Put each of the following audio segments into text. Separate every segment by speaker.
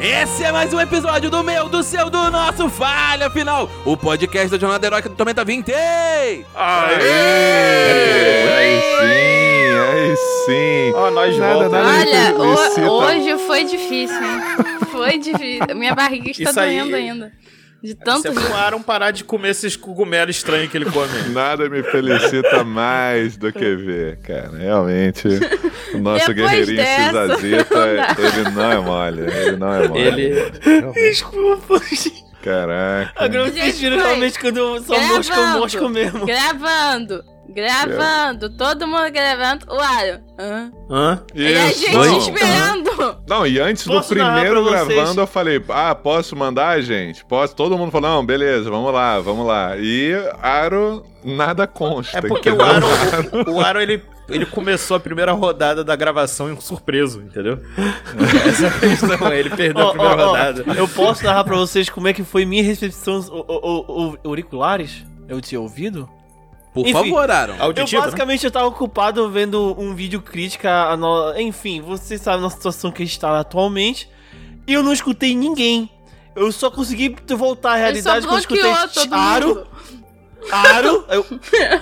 Speaker 1: Esse é mais um episódio do meu, do seu, do nosso Falha Final, o podcast da Jornada Heróica do Tormenta 20.
Speaker 2: É, Aí sim, aí sim.
Speaker 3: Ó, nós
Speaker 2: Nada,
Speaker 3: volta.
Speaker 2: nada.
Speaker 3: né?
Speaker 2: Ele foi
Speaker 4: Olha,
Speaker 1: tá?
Speaker 4: ho-
Speaker 2: plebiscita.
Speaker 4: hoje foi difícil, hein? Foi difícil. Minha barriga está
Speaker 3: Isso aí-
Speaker 4: doendo ainda. De
Speaker 3: Tanto
Speaker 4: tanto
Speaker 5: é
Speaker 3: Vocês
Speaker 4: rir.
Speaker 3: falaram é parar de comer esses cogumelos estranhos que ele come.
Speaker 2: Nada me felicita mais do que ver, cara. Realmente, o nosso
Speaker 4: Depois
Speaker 2: guerreirinho
Speaker 4: dessa,
Speaker 2: Cisazita,
Speaker 4: não dá.
Speaker 2: ele não é mole. Ele não é mole.
Speaker 5: Desculpa, gente.
Speaker 2: É. Caraca.
Speaker 5: Agora vocês viram realmente quando eu sou
Speaker 4: Gravando.
Speaker 5: mosca, eu mosca mesmo.
Speaker 4: Gravando. Gravando. Todo mundo gravando. O Aro. Hã?
Speaker 5: Hã?
Speaker 4: E a gente
Speaker 2: não.
Speaker 4: esperando.
Speaker 2: Não, e antes do
Speaker 5: Posso narrar
Speaker 2: primeiro
Speaker 5: pra vocês?
Speaker 2: gravando, eu falei, ah, posso mandar, gente? Posso? Todo mundo falou, não, beleza, vamos lá, vamos lá. E Aro, nada consta.
Speaker 3: É porque o
Speaker 2: entendeu?
Speaker 3: Aaron, o Aaron ele, ele começou a primeira rodada da gravação surpreso, entendeu? Essa é a questão, ele perdeu
Speaker 5: Ó,
Speaker 3: a primeira
Speaker 5: ó, ó,
Speaker 3: rodada.
Speaker 5: eu posso narrar pra vocês como é que foi minha recepção o- o- o- auriculares? Eu tinha ouvido?
Speaker 1: Por
Speaker 5: Enfim.
Speaker 1: favor, Aaron.
Speaker 3: Auditivo,
Speaker 5: eu
Speaker 3: né?
Speaker 5: basicamente eu tava ocupado vendo um vídeo crítica a no... Enfim, você sabe na situação que a gente tá atualmente. E eu não escutei ninguém. Eu só consegui t- voltar à
Speaker 4: Ele só
Speaker 5: realidade quando eu escutei
Speaker 4: bloqueou todo
Speaker 5: Aro,
Speaker 4: mundo.
Speaker 5: Aro. eu-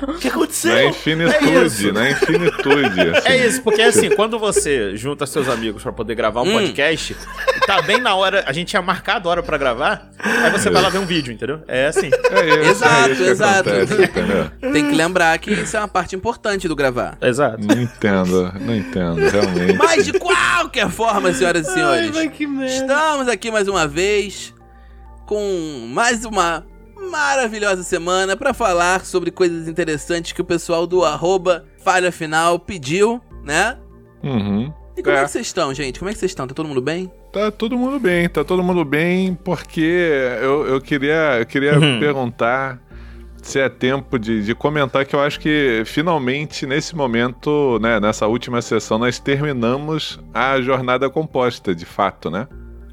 Speaker 5: O que aconteceu?
Speaker 2: Na
Speaker 3: É
Speaker 2: infinitude,
Speaker 3: isso.
Speaker 2: na infinitude. assim.
Speaker 3: É isso, porque assim, quando você junta seus amigos pra poder gravar um
Speaker 1: Hum.
Speaker 3: podcast, tá bem na hora, a gente tinha marcado a hora pra gravar, aí você vai lá ver um vídeo, entendeu? É assim.
Speaker 2: É isso,
Speaker 1: Exato,
Speaker 2: é isso que
Speaker 1: exato.
Speaker 2: acontece, entendeu?
Speaker 1: Tem que lembrar que isso é uma parte importante do gravar.
Speaker 3: Exato.
Speaker 2: Não entendo, não entendo, realmente.
Speaker 1: Mas de qualquer forma, senhoras e
Speaker 5: Ai,
Speaker 1: senhores,
Speaker 5: vai que merda.
Speaker 1: estamos aqui mais uma vez com mais uma maravilhosa semana pra falar sobre coisas interessantes que o pessoal do arroba Falha Final pediu, né?
Speaker 2: Uhum.
Speaker 1: E como é,
Speaker 2: É.
Speaker 1: que vocês estão, gente? Como é que vocês estão? Tá todo mundo bem?
Speaker 2: Tá todo mundo bem, tá todo mundo bem, porque eu, eu queria, eu queria
Speaker 3: Uhum.
Speaker 2: perguntar se é tempo de, de comentar que eu acho que finalmente, nesse momento, né, nessa última sessão, nós terminamos a jornada composta, de fato, né?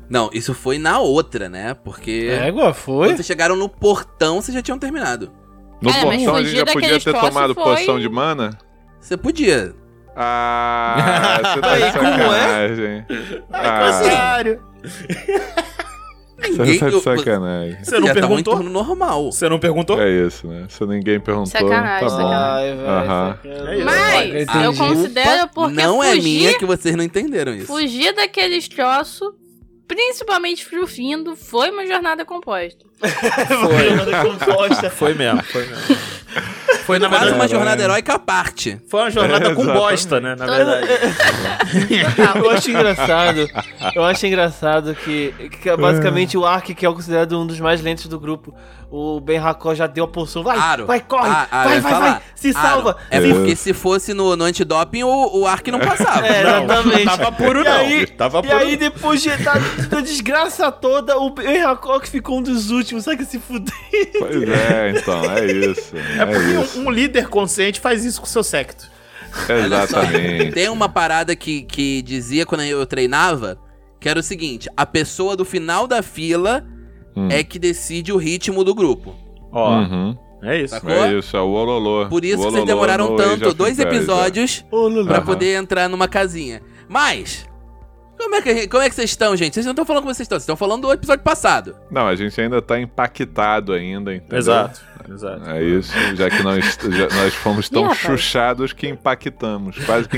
Speaker 1: Não, isso foi na outra, né?
Speaker 3: é.
Speaker 1: Porque
Speaker 5: Égua,
Speaker 1: quando
Speaker 5: foi?
Speaker 1: vocês chegaram no portão, vocês já tinham terminado.
Speaker 2: No
Speaker 4: É, mas
Speaker 2: portão a gente
Speaker 4: fugir
Speaker 2: já
Speaker 4: daquele
Speaker 2: podia ter
Speaker 4: esforço
Speaker 2: tomado
Speaker 4: foi-
Speaker 2: poção de mana?
Speaker 1: Você podia.
Speaker 2: Ah, você tá de
Speaker 5: Aí, como é?
Speaker 2: sacanagem. Ah,
Speaker 5: Otário.
Speaker 2: você tá de sacanagem.
Speaker 3: Você não
Speaker 1: já tava em
Speaker 3: perguntou?
Speaker 1: turno normal.
Speaker 3: Você não perguntou?
Speaker 2: É isso, né? Se ninguém perguntou, tá
Speaker 4: Sacanagem,
Speaker 2: bom.
Speaker 4: sacanagem.
Speaker 5: Ai, velho,
Speaker 2: Aham.
Speaker 5: sacana.
Speaker 3: É isso.
Speaker 4: Mas
Speaker 5: Entendi.
Speaker 4: eu considero porque
Speaker 1: não
Speaker 4: fugir,
Speaker 1: é minha que vocês não entenderam isso.
Speaker 4: fugir daqueles troços, principalmente pro findo, foi uma jornada composta.
Speaker 5: Foi.
Speaker 3: Foi mesmo, foi mesmo. Foi na
Speaker 1: Quase
Speaker 3: verdade
Speaker 1: uma jornada heróica à parte.
Speaker 3: Foi
Speaker 2: É,
Speaker 3: uma jornada com
Speaker 2: Exatamente.
Speaker 3: bosta, né? Na
Speaker 4: Todo-
Speaker 3: verdade.
Speaker 5: Eu acho engraçado. Eu acho engraçado que, que é basicamente o Ark, que é considerado um dos mais lentos do grupo, o Ben Hakor já deu a poção. Vai,
Speaker 1: Aro.
Speaker 5: vai, corre!
Speaker 1: Ah, Aro,
Speaker 5: vai,
Speaker 1: eu
Speaker 5: vai,
Speaker 1: ia
Speaker 5: vai!
Speaker 1: falar.
Speaker 5: Se
Speaker 1: Aro,
Speaker 5: salva!
Speaker 1: É
Speaker 2: Se-
Speaker 1: porque se fosse no, no antidoping, o, o Ark não passava.
Speaker 5: É, exatamente.
Speaker 3: tava puro
Speaker 5: E
Speaker 3: não.
Speaker 5: aí-
Speaker 3: tava
Speaker 5: E
Speaker 3: puro
Speaker 5: aí, depois de, da, da desgraça toda, o Ben Hakor que ficou um dos últimos, sabe que se fuder?
Speaker 2: Pois é, então, é isso. É,
Speaker 3: É porque
Speaker 2: isso.
Speaker 3: um, um líder consciente faz isso com o seu secto.
Speaker 1: um- Olha só,
Speaker 2: Exatamente.
Speaker 1: Tem um uma parada que, que dizia quando eu treinava, que era o seguinte, a pessoa do final da fila
Speaker 2: Hum.
Speaker 1: é que decide o ritmo do grupo.
Speaker 3: Ó,
Speaker 2: Uhum.
Speaker 3: é isso.
Speaker 1: Sacou?
Speaker 2: É isso, é o Ololô.
Speaker 1: Por isso
Speaker 2: O
Speaker 1: que vocês
Speaker 2: Ololô
Speaker 1: demoraram
Speaker 2: no Age
Speaker 1: tanto,
Speaker 2: of
Speaker 1: dois
Speaker 2: Empires,
Speaker 1: episódios,
Speaker 5: Ô, Lulu.
Speaker 1: pra
Speaker 2: Aham.
Speaker 1: poder entrar numa casinha. Mas, como é que, a gente- como é que vocês estão, gente? Vocês não estão falando como vocês estão, vocês estão falando do episódio passado.
Speaker 2: é. Não, a gente ainda tá impactado ainda, entendeu?
Speaker 3: Exato, exato.
Speaker 2: É isso, já que nós, já- nós fomos tão
Speaker 4: Ih, rapaz.
Speaker 2: chuchados que impactamos, quase que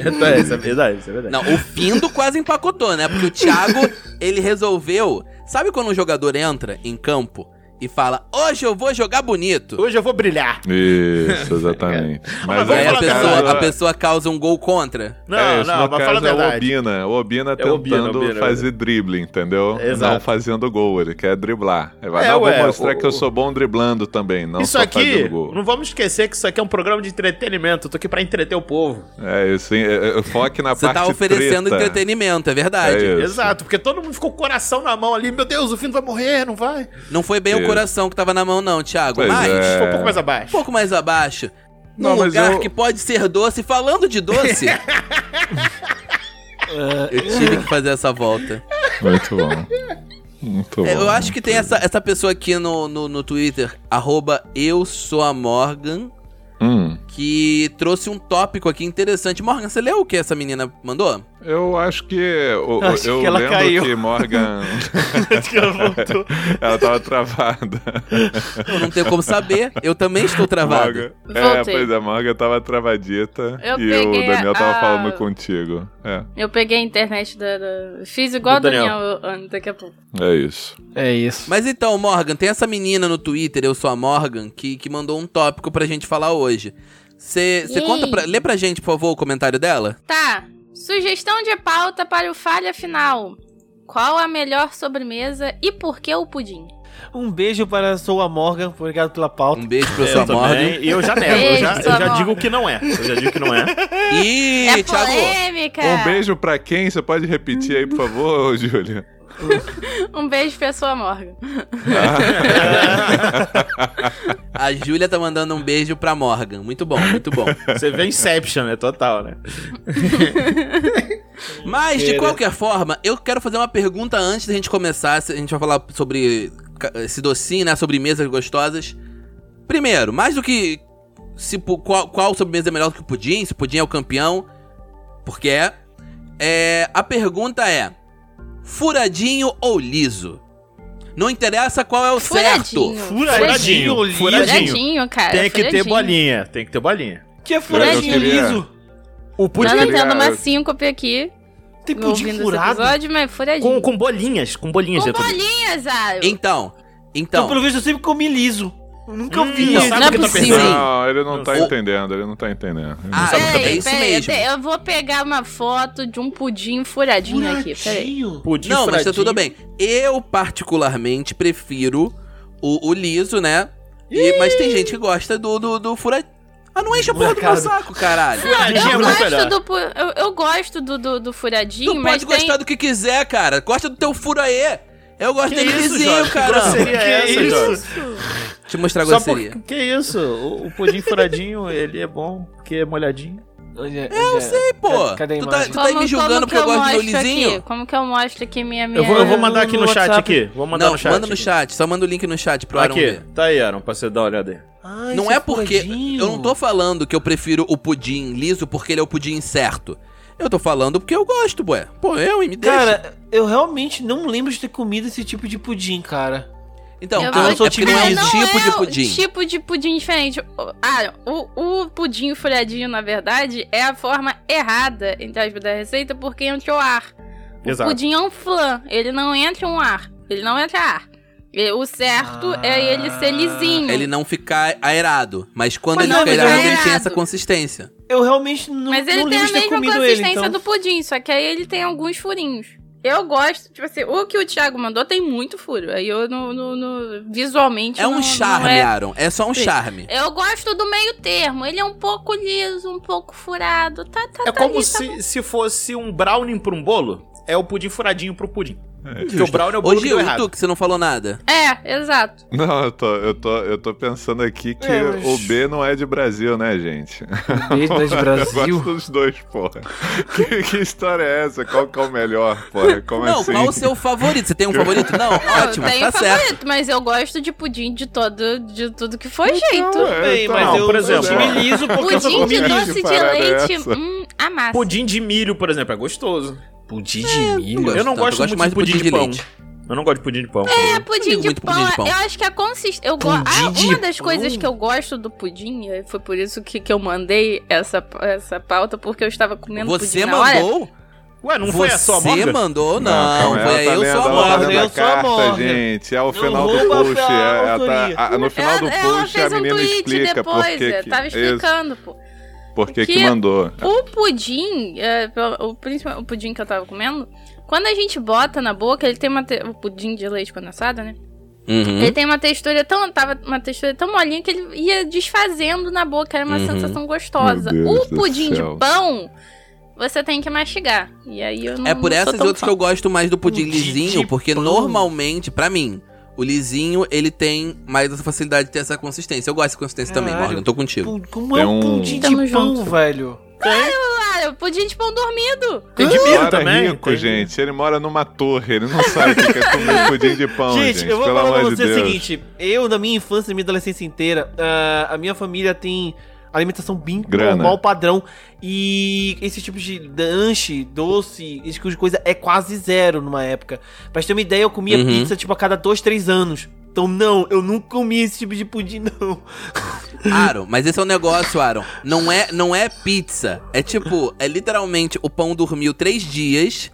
Speaker 3: Então, é, isso é verdade, isso é verdade.
Speaker 1: Não, o Findo quase empacotou, né? Porque o Thiago, ele resolveu... Sabe quando um jogador entra em campo e fala, hoje eu vou jogar bonito?
Speaker 3: Hoje eu vou brilhar.
Speaker 2: Isso, exatamente. Mas, é
Speaker 3: vamos
Speaker 1: Aí
Speaker 2: aí
Speaker 1: a
Speaker 2: no
Speaker 3: falar
Speaker 1: pessoa,
Speaker 2: caso-
Speaker 1: a pessoa causa um gol contra.
Speaker 3: Não,
Speaker 2: é, isso,
Speaker 3: não,
Speaker 2: no
Speaker 3: mas fala a
Speaker 2: caso é o
Speaker 3: verdade.
Speaker 2: Obina. O Obina
Speaker 3: É o
Speaker 2: tentando
Speaker 3: Obina, Obina,
Speaker 2: fazer drible, entendeu?
Speaker 3: Exato.
Speaker 2: Não fazendo gol, ele quer driblar. Ele vai,
Speaker 3: É,
Speaker 2: não,
Speaker 3: ué,
Speaker 2: vou mostrar
Speaker 3: o-
Speaker 2: que eu sou bom driblando também, não
Speaker 3: isso
Speaker 2: só
Speaker 3: aqui,
Speaker 2: fazendo gol.
Speaker 3: não vamos esquecer que isso aqui é um programa de entretenimento. Eu tô aqui pra entreter o povo.
Speaker 2: É isso, hein? É, é, foque na
Speaker 1: Você
Speaker 2: parte
Speaker 1: tá oferecendo
Speaker 2: treta.
Speaker 1: entretenimento, é verdade.
Speaker 2: É isso.
Speaker 3: Exato, porque todo mundo ficou com o coração na mão ali. Meu Deus, o Fino vai morrer, não vai?
Speaker 1: Não foi bem
Speaker 2: Isso.
Speaker 1: o
Speaker 2: É.
Speaker 1: coração que tava na mão, não, Thiago.
Speaker 2: Pois
Speaker 1: mas,
Speaker 2: é.
Speaker 3: Ficou um pouco mais
Speaker 1: um
Speaker 3: abaixo.
Speaker 1: pouco mais abaixo,
Speaker 2: Não,
Speaker 1: num
Speaker 2: mas
Speaker 1: lugar
Speaker 2: eu-
Speaker 1: que pode ser doce. Falando de doce, eu tive que fazer essa volta.
Speaker 2: Muito bom. Muito
Speaker 1: É,
Speaker 2: bom.
Speaker 1: eu acho que tem essa, essa pessoa aqui no, no, no Twitter, arroba eu sou a Morgan,
Speaker 2: Hum.
Speaker 1: que trouxe um tópico aqui interessante. Morgan, você leu o que essa menina mandou?
Speaker 2: Eu acho que. o-
Speaker 5: Acho
Speaker 2: eu
Speaker 5: que ela
Speaker 2: lembro
Speaker 5: caiu.
Speaker 2: que Morgan.
Speaker 5: que ela voltou.
Speaker 2: ela tava travada.
Speaker 1: Eu não tenho como saber, eu também estou travado.
Speaker 2: Morgan. É,
Speaker 4: Voltei.
Speaker 2: pois é, Morgan tava travadita.
Speaker 4: Eu
Speaker 2: e
Speaker 4: peguei
Speaker 2: o Daniel tava
Speaker 4: a-
Speaker 2: falando contigo. É,
Speaker 4: Eu peguei a internet da. da- Fiz igual o
Speaker 3: Do Daniel.
Speaker 4: Daniel, Ana, daqui a pouco.
Speaker 2: é isso.
Speaker 5: É isso.
Speaker 1: Mas então, Morgan, tem essa menina no Twitter, eu sou a Morgan, que, que mandou um tópico pra gente falar hoje. Você
Speaker 4: Yay.
Speaker 1: conta pra. Lê pra gente, por favor, o comentário dela?
Speaker 4: Tá. Sugestão de pauta para o falha final. Qual a melhor sobremesa e por que o pudim?
Speaker 5: Um beijo para a Soa Morgan. Obrigado pela pauta.
Speaker 1: Um beijo pra
Speaker 3: Eu
Speaker 1: sua Morgan.
Speaker 3: também. E eu já nego, eu
Speaker 4: Beijo,
Speaker 3: já, eu
Speaker 4: sua
Speaker 3: já
Speaker 4: Morgan.
Speaker 3: digo que não é. Eu já digo que não é.
Speaker 1: Ih,
Speaker 4: é
Speaker 1: Thiago!
Speaker 4: polêmica!
Speaker 2: Um beijo pra quem? Você pode repetir aí, por favor, Júlia?
Speaker 4: Um beijo, pessoa Morgan.
Speaker 1: A Júlia tá mandando um beijo pra Morgan. Muito bom, muito bom.
Speaker 3: Você vê Inception, é total, né?
Speaker 1: Mas, de qualquer forma, eu quero fazer uma pergunta antes da gente começar. se A gente vai falar sobre ca- esse docinho, né? Sobremesas gostosas. Primeiro, mais do que se, pu- qual, qual sobremesa é melhor do que o pudim, se o pudim é o campeão, porque é. é, a pergunta é: furadinho ou liso? Não interessa qual é o certo.
Speaker 4: Furadinho.
Speaker 5: Furadinho,
Speaker 3: Furadinho,
Speaker 5: liso.
Speaker 3: furadinho.
Speaker 4: Furadinho, cara.
Speaker 3: Tem que ter
Speaker 4: furadinho.
Speaker 3: bolinha, tem que ter bolinha.
Speaker 5: Que é furadinho
Speaker 4: Eu
Speaker 2: queria-
Speaker 5: liso.
Speaker 3: O
Speaker 4: Nós
Speaker 3: pudim
Speaker 4: não
Speaker 2: Pudim.
Speaker 4: tendo uma síncope aqui,
Speaker 5: Tem pudim
Speaker 4: ouvindo esse
Speaker 5: furado.
Speaker 4: episódio, mas furadinho.
Speaker 3: com, com bolinhas, com bolinhas
Speaker 4: Com
Speaker 3: dentro dele.
Speaker 4: bolinhas, Zayo.
Speaker 1: Então,
Speaker 5: Então,
Speaker 1: então.
Speaker 5: pelo visto, eu sempre comi liso. Eu nunca
Speaker 3: Hum,
Speaker 5: vi.
Speaker 3: não,
Speaker 5: esse-
Speaker 3: sabe
Speaker 4: Não
Speaker 3: o que
Speaker 4: é
Speaker 3: eu tô
Speaker 4: possível.
Speaker 2: Não,
Speaker 3: pensando?
Speaker 2: ele não tá
Speaker 1: O-
Speaker 2: entendendo, ele não tá entendendo. Ele não
Speaker 1: Ah,
Speaker 2: sabe o que
Speaker 1: é
Speaker 4: Peraí,
Speaker 1: isso
Speaker 4: peraí, eu,
Speaker 1: mesmo.
Speaker 4: te- eu vou pegar uma foto de um pudim furadinho aqui, peraí.
Speaker 5: Furadinho.
Speaker 3: Pudim
Speaker 1: Não, mas tá
Speaker 3: furadinho.
Speaker 1: tudo bem. Eu, particularmente, prefiro o, o liso, né? E- mas tem gente que gosta do, do, do fura- Ah, não enche a porra do meu
Speaker 5: Molecada.
Speaker 1: saco, caralho.
Speaker 3: Furadinho é
Speaker 4: Eu
Speaker 3: muito
Speaker 4: gosto
Speaker 3: melhor.
Speaker 4: do, pu- eu, eu gosto do, do, do furadinho,
Speaker 1: Tu
Speaker 4: mas
Speaker 1: pode
Speaker 4: tem...
Speaker 1: gostar do que quiser, cara. Gosta do teu furaê. Eu gosto
Speaker 3: Que
Speaker 1: dele
Speaker 3: isso,
Speaker 1: lisinho,
Speaker 3: Jorge?
Speaker 1: cara.
Speaker 3: Grosseria é
Speaker 5: Que
Speaker 3: essa,
Speaker 5: isso?
Speaker 3: Jorge?
Speaker 1: Deixa eu mostrar a
Speaker 3: Só por...
Speaker 1: grosseria.
Speaker 3: Que isso? O, o pudim furadinho, ele é bom, porque é molhadinho.
Speaker 5: Onde é- onde é?
Speaker 1: Ei, pô.
Speaker 5: Cadê- cadê a
Speaker 1: tu tá,
Speaker 5: imagem?
Speaker 1: tu tá me julgando porque eu gosto do meu
Speaker 4: mostro
Speaker 1: lisinho?
Speaker 4: Aqui? Como que eu mostro aqui minha... minha...
Speaker 3: Eu vou, eu vou
Speaker 5: no-
Speaker 3: mandar aqui
Speaker 5: no
Speaker 3: no, chat
Speaker 5: WhatsApp.
Speaker 3: aqui. Vou mandar
Speaker 1: não,
Speaker 3: no chat.
Speaker 1: manda no
Speaker 3: aqui.
Speaker 1: chat. Só manda o link no chat pro Aaron
Speaker 3: Aqui,
Speaker 1: ver.
Speaker 3: tá aí, Aaron, pra você dar uma olhada aí.
Speaker 5: Ah,
Speaker 1: Não
Speaker 5: esse
Speaker 1: é porque.
Speaker 5: furadinho.
Speaker 1: Eu não tô falando que eu prefiro o pudim liso porque ele é o pudim certo. Eu tô falando porque eu gosto, ué. Pô, eu e me deixa.
Speaker 5: Cara, eu realmente não lembro de ter comido esse tipo de pudim, cara.
Speaker 1: então,
Speaker 4: Eu
Speaker 1: eu
Speaker 4: vou-
Speaker 1: é porque não é
Speaker 4: Cara,
Speaker 1: um tipo
Speaker 4: é
Speaker 1: de
Speaker 4: o
Speaker 1: pudim.
Speaker 4: tipo de pudim diferente. O- Ah, o, o pudim furadinho, na verdade, é a forma errada, entre aspas, da receita, porque entra o ar.
Speaker 3: Exato.
Speaker 4: O pudim é um flan, ele não entra um ar. Ele não entra ar. E O certo
Speaker 5: Ah.
Speaker 4: é ele ser lisinho.
Speaker 1: Ele não ficar aerado. Mas quando
Speaker 5: Mas
Speaker 1: ele
Speaker 5: não,
Speaker 1: fica
Speaker 5: mas
Speaker 1: aerado,
Speaker 5: é
Speaker 1: ele tem
Speaker 4: aerado.
Speaker 1: essa consistência.
Speaker 5: Eu realmente não,
Speaker 4: Mas ele
Speaker 5: não
Speaker 4: tem
Speaker 5: lembro
Speaker 4: a
Speaker 5: de ter
Speaker 4: mesma
Speaker 5: comido ele,
Speaker 4: consistência
Speaker 5: então...
Speaker 4: do pudim, só que aí ele tem alguns furinhos. Eu gosto, tipo assim, o que o Thiago mandou tem muito furo. Aí eu no, no- no- visualmente.
Speaker 1: É
Speaker 4: não-
Speaker 1: um
Speaker 4: não
Speaker 1: charme,
Speaker 4: é-
Speaker 1: Aaron. É só um
Speaker 4: Sim.
Speaker 1: charme.
Speaker 4: Eu gosto do meio termo. Ele é um pouco liso, um pouco furado. Tá, tá,
Speaker 3: É
Speaker 4: tá
Speaker 3: como
Speaker 4: ali, tá
Speaker 3: se, se fosse um brownie pra um bolo, é o pudim furadinho pro pudim. Porque o
Speaker 1: Justo.
Speaker 3: brownie é o
Speaker 1: Ô,
Speaker 3: bolo que
Speaker 1: Gil,
Speaker 3: deu
Speaker 1: e tu
Speaker 3: errado.
Speaker 1: que você não falou nada?
Speaker 4: É, exato.
Speaker 2: Não, eu tô, eu, tô, eu tô pensando aqui que
Speaker 5: É, mas-
Speaker 2: o B não é de Brasil, né, gente?
Speaker 5: Desde
Speaker 2: Eu
Speaker 5: Brasil.
Speaker 2: gosto dos dois, porra. Que, que história é essa? Qual que é o melhor, porra? Como
Speaker 1: não,
Speaker 2: assim?
Speaker 1: qual é o seu favorito? Você tem um favorito? Não, ótimo,
Speaker 4: eu tenho um
Speaker 1: tá
Speaker 4: favorito,
Speaker 1: certo.
Speaker 4: mas eu gosto de pudim de todo, de tudo que foi jeito.
Speaker 2: é,
Speaker 5: Bem,
Speaker 2: então,
Speaker 5: mas
Speaker 3: não,
Speaker 5: eu, tipo
Speaker 3: por
Speaker 5: eu
Speaker 3: exemplo,
Speaker 5: time liso porque eu só
Speaker 4: Pudim
Speaker 5: comi
Speaker 4: de
Speaker 2: Que
Speaker 5: liso.
Speaker 4: doce de
Speaker 2: parada é
Speaker 4: leite,
Speaker 2: essa?
Speaker 4: hum, a massa.
Speaker 3: Pudim de milho, por exemplo, é gostoso.
Speaker 6: Pudim de milho?
Speaker 3: Eu não
Speaker 1: tanto,
Speaker 3: gosto,
Speaker 1: eu gosto
Speaker 3: muito
Speaker 1: mais
Speaker 3: de
Speaker 1: do
Speaker 3: pudim,
Speaker 1: pudim
Speaker 3: de
Speaker 1: de
Speaker 3: pão.
Speaker 1: leite.
Speaker 3: Eu não gosto de pudim de pão. por exemplo.
Speaker 4: É, pudim
Speaker 1: Digo
Speaker 4: de
Speaker 1: muito
Speaker 4: pão,
Speaker 1: pudim de pão.
Speaker 4: eu acho que a consistência... Eu go...
Speaker 6: Pudim
Speaker 4: ah,
Speaker 6: de
Speaker 4: uma das
Speaker 6: pão?
Speaker 4: coisas que eu gosto do pudim, e foi por isso que, que eu mandei essa, essa pauta, porque eu estava comendo
Speaker 1: Você
Speaker 4: é um pudim na hora.
Speaker 1: mandou?
Speaker 3: Ué, não foi a sua
Speaker 1: Você
Speaker 3: morga?
Speaker 1: mandou? Não,
Speaker 2: calma, ela
Speaker 1: foi
Speaker 2: tá
Speaker 1: eu
Speaker 2: lendo,
Speaker 1: sou a
Speaker 2: ela tá
Speaker 1: Morgan.
Speaker 5: Morgan.
Speaker 2: lendo a
Speaker 5: Eu sou a
Speaker 2: carta,
Speaker 5: Morgan.
Speaker 2: gente. É o final do
Speaker 5: rouba
Speaker 2: post.
Speaker 5: pra
Speaker 2: é- ela tá-
Speaker 5: autoria.
Speaker 2: a- no final do
Speaker 4: ela, ela
Speaker 2: post, a
Speaker 4: fez um
Speaker 2: menina
Speaker 4: tweet
Speaker 2: explica por
Speaker 4: depois,
Speaker 2: que
Speaker 4: eu
Speaker 2: que-
Speaker 4: tava
Speaker 2: isso,
Speaker 4: explicando, pô.
Speaker 2: por que que
Speaker 4: que-
Speaker 2: mandou.
Speaker 4: O pudim, é, pelo- o, principal- o pudim que eu tava comendo, quando a gente bota na boca, ele tem uma. te- O pudim de leite condensado, né?
Speaker 1: Uhum.
Speaker 4: Ele tem uma textura tão. Tava uma textura tão molinha que ele ia desfazendo na boca, era uma
Speaker 1: Uhum.
Speaker 4: sensação gostosa.
Speaker 2: Meu Deus
Speaker 4: O
Speaker 2: do
Speaker 4: pudim de
Speaker 2: céu.
Speaker 4: pão, você tem que mastigar. E aí eu não.
Speaker 1: É por
Speaker 4: não sou
Speaker 1: essas e
Speaker 4: tão
Speaker 1: outras
Speaker 4: fã.
Speaker 1: que eu gosto mais do pudim
Speaker 5: Pudim de
Speaker 3: tipo
Speaker 1: lisinho, porque
Speaker 5: pão.
Speaker 1: normalmente, pra mim, o lisinho, ele tem mais essa facilidade de ter essa consistência. Eu gosto dessa consistência também,
Speaker 5: Caralho.
Speaker 1: Morgan, tô contigo.
Speaker 5: Pum- Como é
Speaker 2: Tem
Speaker 5: um
Speaker 2: um-
Speaker 5: pudim de
Speaker 4: Tamo
Speaker 5: pão,
Speaker 4: junto.
Speaker 5: velho?
Speaker 4: Cara, pudim de pão dormido.
Speaker 3: Tem de
Speaker 2: Ele
Speaker 3: milho
Speaker 2: mora
Speaker 3: também.
Speaker 2: rico,
Speaker 3: tem de-
Speaker 2: gente. Ele mora numa torre. Ele não sabe o que é comer pudim de pão, gente.
Speaker 5: Gente, eu vou
Speaker 2: pelo
Speaker 5: falar pra
Speaker 2: amor de
Speaker 5: você o
Speaker 2: Deus.
Speaker 5: seguinte. Eu, na minha infância, na minha adolescência inteira, ah, a minha família tem Alimentação bem
Speaker 2: Grana.
Speaker 5: normal, padrão. E esse tipo de lanche, doce, esse tipo de coisa é quase zero numa época. Pra você ter uma ideia, eu comia
Speaker 1: Uhum.
Speaker 5: pizza, tipo, a cada dois, três anos. Então, não, eu nunca comi esse tipo de pudim, não.
Speaker 1: Aaron, mas esse é o negócio, Aaron. Não é, não é pizza. É tipo, é literalmente o pão dormiu três dias.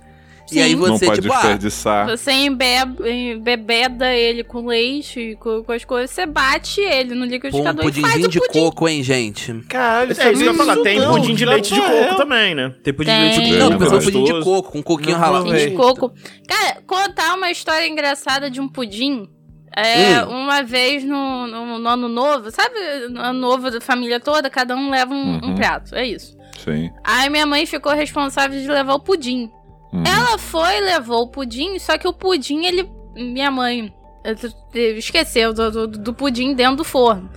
Speaker 1: E
Speaker 4: Sim.
Speaker 1: aí
Speaker 2: Não
Speaker 1: você,
Speaker 2: pode
Speaker 1: tipo, ah,
Speaker 2: desperdiçar.
Speaker 4: Você embebe, embebeda ele com leite, com, com as coisas, você bate ele
Speaker 1: pô,
Speaker 4: no
Speaker 1: um
Speaker 4: liquidificador e faz
Speaker 1: pudimzinho
Speaker 4: o
Speaker 1: de
Speaker 4: pudim.
Speaker 1: coco, hein, gente.
Speaker 5: Caralho,
Speaker 3: É isso que eu ia falar,
Speaker 5: não,
Speaker 3: tem
Speaker 5: não,
Speaker 3: pudim de
Speaker 5: não,
Speaker 3: leite de
Speaker 5: não,
Speaker 3: coco
Speaker 5: é.
Speaker 3: também, né? Tem pudim de
Speaker 4: Tem.
Speaker 3: leite de coco.
Speaker 1: Não,
Speaker 3: que é
Speaker 1: eu pensei um pudim de
Speaker 3: gostoso.
Speaker 1: coco, com um coquinho
Speaker 5: Não
Speaker 1: ralado.
Speaker 4: Pudim
Speaker 5: provei.
Speaker 4: de coco. Cara, contar uma história engraçada de um pudim. É,
Speaker 1: Hum.
Speaker 4: uma vez no, no- no ano novo, sabe? No ano novo da família toda, cada um leva um, um
Speaker 2: Uhum.
Speaker 4: prato, é isso.
Speaker 2: Sim.
Speaker 4: Aí minha mãe ficou responsável de levar o pudim.
Speaker 2: Uhum.
Speaker 4: Ela foi, levou o pudim, só que o pudim, ele. Minha mãe eh, esqueceu do, do, do pudim dentro do forno.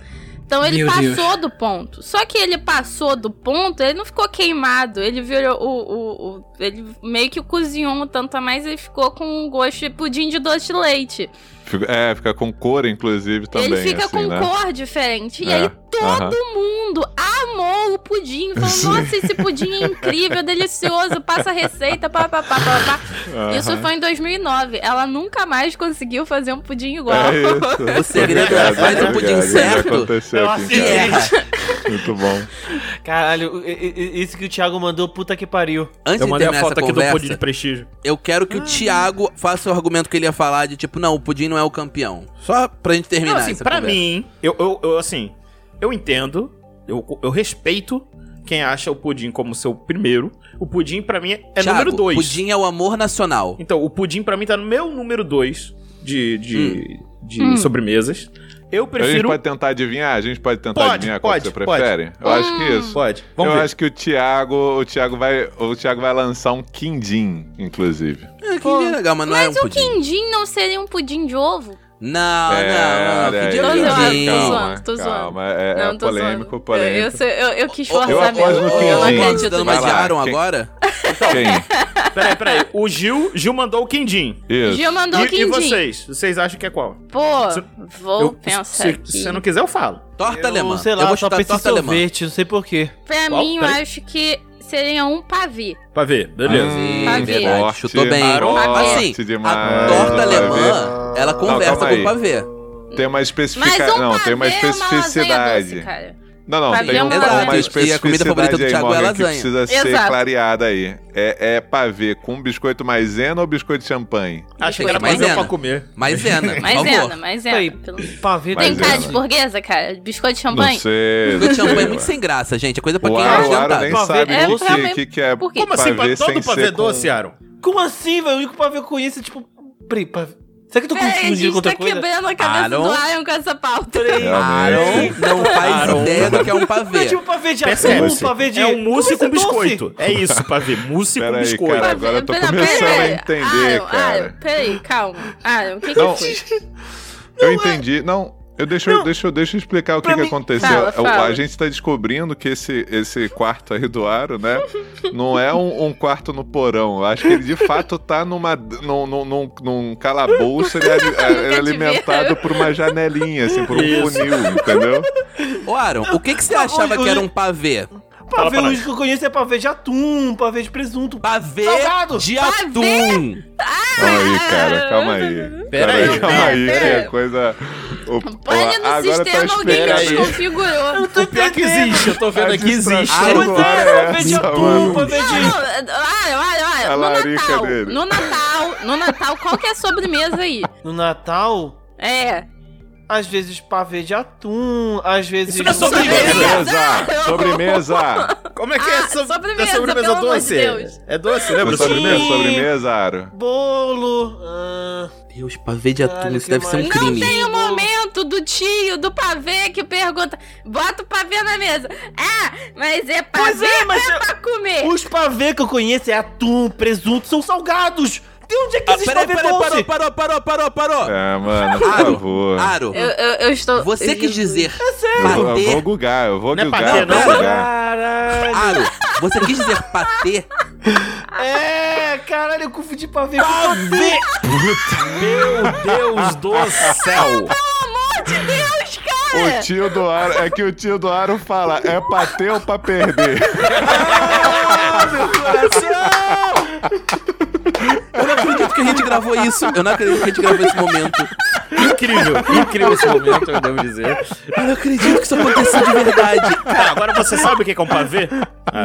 Speaker 4: Então ele
Speaker 6: Meu
Speaker 4: passou do ponto. Só que ele passou do ponto, ele não ficou queimado. Ele virou o. o, o- ele meio que cozinhou um tanto a mais e ficou com um gosto de pudim de doce de leite.
Speaker 2: Fica- É, fica com cor, inclusive, também.
Speaker 4: ele fica
Speaker 2: assim,
Speaker 4: com
Speaker 2: né?
Speaker 4: cor diferente. E
Speaker 2: É,
Speaker 4: aí todo
Speaker 2: aham.
Speaker 4: mundo amou o pudim. Falou,
Speaker 2: Sim.
Speaker 4: nossa, esse pudim é incrível, é delicioso, passa a receita, papapá, papapá. Isso
Speaker 2: Aham.
Speaker 4: foi em 2009. Ela nunca mais conseguiu fazer um pudim igual.
Speaker 2: É isso.
Speaker 1: O segredo é
Speaker 2: Obrigado,
Speaker 1: faz um pudim
Speaker 2: obrigado. Isso já
Speaker 1: certo.
Speaker 2: aconteceu
Speaker 5: Eu
Speaker 2: aqui em
Speaker 5: assisti.
Speaker 2: casa.
Speaker 1: É.
Speaker 2: Muito bom.
Speaker 5: Caralho, e- e- e- isso que o Thiago mandou, puta que pariu.
Speaker 1: Antes
Speaker 3: Eu
Speaker 1: de
Speaker 3: mandei a
Speaker 1: terminar essa
Speaker 3: foto aqui do pudim
Speaker 1: conversa,
Speaker 3: de prestígio.
Speaker 1: eu quero que o Thiago faça o argumento que ele ia falar de tipo, não, o pudim não é o campeão. Só pra gente terminar
Speaker 3: Não, assim,
Speaker 1: essa
Speaker 3: pra
Speaker 1: conversa.
Speaker 3: mim, eu, eu, eu, assim, eu entendo, eu, eu respeito quem acha o pudim como seu primeiro. O pudim, pra mim, é
Speaker 1: Thiago,
Speaker 3: número dois.
Speaker 1: Pudim é o amor nacional.
Speaker 3: Então, o pudim, pra mim, tá no meu número dois de, de, de
Speaker 4: Hum.
Speaker 3: sobremesas. Eu
Speaker 2: A gente
Speaker 3: prefiro...
Speaker 2: pode tentar adivinhar? A gente pode tentar
Speaker 3: Pode,
Speaker 2: adivinhar
Speaker 3: pode,
Speaker 2: qual que você prefere? Eu acho que isso.
Speaker 3: Pode, vamos
Speaker 2: eu
Speaker 3: ver.
Speaker 2: acho que o Thiago, o Thiago vai, o Thiago vai lançar um quindim, inclusive.
Speaker 1: É, que dia legal, mas não é um pudim.
Speaker 4: Quindim não seria um pudim de ovo?
Speaker 1: Ah, Não, não, não.
Speaker 2: olha
Speaker 1: Que
Speaker 2: É, aí,
Speaker 1: dia é
Speaker 4: Tô
Speaker 2: cara,
Speaker 1: pudim.
Speaker 4: zoando, tô
Speaker 2: calma,
Speaker 4: zoando, tô
Speaker 2: calma, É, é
Speaker 4: não, tô
Speaker 2: polêmico,
Speaker 4: zoando. Eu, eu
Speaker 2: polêmico.
Speaker 4: sei- eu- eu quis
Speaker 1: Eu- eu
Speaker 4: forçar
Speaker 2: apoio
Speaker 4: mesmo.
Speaker 2: no
Speaker 4: Eu não
Speaker 2: quindim.
Speaker 4: acredito
Speaker 1: um dando
Speaker 2: Vai
Speaker 1: mais
Speaker 4: nisso.
Speaker 1: de
Speaker 2: lá,
Speaker 1: Aaron
Speaker 2: quem-
Speaker 1: agora?
Speaker 2: Quem?
Speaker 3: Peraí, peraí. O Gil, Gil mandou o quindim.
Speaker 2: Isso.
Speaker 4: Gil mandou
Speaker 3: e, e
Speaker 4: quindim.
Speaker 3: vocês? Vocês acham que é qual?
Speaker 4: Pô,
Speaker 3: Se-
Speaker 4: vou pensar
Speaker 3: se,
Speaker 4: aqui.
Speaker 3: se você não quiser, eu falo.
Speaker 1: Torta alemã.
Speaker 5: Eu, sei lá,
Speaker 1: eu vou
Speaker 5: só
Speaker 1: chutar
Speaker 5: pensa em
Speaker 1: torta alemã.
Speaker 5: sorvete, não sei porquê.
Speaker 4: Pra
Speaker 3: Qual?
Speaker 4: mim, eu
Speaker 3: Peraí.
Speaker 4: acho que seria um pavê.
Speaker 3: Pra ver, beleza.
Speaker 1: Sim,
Speaker 4: Pavê.
Speaker 1: verdade.
Speaker 2: Forte,
Speaker 1: Chutou bem.
Speaker 2: forte
Speaker 1: Assim, a
Speaker 2: demais,
Speaker 1: torta
Speaker 2: vai
Speaker 1: alemã, ela conversa
Speaker 2: calma
Speaker 1: com
Speaker 2: aí.
Speaker 1: o pavê.
Speaker 2: Tem uma
Speaker 4: Mas
Speaker 2: especificidade.
Speaker 4: um
Speaker 2: não,
Speaker 4: pavê
Speaker 2: tem uma
Speaker 4: é uma lasanha doce,
Speaker 2: especificidade.
Speaker 4: cara.
Speaker 2: Não, não,
Speaker 4: Pavê
Speaker 2: tem
Speaker 4: é
Speaker 2: um,
Speaker 4: uma
Speaker 2: uma,
Speaker 4: lasanha.
Speaker 1: E a comida favorita do
Speaker 2: especificidade aí,
Speaker 1: Thiago é
Speaker 2: Morgan, que
Speaker 1: lasanha.
Speaker 2: precisa ser
Speaker 4: Exato.
Speaker 2: clareada aí. É, é pavê com biscoito maisena ou biscoito de champanhe?
Speaker 3: Acho
Speaker 1: Tem
Speaker 3: que era
Speaker 1: que
Speaker 3: mais
Speaker 1: maisena.
Speaker 3: pra comer.
Speaker 1: Maisena, por
Speaker 4: Maisena,
Speaker 1: favor.
Speaker 5: Peraí,
Speaker 4: maisena. pelo- Tem
Speaker 5: pavê
Speaker 2: Maisena.
Speaker 4: cara de burguesa, cara? Biscoito de champanhe?
Speaker 2: Não sei.
Speaker 1: O champanhe é
Speaker 2: não
Speaker 1: muito
Speaker 2: sei.
Speaker 1: sem graça, gente. É coisa pra
Speaker 2: O
Speaker 1: quem é
Speaker 2: Aro, o Aro nem
Speaker 1: desdentado.
Speaker 5: Pavê
Speaker 2: sabe o
Speaker 4: doce.
Speaker 2: que,
Speaker 4: É,
Speaker 2: que, que é.
Speaker 4: Por quê?
Speaker 2: pavê
Speaker 3: Como assim? Pra todo
Speaker 2: sem
Speaker 3: pavê
Speaker 2: ser com-
Speaker 3: doce, Aaron?
Speaker 5: Como assim, velho? O único pavê que eu conheço é tipo. Peraí, pavê. Será que eu tô
Speaker 4: Peraí, a
Speaker 5: confundindo com
Speaker 4: gente
Speaker 5: outra
Speaker 4: tá
Speaker 5: coisa?
Speaker 4: quebrando a cabeça
Speaker 1: Aaron?
Speaker 4: do Lion com essa pauta.
Speaker 3: É,
Speaker 5: Peraí. Ah,
Speaker 2: Realmente.
Speaker 1: Aaron não faz
Speaker 3: Aaron.
Speaker 1: ideia do que é um
Speaker 5: Não é
Speaker 1: pavê.
Speaker 5: tipo pavê de
Speaker 3: Percebe?
Speaker 5: atum, pavê de.
Speaker 3: É um mousse
Speaker 5: Como
Speaker 3: com
Speaker 5: isso é doce?
Speaker 3: biscoito. É isso, pra ver. Mousse com
Speaker 2: Pera aí,
Speaker 3: biscoito.
Speaker 2: cara. agora eu tô
Speaker 4: Pera-
Speaker 2: começando a
Speaker 4: pera-
Speaker 2: entender,
Speaker 4: Aaron,
Speaker 2: cara.
Speaker 4: Aaron, peraí, calma. Aaron, o que que
Speaker 2: Não,
Speaker 4: foi? é.
Speaker 2: eu entendi. Não, eu deixa, eu- deixa, eu- deixa eu explicar o que,
Speaker 5: pra
Speaker 2: que
Speaker 5: mim-
Speaker 2: aconteceu.
Speaker 4: Fala,
Speaker 2: O- A
Speaker 4: fala.
Speaker 2: gente tá descobrindo que esse, esse quarto aí do Aro, né? Não é um, um quarto no porão. Eu acho que ele de fato tá numa, num, num, num, num calabouço. Ele é, ali- é- ele é alimentado por uma janelinha, assim, por um
Speaker 3: Isso.
Speaker 2: funil, entendeu?
Speaker 1: Ô, Aaron, o que, que você achava
Speaker 5: eu-
Speaker 1: que era um pavê?
Speaker 3: Fala Ah,
Speaker 5: Pavê,
Speaker 3: pra
Speaker 5: o
Speaker 3: nós.
Speaker 5: único que eu conheço é pavê de atum, pavê de presunto.
Speaker 1: Pavê
Speaker 5: Salgado!
Speaker 1: de
Speaker 4: Pavê!
Speaker 1: atum.
Speaker 2: Calma aí, cara, calma aí.
Speaker 3: Pera aí,
Speaker 2: calma aí,
Speaker 4: pera,
Speaker 2: que
Speaker 4: pera.
Speaker 2: a coisa. O, tá
Speaker 4: Olha no sistema, alguém
Speaker 3: esperando.
Speaker 4: desconfigurou.
Speaker 5: tô
Speaker 3: O pior é que
Speaker 5: entendendo.
Speaker 3: existe, Ah, eu tô vendo
Speaker 2: A
Speaker 3: aqui existe.
Speaker 1: distração.
Speaker 5: Pois
Speaker 2: agora
Speaker 5: é,
Speaker 2: é
Speaker 5: pavê de
Speaker 2: essa,
Speaker 5: atum,
Speaker 2: mano.
Speaker 5: pavê de.
Speaker 4: Não, olha, olha,
Speaker 2: A
Speaker 4: olha. No
Speaker 2: larica
Speaker 4: Natal,
Speaker 2: dele.
Speaker 4: no Natal, no Natal, qual que é a sobremesa aí?
Speaker 5: No Natal,
Speaker 4: É.
Speaker 5: às vezes pavê de atum, às vezes.
Speaker 3: Isso não é sobremesa.
Speaker 2: Sobremesa! Sobremesa!
Speaker 3: Como é que
Speaker 4: Ah,
Speaker 3: é sob-
Speaker 4: sobremesa,
Speaker 3: é sobremesa
Speaker 4: pelo amor
Speaker 3: doce?
Speaker 4: de Deus.
Speaker 3: É doce, lembra?
Speaker 2: É
Speaker 5: Sim.
Speaker 2: sobremesa, sobremesa, Aro.
Speaker 5: Bolo. ah,
Speaker 1: Deus, pavê de atum,
Speaker 5: Caralho,
Speaker 1: isso
Speaker 5: que
Speaker 1: deve ser um
Speaker 5: mais?
Speaker 4: Não
Speaker 1: crime.
Speaker 4: tem o
Speaker 5: Bolo.
Speaker 4: momento do tio, do pavê, que pergunta, bota o pavê na mesa. Ah, mas é
Speaker 5: Pois
Speaker 4: pavê
Speaker 5: é, mas eu-
Speaker 4: pra comer.
Speaker 5: os pavê que eu conheço é atum, presunto, são salgados. De onde é que
Speaker 1: Ah,
Speaker 5: existe
Speaker 1: peraí,
Speaker 5: pavê
Speaker 1: peraí, parou,
Speaker 5: doce?
Speaker 1: parou, parou, parou, parou.
Speaker 2: É, mano, por
Speaker 1: Aro,
Speaker 2: favor.
Speaker 1: Aro,
Speaker 4: Eu, eu, eu estou...
Speaker 1: você quis
Speaker 4: Jesus.
Speaker 1: dizer
Speaker 2: Eu, vou- eu vou
Speaker 1: patê?
Speaker 2: gugar, eu vou
Speaker 3: Não é
Speaker 2: gugar,
Speaker 3: patê,
Speaker 2: eu vou
Speaker 1: não?
Speaker 2: gugar.
Speaker 5: Caralho.
Speaker 1: Aro, você quis dizer patê?
Speaker 5: É, caralho, eu confundi pavê com pavê.
Speaker 3: Meu Deus do céu!
Speaker 4: Pelo amor de Deus, cara!
Speaker 2: O tio do Aro, é que o tio do Aro fala, é pra ter ou pra perder?
Speaker 1: Eu não acredito que a gente gravou isso. Eu não acredito que a gente gravou esse momento.
Speaker 3: Incrível, incrível esse momento, eu devo dizer.
Speaker 1: Eu não acredito que isso aconteceu de verdade.
Speaker 3: Cara, agora você sabe o que é um pavê?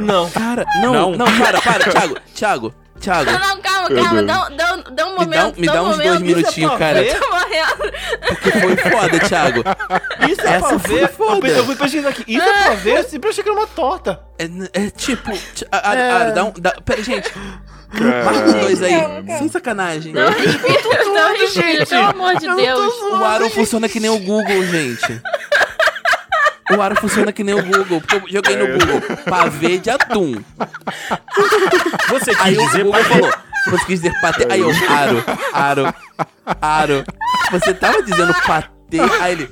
Speaker 5: Não.
Speaker 1: Cara, não, não,
Speaker 3: Não.
Speaker 1: para, para, Thiago, Thiago, Thiago.
Speaker 4: Não, não, calma, calma. Dá, um- dá um- dá um
Speaker 1: Me dá,
Speaker 4: momento.
Speaker 1: me dá
Speaker 4: um
Speaker 1: uns dois
Speaker 4: momento.
Speaker 1: minutinhos,
Speaker 5: Isso é
Speaker 1: cara.
Speaker 5: pra
Speaker 4: Tô morrendo.
Speaker 1: Porque foi foda, Thiago.
Speaker 5: Isso é
Speaker 1: Essa
Speaker 5: pra
Speaker 1: foi
Speaker 5: ver. Eu,
Speaker 1: foda.
Speaker 5: pensei- eu fui pesquisar aqui. Isso é pra ver, eu sempre achei que era uma torta.
Speaker 1: É, é tipo. ti- a- a- a- dá um. Dá, pera, gente, marca os
Speaker 2: Cara,
Speaker 1: dois aí. Sem sacanagem.
Speaker 4: Não respira, não respira, pelo amor de
Speaker 5: Eu tô
Speaker 4: Deus.
Speaker 5: zoando,
Speaker 1: O Aro
Speaker 5: gente.
Speaker 1: funciona que nem o Google, gente. O Aro funciona que nem o Google. Porque eu joguei
Speaker 2: É.
Speaker 1: no Google pavê de atum.
Speaker 3: Você quis
Speaker 1: Aí o
Speaker 3: dizer
Speaker 1: Google
Speaker 3: pavê.
Speaker 1: falou. Você quis dizer patê. Aí eu, Aro, Aro, Aro. Tipo, Você tava dizendo patê. Aí ele.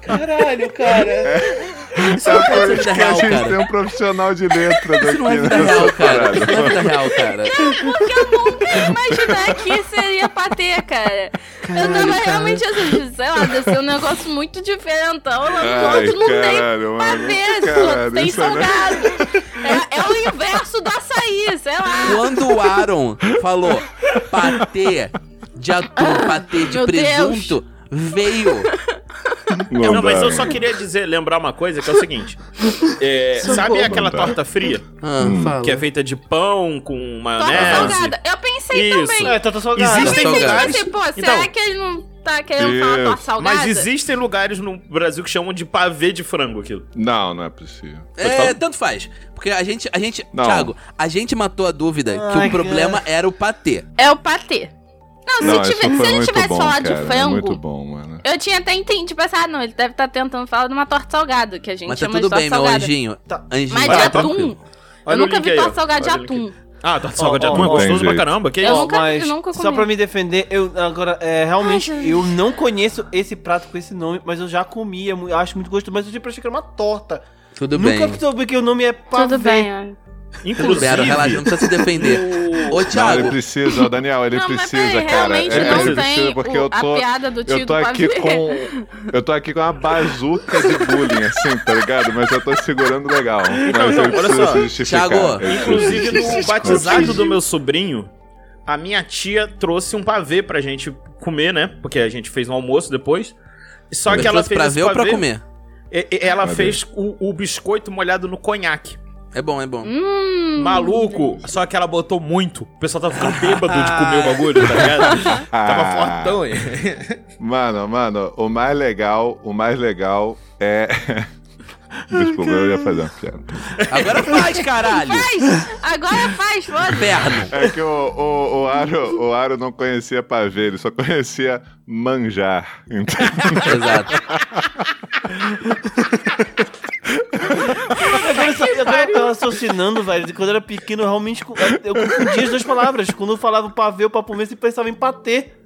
Speaker 5: Caralho, cara.
Speaker 1: Isso é não
Speaker 2: por
Speaker 1: acontece na
Speaker 2: isso
Speaker 1: vida
Speaker 2: que a
Speaker 1: real,
Speaker 2: gente um tem
Speaker 1: cara.
Speaker 2: um profissional de né? letras
Speaker 1: Isso não é
Speaker 2: aqui
Speaker 1: vida real,
Speaker 2: nessa
Speaker 1: cara.
Speaker 2: parada.
Speaker 1: Isso não é vida real, cara.
Speaker 4: O que eu nunca ia imaginar que seria patê, cara. eu tava realmente assim, sei lá, deve ser um negócio muito diferentão. Lá
Speaker 2: Ai,
Speaker 4: no outro não
Speaker 2: caralho,
Speaker 4: tem
Speaker 2: mano.
Speaker 4: pavê, só
Speaker 2: Caralho,
Speaker 4: tem
Speaker 2: isso é-
Speaker 4: salgado. É, é o inverso do açaí, sei lá.
Speaker 1: Quando o Aaron falou patê de atum, patê de
Speaker 4: Meu
Speaker 1: presunto, veio.
Speaker 3: Não, mas eu só queria dizer, lembrar uma coisa que é o seguinte. É, sabe aquela
Speaker 2: Não dá.
Speaker 3: torta fria?
Speaker 1: Ah, fala.
Speaker 3: Que é feita de pão com
Speaker 2: é
Speaker 4: Torta
Speaker 2: assim.
Speaker 3: maionese?
Speaker 4: salgada. Eu pensei
Speaker 3: Isso.
Speaker 4: também.
Speaker 5: Não, é torta salgada.
Speaker 3: Existe-
Speaker 4: Eu pensei,
Speaker 1: salgada.
Speaker 4: assim, pô, será
Speaker 3: Então-
Speaker 4: que ele não tá querendo falar
Speaker 2: Isso.
Speaker 4: torta salgada?
Speaker 3: Mas existem lugares no Brasil que chamam de pavê de frango aquilo.
Speaker 2: Não, não é possível.
Speaker 1: É, tanto faz. Porque a gente, a gente,
Speaker 2: Não.
Speaker 1: Thiago, a gente matou a dúvida que
Speaker 5: Ai,
Speaker 1: o problema era o patê.
Speaker 4: É o patê. Não, se,
Speaker 2: Não,
Speaker 4: tiver,
Speaker 2: isso foi
Speaker 4: se ele
Speaker 2: muito
Speaker 4: tivesse
Speaker 2: bom, cara, é
Speaker 4: falado de
Speaker 2: Muito
Speaker 4: frango,
Speaker 2: bom, mano.
Speaker 4: Eu tinha até entendido, tipo assim, ah, não, ele deve estar tentando falar de uma torta salgada, que a gente
Speaker 1: Mas tá
Speaker 4: chama
Speaker 1: tudo
Speaker 4: de torta
Speaker 1: bem, meu
Speaker 4: salgada.
Speaker 1: anjinho.
Speaker 5: Tá.
Speaker 1: Anjinho.
Speaker 4: Mas
Speaker 1: tá
Speaker 4: de
Speaker 3: Ah,
Speaker 4: atum.
Speaker 2: tranquilo.
Speaker 4: eu
Speaker 3: Olha
Speaker 4: nunca
Speaker 3: o link
Speaker 4: vi
Speaker 3: aí,
Speaker 4: torta
Speaker 3: ó.
Speaker 4: salgada de
Speaker 3: Olha o link.
Speaker 4: atum.
Speaker 3: Ah, torta salgada
Speaker 5: Ó,
Speaker 3: de atum é
Speaker 5: ó,
Speaker 3: gostoso
Speaker 2: entendi.
Speaker 3: pra caramba. Que é
Speaker 4: Eu
Speaker 3: isso?
Speaker 5: Ó,
Speaker 4: nunca-
Speaker 5: mas
Speaker 4: nunca
Speaker 5: só
Speaker 4: comi.
Speaker 5: pra me defender, eu agora é, realmente
Speaker 4: Ai,
Speaker 5: eu não conheço esse prato com esse nome, mas eu já comi, é mu- acho muito gostoso, mas eu sempre achei que era uma torta.
Speaker 1: Tudo
Speaker 5: Nunca
Speaker 1: bem.
Speaker 5: soube que o nome é pavê.
Speaker 4: Tudo bem, ó.
Speaker 1: Tudo bem,
Speaker 3: Inclusive,
Speaker 1: Aaron, relaxa, não precisa se defender. Ô,
Speaker 2: Não,
Speaker 1: Thiago,
Speaker 2: ele precisa, ó, Daniel, ele
Speaker 4: não,
Speaker 2: precisa,
Speaker 4: mas peraí,
Speaker 2: cara.
Speaker 4: realmente
Speaker 2: É,
Speaker 4: não
Speaker 2: ele
Speaker 4: tem
Speaker 2: precisa, porque eu
Speaker 4: o- a
Speaker 2: tô,
Speaker 4: piada do tio
Speaker 2: eu tô
Speaker 4: do
Speaker 2: aqui
Speaker 4: pavê.
Speaker 2: com. um Eu tô aqui com uma bazuca de bullying, assim, tá ligado? Mas eu tô segurando legal.
Speaker 3: Então,
Speaker 2: Mas
Speaker 3: então,
Speaker 2: ele
Speaker 3: olha
Speaker 2: precisa
Speaker 3: só.
Speaker 2: se justificar.
Speaker 1: Thiago,
Speaker 2: ele precisa se
Speaker 3: É, inclusive no
Speaker 2: justificar.
Speaker 3: batizado do meu sobrinho, a minha tia trouxe um pavê pra gente comer, né? Porque a gente fez um almoço depois. Só que ela
Speaker 1: trouxe
Speaker 3: fez
Speaker 1: pra
Speaker 3: esse
Speaker 1: ver ou pra
Speaker 3: pavê,
Speaker 1: comer?
Speaker 3: e- e- Ela
Speaker 2: Pavê.
Speaker 3: fez o, o biscoito molhado no conhaque.
Speaker 1: É bom, é bom.
Speaker 4: Hum?
Speaker 3: Maluco! Só que ela botou muito. O pessoal tava ficando bêbado de comer o bagulho, tá ligado? Tava
Speaker 2: Ah.
Speaker 3: fortão, hein?
Speaker 2: Mano, mano, o mais legal, o mais legal é. Desculpa, eu ia fazer uma piada.
Speaker 1: Agora faz, caralho!
Speaker 4: Faz! Agora faz, foda
Speaker 1: Inferno!
Speaker 2: É que o, o, o, Aro, o Aro não conhecia pavê, ele só conhecia manjar. Então,
Speaker 1: Exato.
Speaker 5: Agora, eu só- agora eu tô raciocinando, velho. Quando eu era pequeno, eu realmente co- eu confundia as duas palavras. Quando eu falava pavê ou papo mesmo, eu pensava em patê.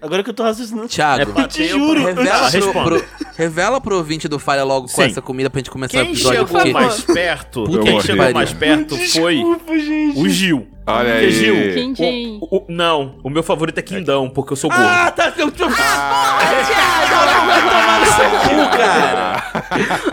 Speaker 5: Agora que eu tô raciocinando.
Speaker 3: É
Speaker 1: Thiago,
Speaker 5: Eu te juro.
Speaker 1: revela, pro,
Speaker 3: Ah, responda.
Speaker 1: pro- revela pro ouvinte do Falha logo com
Speaker 3: Sim.
Speaker 1: essa comida pra gente começar o
Speaker 3: Quem
Speaker 1: episódio.
Speaker 3: chegou mais perto,
Speaker 1: Puta
Speaker 3: quem
Speaker 2: que
Speaker 3: chegou
Speaker 1: pariu.
Speaker 3: mais perto foi
Speaker 5: Desculpa, gente.
Speaker 3: o Gil.
Speaker 2: olha
Speaker 3: Porque é Gil,
Speaker 2: aí.
Speaker 4: Quem, quem?
Speaker 3: o- o- não, o meu favorito é Quindão, porque eu sou gordo.
Speaker 1: Ah, tá. Eu tô...
Speaker 3: cu, cara.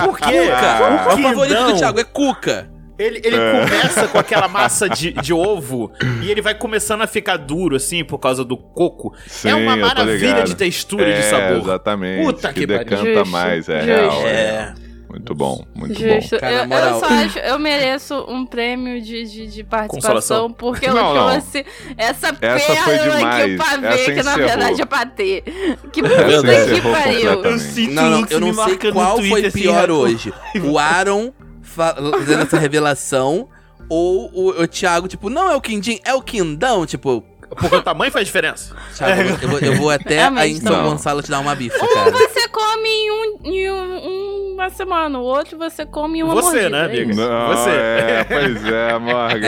Speaker 3: Por quê?
Speaker 1: Cuca! É o favorito do
Speaker 3: Quindão,
Speaker 1: Thiago, é Cuca.
Speaker 3: Ele, ele
Speaker 2: É.
Speaker 3: começa com aquela massa de, de ovo e ele vai começando a ficar duro, assim, por causa do coco.
Speaker 2: Sim,
Speaker 3: é uma
Speaker 2: eu tô
Speaker 3: maravilha
Speaker 2: ligado.
Speaker 3: de textura e
Speaker 2: É,
Speaker 3: de sabor.
Speaker 2: Exatamente.
Speaker 3: Puta que pariu.
Speaker 2: decanta
Speaker 4: Justo,
Speaker 2: mais, é
Speaker 4: justo.
Speaker 2: real.
Speaker 1: É.
Speaker 2: É. Muito bom, muito
Speaker 4: Justo.
Speaker 2: bom.
Speaker 1: Cara,
Speaker 4: eu,
Speaker 1: na
Speaker 4: eu
Speaker 1: moral.
Speaker 4: só acho, eu mereço um prêmio de, de, de participação,
Speaker 3: Consolação.
Speaker 4: porque eu
Speaker 2: Não, não.
Speaker 4: trouxe essa pérola
Speaker 2: Essa foi
Speaker 4: que o
Speaker 2: demais.
Speaker 4: pavê,
Speaker 2: Essa
Speaker 4: que na
Speaker 2: encerrou.
Speaker 4: verdade é patê. Que
Speaker 2: Essa
Speaker 4: puta que
Speaker 2: encerrou
Speaker 4: pariu.
Speaker 2: completamente.
Speaker 5: Eu sinto
Speaker 1: Não, não,
Speaker 5: Lux
Speaker 1: eu não
Speaker 5: me
Speaker 1: sei
Speaker 5: marcando
Speaker 1: qual
Speaker 5: no Twitter,
Speaker 1: foi
Speaker 5: assim,
Speaker 1: pior
Speaker 5: né?
Speaker 1: hoje. O Aaron fa- fazendo essa revelação ou o, o Thiago, tipo, não é o Quindim, é o Quindão, tipo...
Speaker 3: Porque o tamanho faz diferença.
Speaker 1: Thiago, eu, vou, eu vou até aí em
Speaker 4: Realmente
Speaker 1: São
Speaker 2: não.
Speaker 1: Gonçalo te dar uma bifa,
Speaker 4: Um
Speaker 1: cara.
Speaker 4: você come em, um, em um- uma semana, o outro você come em uma
Speaker 3: Você,
Speaker 4: mordida,
Speaker 3: né,
Speaker 4: é
Speaker 3: amiga?
Speaker 4: isso.
Speaker 2: Não,
Speaker 3: Você.
Speaker 2: É, pois é, Morgan.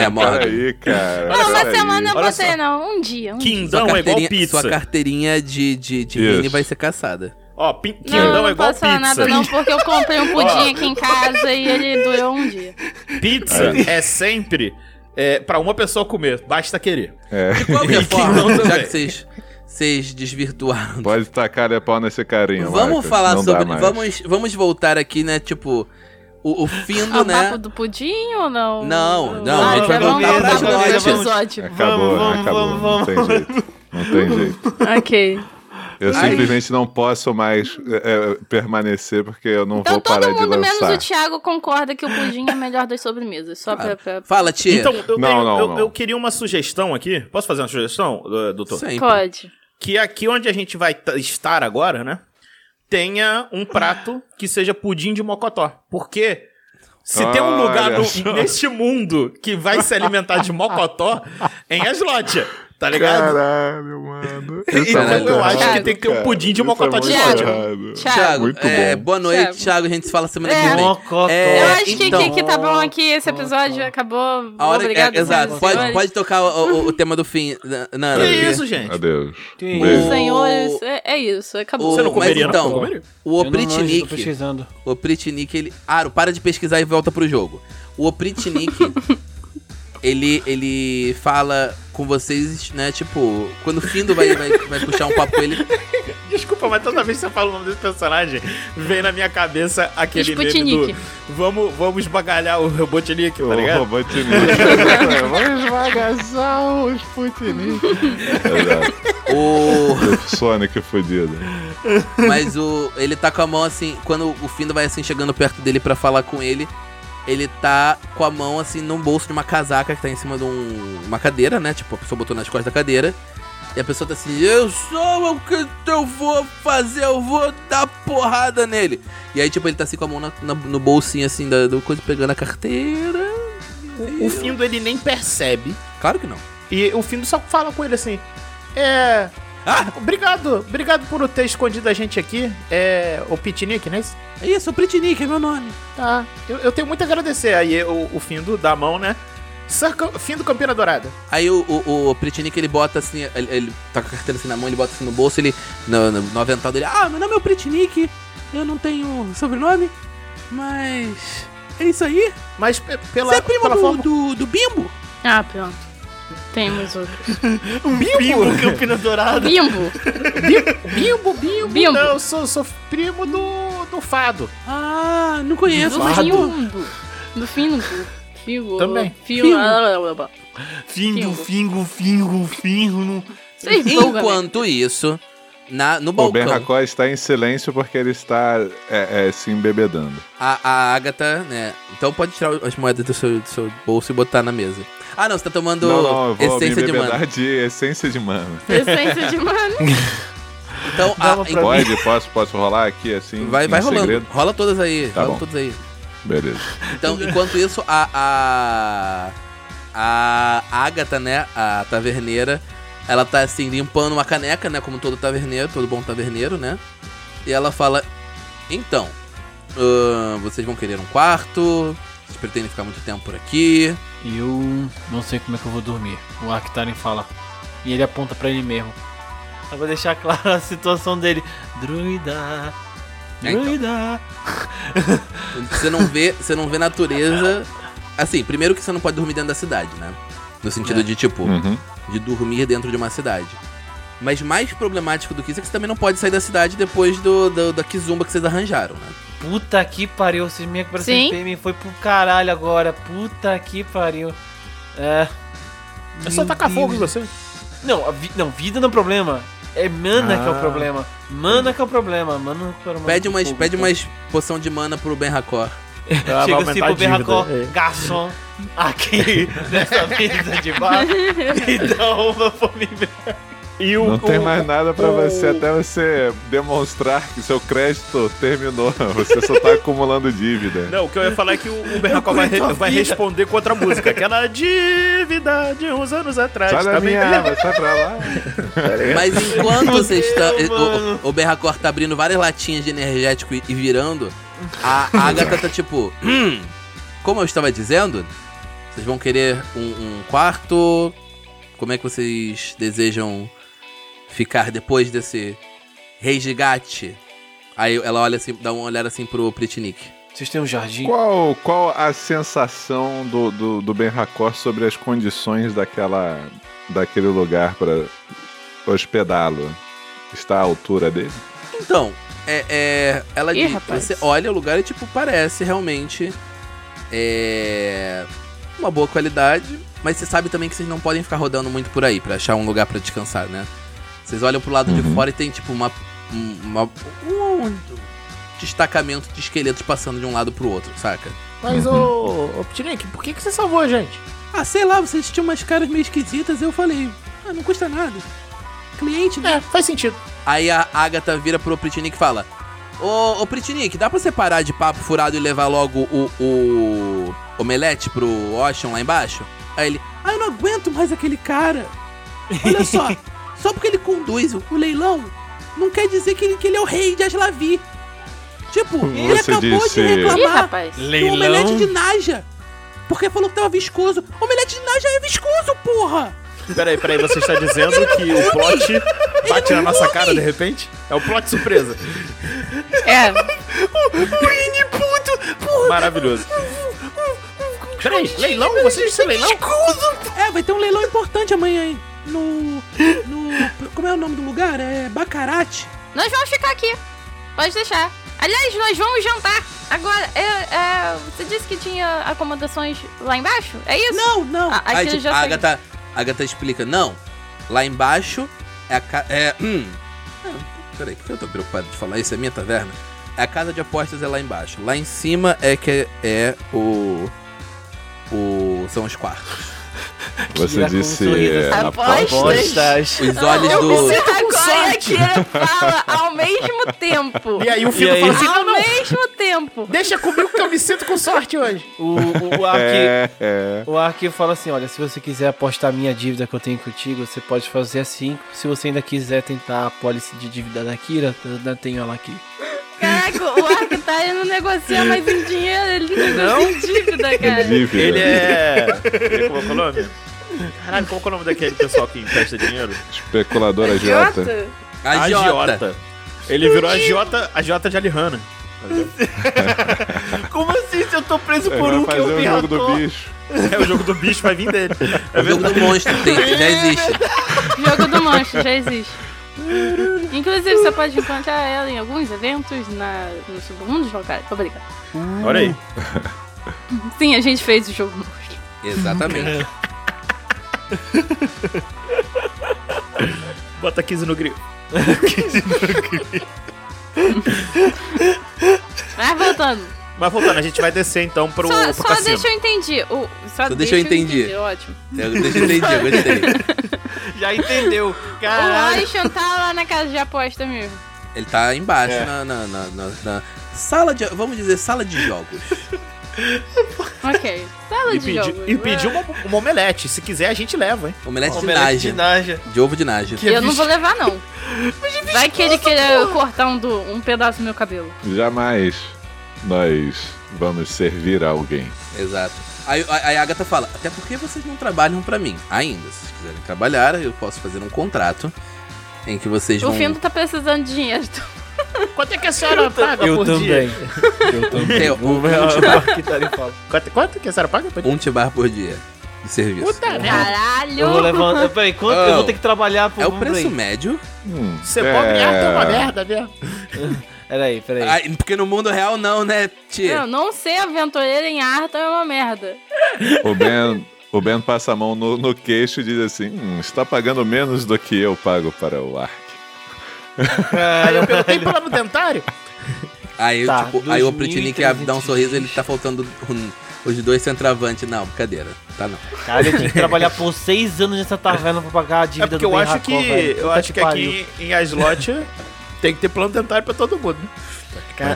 Speaker 1: É, Morgan.
Speaker 2: Peraí, cara.
Speaker 4: Não, uma
Speaker 2: peraí.
Speaker 4: semana eu
Speaker 3: Olha
Speaker 4: botei,
Speaker 3: só.
Speaker 4: não. Um dia. Um dia.
Speaker 3: Quindão é igual pizza.
Speaker 1: sua carteirinha de, de, de
Speaker 2: Isso.
Speaker 1: Vini vai ser caçada.
Speaker 3: Ó, pin-
Speaker 4: Não,
Speaker 3: quindão
Speaker 4: não
Speaker 3: é igual
Speaker 4: posso falar
Speaker 3: pizza.
Speaker 4: nada não, porque eu comprei um pudim aqui em casa e ele durou um dia.
Speaker 3: Pizza é sempre é, pra uma pessoa comer, basta querer.
Speaker 1: De qualquer
Speaker 3: E
Speaker 1: forma,
Speaker 3: Quindão
Speaker 1: já
Speaker 3: também.
Speaker 1: que vocês... Vocês desvirtuaram.
Speaker 2: Pode tacar a pau nesse carinho.
Speaker 1: vamos
Speaker 2: Marcos.
Speaker 1: falar
Speaker 2: Não dá
Speaker 1: sobre.
Speaker 2: mais.
Speaker 1: Vamos, vamos voltar aqui, né? Tipo, o, o
Speaker 4: Ah,
Speaker 1: Findo,
Speaker 4: o papo
Speaker 1: né?
Speaker 4: do pudim ou não?
Speaker 1: Não, não,
Speaker 4: Ah,
Speaker 5: a gente vai
Speaker 4: já vamos
Speaker 5: voltar
Speaker 4: lá
Speaker 5: pra
Speaker 4: pro
Speaker 5: noite.
Speaker 4: episódio.
Speaker 2: Acabou,
Speaker 5: Vamos, vamos,
Speaker 2: acabou. Não
Speaker 5: vamos,
Speaker 2: tem jeito. Não tem jeito.
Speaker 4: ok.
Speaker 2: Eu
Speaker 1: Ai.
Speaker 2: simplesmente não posso mais é, é, permanecer porque eu não
Speaker 4: Então
Speaker 2: vou
Speaker 4: todo
Speaker 2: parar de
Speaker 4: mundo, menos
Speaker 2: lançar.
Speaker 4: o Thiago, concorda que o pudim é a melhor das sobremesas. Só pra. pra...
Speaker 1: Ah, Fala, tia.
Speaker 3: Então, eu,
Speaker 2: Não,
Speaker 3: tenho-
Speaker 2: não,
Speaker 3: eu-
Speaker 2: não.
Speaker 3: eu queria uma sugestão aqui. Posso fazer uma sugestão, eh, doutor?
Speaker 1: Sempre.
Speaker 4: Pode.
Speaker 3: que aqui onde a gente vai t- estar agora, né? Tenha um prato que seja pudim de mocotó. Porque se tem um
Speaker 2: Olha
Speaker 3: lugar no-
Speaker 2: só.
Speaker 3: neste mundo que vai se alimentar de mocotó, é em Aslótia, tá ligado?
Speaker 2: Caralho, mano. é
Speaker 3: Então
Speaker 1: Caralho,
Speaker 3: eu acho
Speaker 4: Thiago.
Speaker 3: que tem que ter um pudim de mocotó de
Speaker 4: muito
Speaker 3: Aslótia.
Speaker 4: errado.
Speaker 1: Thiago,
Speaker 2: Muito
Speaker 1: é,
Speaker 2: bom.
Speaker 1: boa noite, Thiago.
Speaker 4: Thiago.
Speaker 1: A gente se fala semana
Speaker 4: É.
Speaker 1: que vem.
Speaker 5: Mocotó.
Speaker 1: É,
Speaker 4: Eu acho que-
Speaker 1: então-
Speaker 4: que, que tá bom aqui. Esse episódio acabou.
Speaker 1: A hora,
Speaker 4: Obrigado.
Speaker 1: é, exato.
Speaker 4: senhoras e
Speaker 1: Pode,
Speaker 4: senhores.
Speaker 1: pode tocar o, o- o tema do fim, né, Na- Nana.
Speaker 3: Que
Speaker 1: porque-
Speaker 3: isso, gente?
Speaker 2: Adeus.
Speaker 5: Tem-
Speaker 2: Beijo.
Speaker 4: Senhores, é, é isso. Acabou.
Speaker 3: Você não
Speaker 1: mas
Speaker 3: comeria, não?
Speaker 1: então,
Speaker 3: Não comeria?
Speaker 1: o
Speaker 5: Eu não manjo, tô
Speaker 1: Opritnik,
Speaker 5: pesquisando.
Speaker 1: o Opritnik, ele... Aro, para de pesquisar e volta pro jogo. O Opritnik, ele, ele fala com vocês, né, tipo... Quando o Findo vai, vai, vai puxar um papo com ele...
Speaker 3: Desculpa, mas toda vez que você fala o nome desse personagem, vem na minha cabeça aquele meme
Speaker 4: Sputnik.
Speaker 3: do vamos, vamos esbagalhar o Robotnik, tá
Speaker 2: O
Speaker 3: ligado?
Speaker 2: Robotnik. Vamos esmagaçar o Sputnik. Exato.
Speaker 1: O...
Speaker 2: Sonic fudido.
Speaker 1: Mas o. Ele tá com a mão assim. Quando o Findo vai assim chegando perto dele pra falar com ele, ele tá com a mão assim num bolso de uma casaca que tá em cima de um- uma cadeira, né? Tipo, a pessoa botou nas costas da cadeira. E a pessoa tá assim, eu sou o que eu vou fazer, eu vou dar porrada nele. E aí, tipo, ele tá assim com a mão na- na- no bolsinho assim da do coisa, pegando a carteira.
Speaker 3: O, o Findo ele nem percebe.
Speaker 1: Claro que não.
Speaker 3: E o Findo só fala com ele assim: É.
Speaker 1: Ah!
Speaker 3: Obrigado, obrigado por ter escondido a gente aqui. É. O Pitinique, né?
Speaker 1: É isso, o Pritinique, é meu nome.
Speaker 3: Tá. Eu, eu tenho muito a agradecer. Aí o, o Findo dá a mão, né? Sir Cam- Findo Campina Dourada.
Speaker 1: Aí o, o, o Pritinic, ele bota assim, ele, ele tá com a carteira assim na mão, ele bota assim no bolso, ele, no, no, no avental dele, ah, meu nome é o Pritinic, eu não tenho sobrenome, mas é isso aí.
Speaker 3: Mas pe- pela,
Speaker 1: Você é primo
Speaker 3: pela
Speaker 1: do,
Speaker 3: forma.
Speaker 1: do, do Bimbo?
Speaker 4: Ah, pronto. Temos outro.
Speaker 5: Um bimbo, Campina Dourada.
Speaker 4: Bimbo.
Speaker 3: Bimbo, Bimbo.
Speaker 4: Bimbo.
Speaker 3: Não, eu sou, sou primo do, do Fado.
Speaker 1: Ah, não conheço.
Speaker 4: Do Findo. Do Findo. Figo.
Speaker 3: Também.
Speaker 4: Figo.
Speaker 5: Fingo, fingo, fingo, fingo. não-
Speaker 4: Vocês vulgam, né?
Speaker 1: Enquanto isso, na, no
Speaker 2: O Ben
Speaker 1: balcão,
Speaker 2: Racó está em silêncio porque ele está é, é, se embebedando.
Speaker 1: a, a Agatha, né, então pode tirar as moedas do seu, do seu bolso e botar na mesa. Ah, não, você tá tomando
Speaker 2: Não, não, eu vou
Speaker 1: essência
Speaker 2: me
Speaker 1: de
Speaker 2: embebedar
Speaker 1: mana.
Speaker 2: de, essência de mana.
Speaker 4: Essência de mano.
Speaker 1: Então, a,
Speaker 5: Dava pra
Speaker 2: Pode? Posso, posso rolar aqui assim?
Speaker 1: vai,
Speaker 2: em
Speaker 1: vai rolando.
Speaker 2: segredo?
Speaker 1: Rola todas aí,
Speaker 2: Tá
Speaker 1: rola
Speaker 2: bom.
Speaker 1: todas aí.
Speaker 2: Beleza.
Speaker 1: Então, enquanto isso, a. A. A Agatha, né? A taverneira. Ela tá assim, limpando uma caneca, né? Como todo taverneiro, todo bom taverneiro, né? E ela fala: Então, ahn, vocês vão querer um quarto? Vocês pretendem ficar muito tempo por aqui?
Speaker 5: Eu não sei como é que eu vou dormir. O Arctaren fala. E ele aponta pra ele mesmo. Eu vou deixar clara a situação dele. Druida.
Speaker 1: É, então.
Speaker 5: Druida.
Speaker 1: Você não vê, você não vê natureza. Assim, primeiro que você não pode dormir dentro da cidade, né? No sentido
Speaker 5: É.
Speaker 1: de tipo,
Speaker 2: Uhum.
Speaker 1: de dormir dentro de uma cidade. Mas mais problemático do que isso é que você também não pode sair da cidade depois do, do- da Kizumba que vocês arranjaram, né?
Speaker 5: Puta que pariu. Vocês me quebraram
Speaker 4: Sim.
Speaker 5: me foi pro caralho agora. Puta que pariu. É.
Speaker 3: É só
Speaker 5: Meu
Speaker 3: tacar
Speaker 5: Deus.
Speaker 3: fogo em você.
Speaker 5: Não, a vi- não, vida não é problema. É mana que é
Speaker 3: Ah.
Speaker 5: o problema. Mana que é o problema. Mana não para mana
Speaker 1: Pede
Speaker 5: com
Speaker 1: umas,
Speaker 5: fogo,
Speaker 1: pede
Speaker 5: então.
Speaker 1: umas poção de mana pro Ben Racor.
Speaker 3: Ah, vai
Speaker 5: Chega assim
Speaker 3: aumentar
Speaker 5: pro
Speaker 3: a dívida.
Speaker 5: Berracó,
Speaker 3: É.
Speaker 5: garçom, aqui nessa mesa de bar, me dá uma pra me ver.
Speaker 3: E o,
Speaker 2: Não tem
Speaker 3: o-
Speaker 2: mais nada pra
Speaker 3: o-
Speaker 2: você até você demonstrar que seu crédito terminou. Você só tá acumulando dívida.
Speaker 3: Não, o que eu ia falar é que o, o Berracó vai, re- vai responder com outra música. Aquela dívida de uns anos atrás.
Speaker 2: Sai da
Speaker 3: tá bem-
Speaker 2: minha aba, sai pra lá.
Speaker 1: Mas enquanto vocês estão.
Speaker 5: mano.
Speaker 1: O, o Ben Racor tá abrindo várias latinhas de energético e, e virando, a a Agatha tá tipo. "Hum, como eu estava dizendo, vocês vão querer um, um quarto. Como é que vocês desejam ficar depois desse resgate? Aí ela olha assim, dá uma olhada assim pro Pritnik.
Speaker 5: Vocês têm um jardim?
Speaker 2: Qual, qual a sensação do, do, do Ben Racor sobre as condições daquela, daquele lugar pra hospedá-lo está à altura dele?
Speaker 1: Então, é, é, ela
Speaker 4: Ih,
Speaker 1: diz-
Speaker 4: rapaz.
Speaker 1: você olha o lugar e tipo parece realmente é, uma boa qualidade, mas você sabe também que vocês não podem ficar rodando muito por aí pra achar um lugar pra descansar, né? Vocês olham pro lado de
Speaker 2: Uhum.
Speaker 1: fora e tem tipo uma, um- uma um destacamento de esqueletos passando de um lado pro outro, saca?
Speaker 6: Mas, ô, ô Pitirek, por que, que você salvou a gente?
Speaker 1: Ah, sei lá, vocês tinham umas caras meio esquisitas, eu falei, ah, não custa nada. Cliente, né?"
Speaker 6: É, faz sentido.
Speaker 1: Aí a Agatha vira pro Pritinic e fala: Ô, ô Pritinic, dá pra você parar de papo furado e levar logo o, o omelete pro Ocean lá embaixo? Aí ele: Ah, eu não aguento mais aquele cara. Olha só, só porque ele conduz o leilão, não quer dizer que ele, que ele é o rei de Aslavi. Tipo, ele
Speaker 2: Hum, Você
Speaker 1: acabou
Speaker 2: disse-
Speaker 1: de
Speaker 4: Ih,
Speaker 1: reclamar
Speaker 4: rapaz.
Speaker 3: é
Speaker 1: do omelete de Naja. Porque falou que tava viscoso. Omelete de Naja é viscoso, porra!
Speaker 3: Peraí, peraí, você está dizendo que o plot bate na nossa cara de repente? É o plot surpresa.
Speaker 4: É,
Speaker 3: Maravilhoso.
Speaker 6: Peraí, leilão? Você disse leilão?
Speaker 1: É, vai ter um leilão importante amanhã, hein? No. No. Como é o nome do lugar? É Bacarate.
Speaker 4: nós vamos ficar aqui. Pode deixar. Aliás, nós vamos jantar. Agora, é, é, você disse que tinha acomodações lá embaixo? É isso?
Speaker 1: Não, não.
Speaker 4: Ah, aqui
Speaker 1: Aí,
Speaker 4: eu
Speaker 1: tipo,
Speaker 4: já
Speaker 1: a
Speaker 4: sei.
Speaker 1: Agatha, a Agatha explica: não, lá embaixo é a casa. É, hum, é, peraí, por que eu tô preocupado de falar isso? É minha taverna? A casa de apostas é lá embaixo. Lá em cima é que é o. O. São os quartos.
Speaker 2: Você
Speaker 5: Kira com
Speaker 2: disse
Speaker 5: um sorriso
Speaker 2: é,
Speaker 4: assim.
Speaker 2: apostas?
Speaker 5: Postas.
Speaker 1: Os olhos
Speaker 4: Eu
Speaker 1: do.
Speaker 4: preciso Agora que ele fala ao mesmo tempo.
Speaker 6: E aí o Fico
Speaker 5: E aí?
Speaker 6: fala assim, não,
Speaker 4: Ao
Speaker 6: não,
Speaker 4: mesmo tempo.
Speaker 6: deixa comigo que eu me sinto com sorte hoje.
Speaker 5: O, o, o Ark.
Speaker 2: É, é.
Speaker 5: O Ark fala assim: olha, se você quiser apostar a minha dívida que eu tenho contigo, você pode fazer assim. Se você ainda quiser tentar a pólice de dívida da Kira, eu ainda tenho ela aqui.
Speaker 4: Caraca, o Ark tá ele não negocia mais em dinheiro, ele negocia em dívida, cara.
Speaker 2: Dívida.
Speaker 3: Ele é. Ele é como é que é o nome? Caralho, qual que é o nome daquele pessoal que empresta dinheiro?
Speaker 2: Especuladora Jota.
Speaker 1: A Jota.
Speaker 3: Ele virou a Jota, a Jota de Alihanna.
Speaker 5: Como assim se eu tô preso
Speaker 2: Ele vai fazer o jogo do bicho.
Speaker 3: É o jogo do bicho, vai vir dele.
Speaker 1: O jogo do monstro tem, já existe.
Speaker 4: Jogo do Mancho, já existe. Inclusive, você pode encontrar ela em alguns eventos na, no submundo dos locais. Obrigada.
Speaker 3: Olha aí.
Speaker 4: Sim, a gente fez o jogo monstro.
Speaker 1: Exatamente.
Speaker 3: Bota 15 no grilo.
Speaker 4: Mas voltando.
Speaker 3: Mas voltando, a gente vai descer então pro,
Speaker 4: só
Speaker 3: pro
Speaker 4: só
Speaker 3: cassino.
Speaker 4: deixa eu entender. O, só
Speaker 1: Só deixa eu entender.
Speaker 4: Ótimo.
Speaker 1: Eu, deixa eu entender, eu gostei.
Speaker 5: Já entendeu.
Speaker 4: O
Speaker 5: Caralho.
Speaker 4: Ocean tá lá na casa de aposta mesmo.
Speaker 1: Ele tá embaixo
Speaker 5: É.
Speaker 1: na, na- na- na- na sala de. Vamos dizer, sala de jogos.
Speaker 4: Ok. Sala
Speaker 3: E
Speaker 4: de né?
Speaker 3: pedi- um
Speaker 4: jogos.
Speaker 3: e pediu uma, uma omelete. Se quiser, a gente leva, hein?
Speaker 1: Omelete,
Speaker 5: Omelete
Speaker 1: de
Speaker 5: de
Speaker 1: Naja.
Speaker 5: Naja.
Speaker 1: De ovo de Naja.
Speaker 5: Que
Speaker 4: Eu não vou levar, não. Vai que ele queira cortar um, do- um pedaço do meu cabelo.
Speaker 2: Jamais nós vamos servir a alguém.
Speaker 1: Exato. Aí, aí aí a Agatha fala, até porque vocês não trabalham pra mim ainda. Se vocês quiserem trabalhar, eu posso fazer um contrato em que vocês
Speaker 4: O
Speaker 1: vão
Speaker 4: Findo tá precisando de dinheiro.
Speaker 6: Quanto é que a senhora paga
Speaker 5: Eu
Speaker 6: por dia?
Speaker 5: também. Eu
Speaker 1: ter
Speaker 5: também.
Speaker 1: um,
Speaker 5: O Ark tá ali falando.
Speaker 3: Quanto, quanto que a senhora paga? É,
Speaker 1: um tibar por dia de serviço.
Speaker 6: Puta
Speaker 3: né?
Speaker 2: Ah.
Speaker 6: merda.
Speaker 4: Caralho!
Speaker 5: Eu vou levantar. Peraí, quanto eu vou ter que trabalhar por
Speaker 1: É o
Speaker 5: um
Speaker 1: preço
Speaker 5: break?
Speaker 1: médio.
Speaker 2: Hum,
Speaker 6: Você é... pobre, ah, tá uma merda
Speaker 3: né?
Speaker 6: mesmo.
Speaker 5: Peraí, peraí.
Speaker 1: Ai, porque no mundo real não, né,
Speaker 4: Eu
Speaker 1: tia?
Speaker 4: não ser aventureiro em Arthur é uma merda.
Speaker 2: O Ben, o ben passa a mão no, no queixo e diz assim: hum, está pagando menos do que eu pago para o Ark.
Speaker 6: Aí
Speaker 5: É.
Speaker 6: eu perguntei pra ela no dentário.
Speaker 1: Aí,
Speaker 5: Tá,
Speaker 1: tipo, aí o Pritinic
Speaker 5: 2.300
Speaker 1: dá um sorriso ele tá faltando um- os dois centravantes. Não, brincadeira. Tá não.
Speaker 5: Caralho, eu tinha que trabalhar por seis anos nessa taverna pra pagar a
Speaker 3: É
Speaker 5: dívida do
Speaker 3: porque eu
Speaker 5: Ben
Speaker 3: acho
Speaker 5: Hakor,
Speaker 3: que.
Speaker 5: velho.
Speaker 3: Eu
Speaker 5: Puta
Speaker 3: acho que
Speaker 5: pariu.
Speaker 3: aqui em, em Aslot tem que ter plano dentário pra todo mundo. né?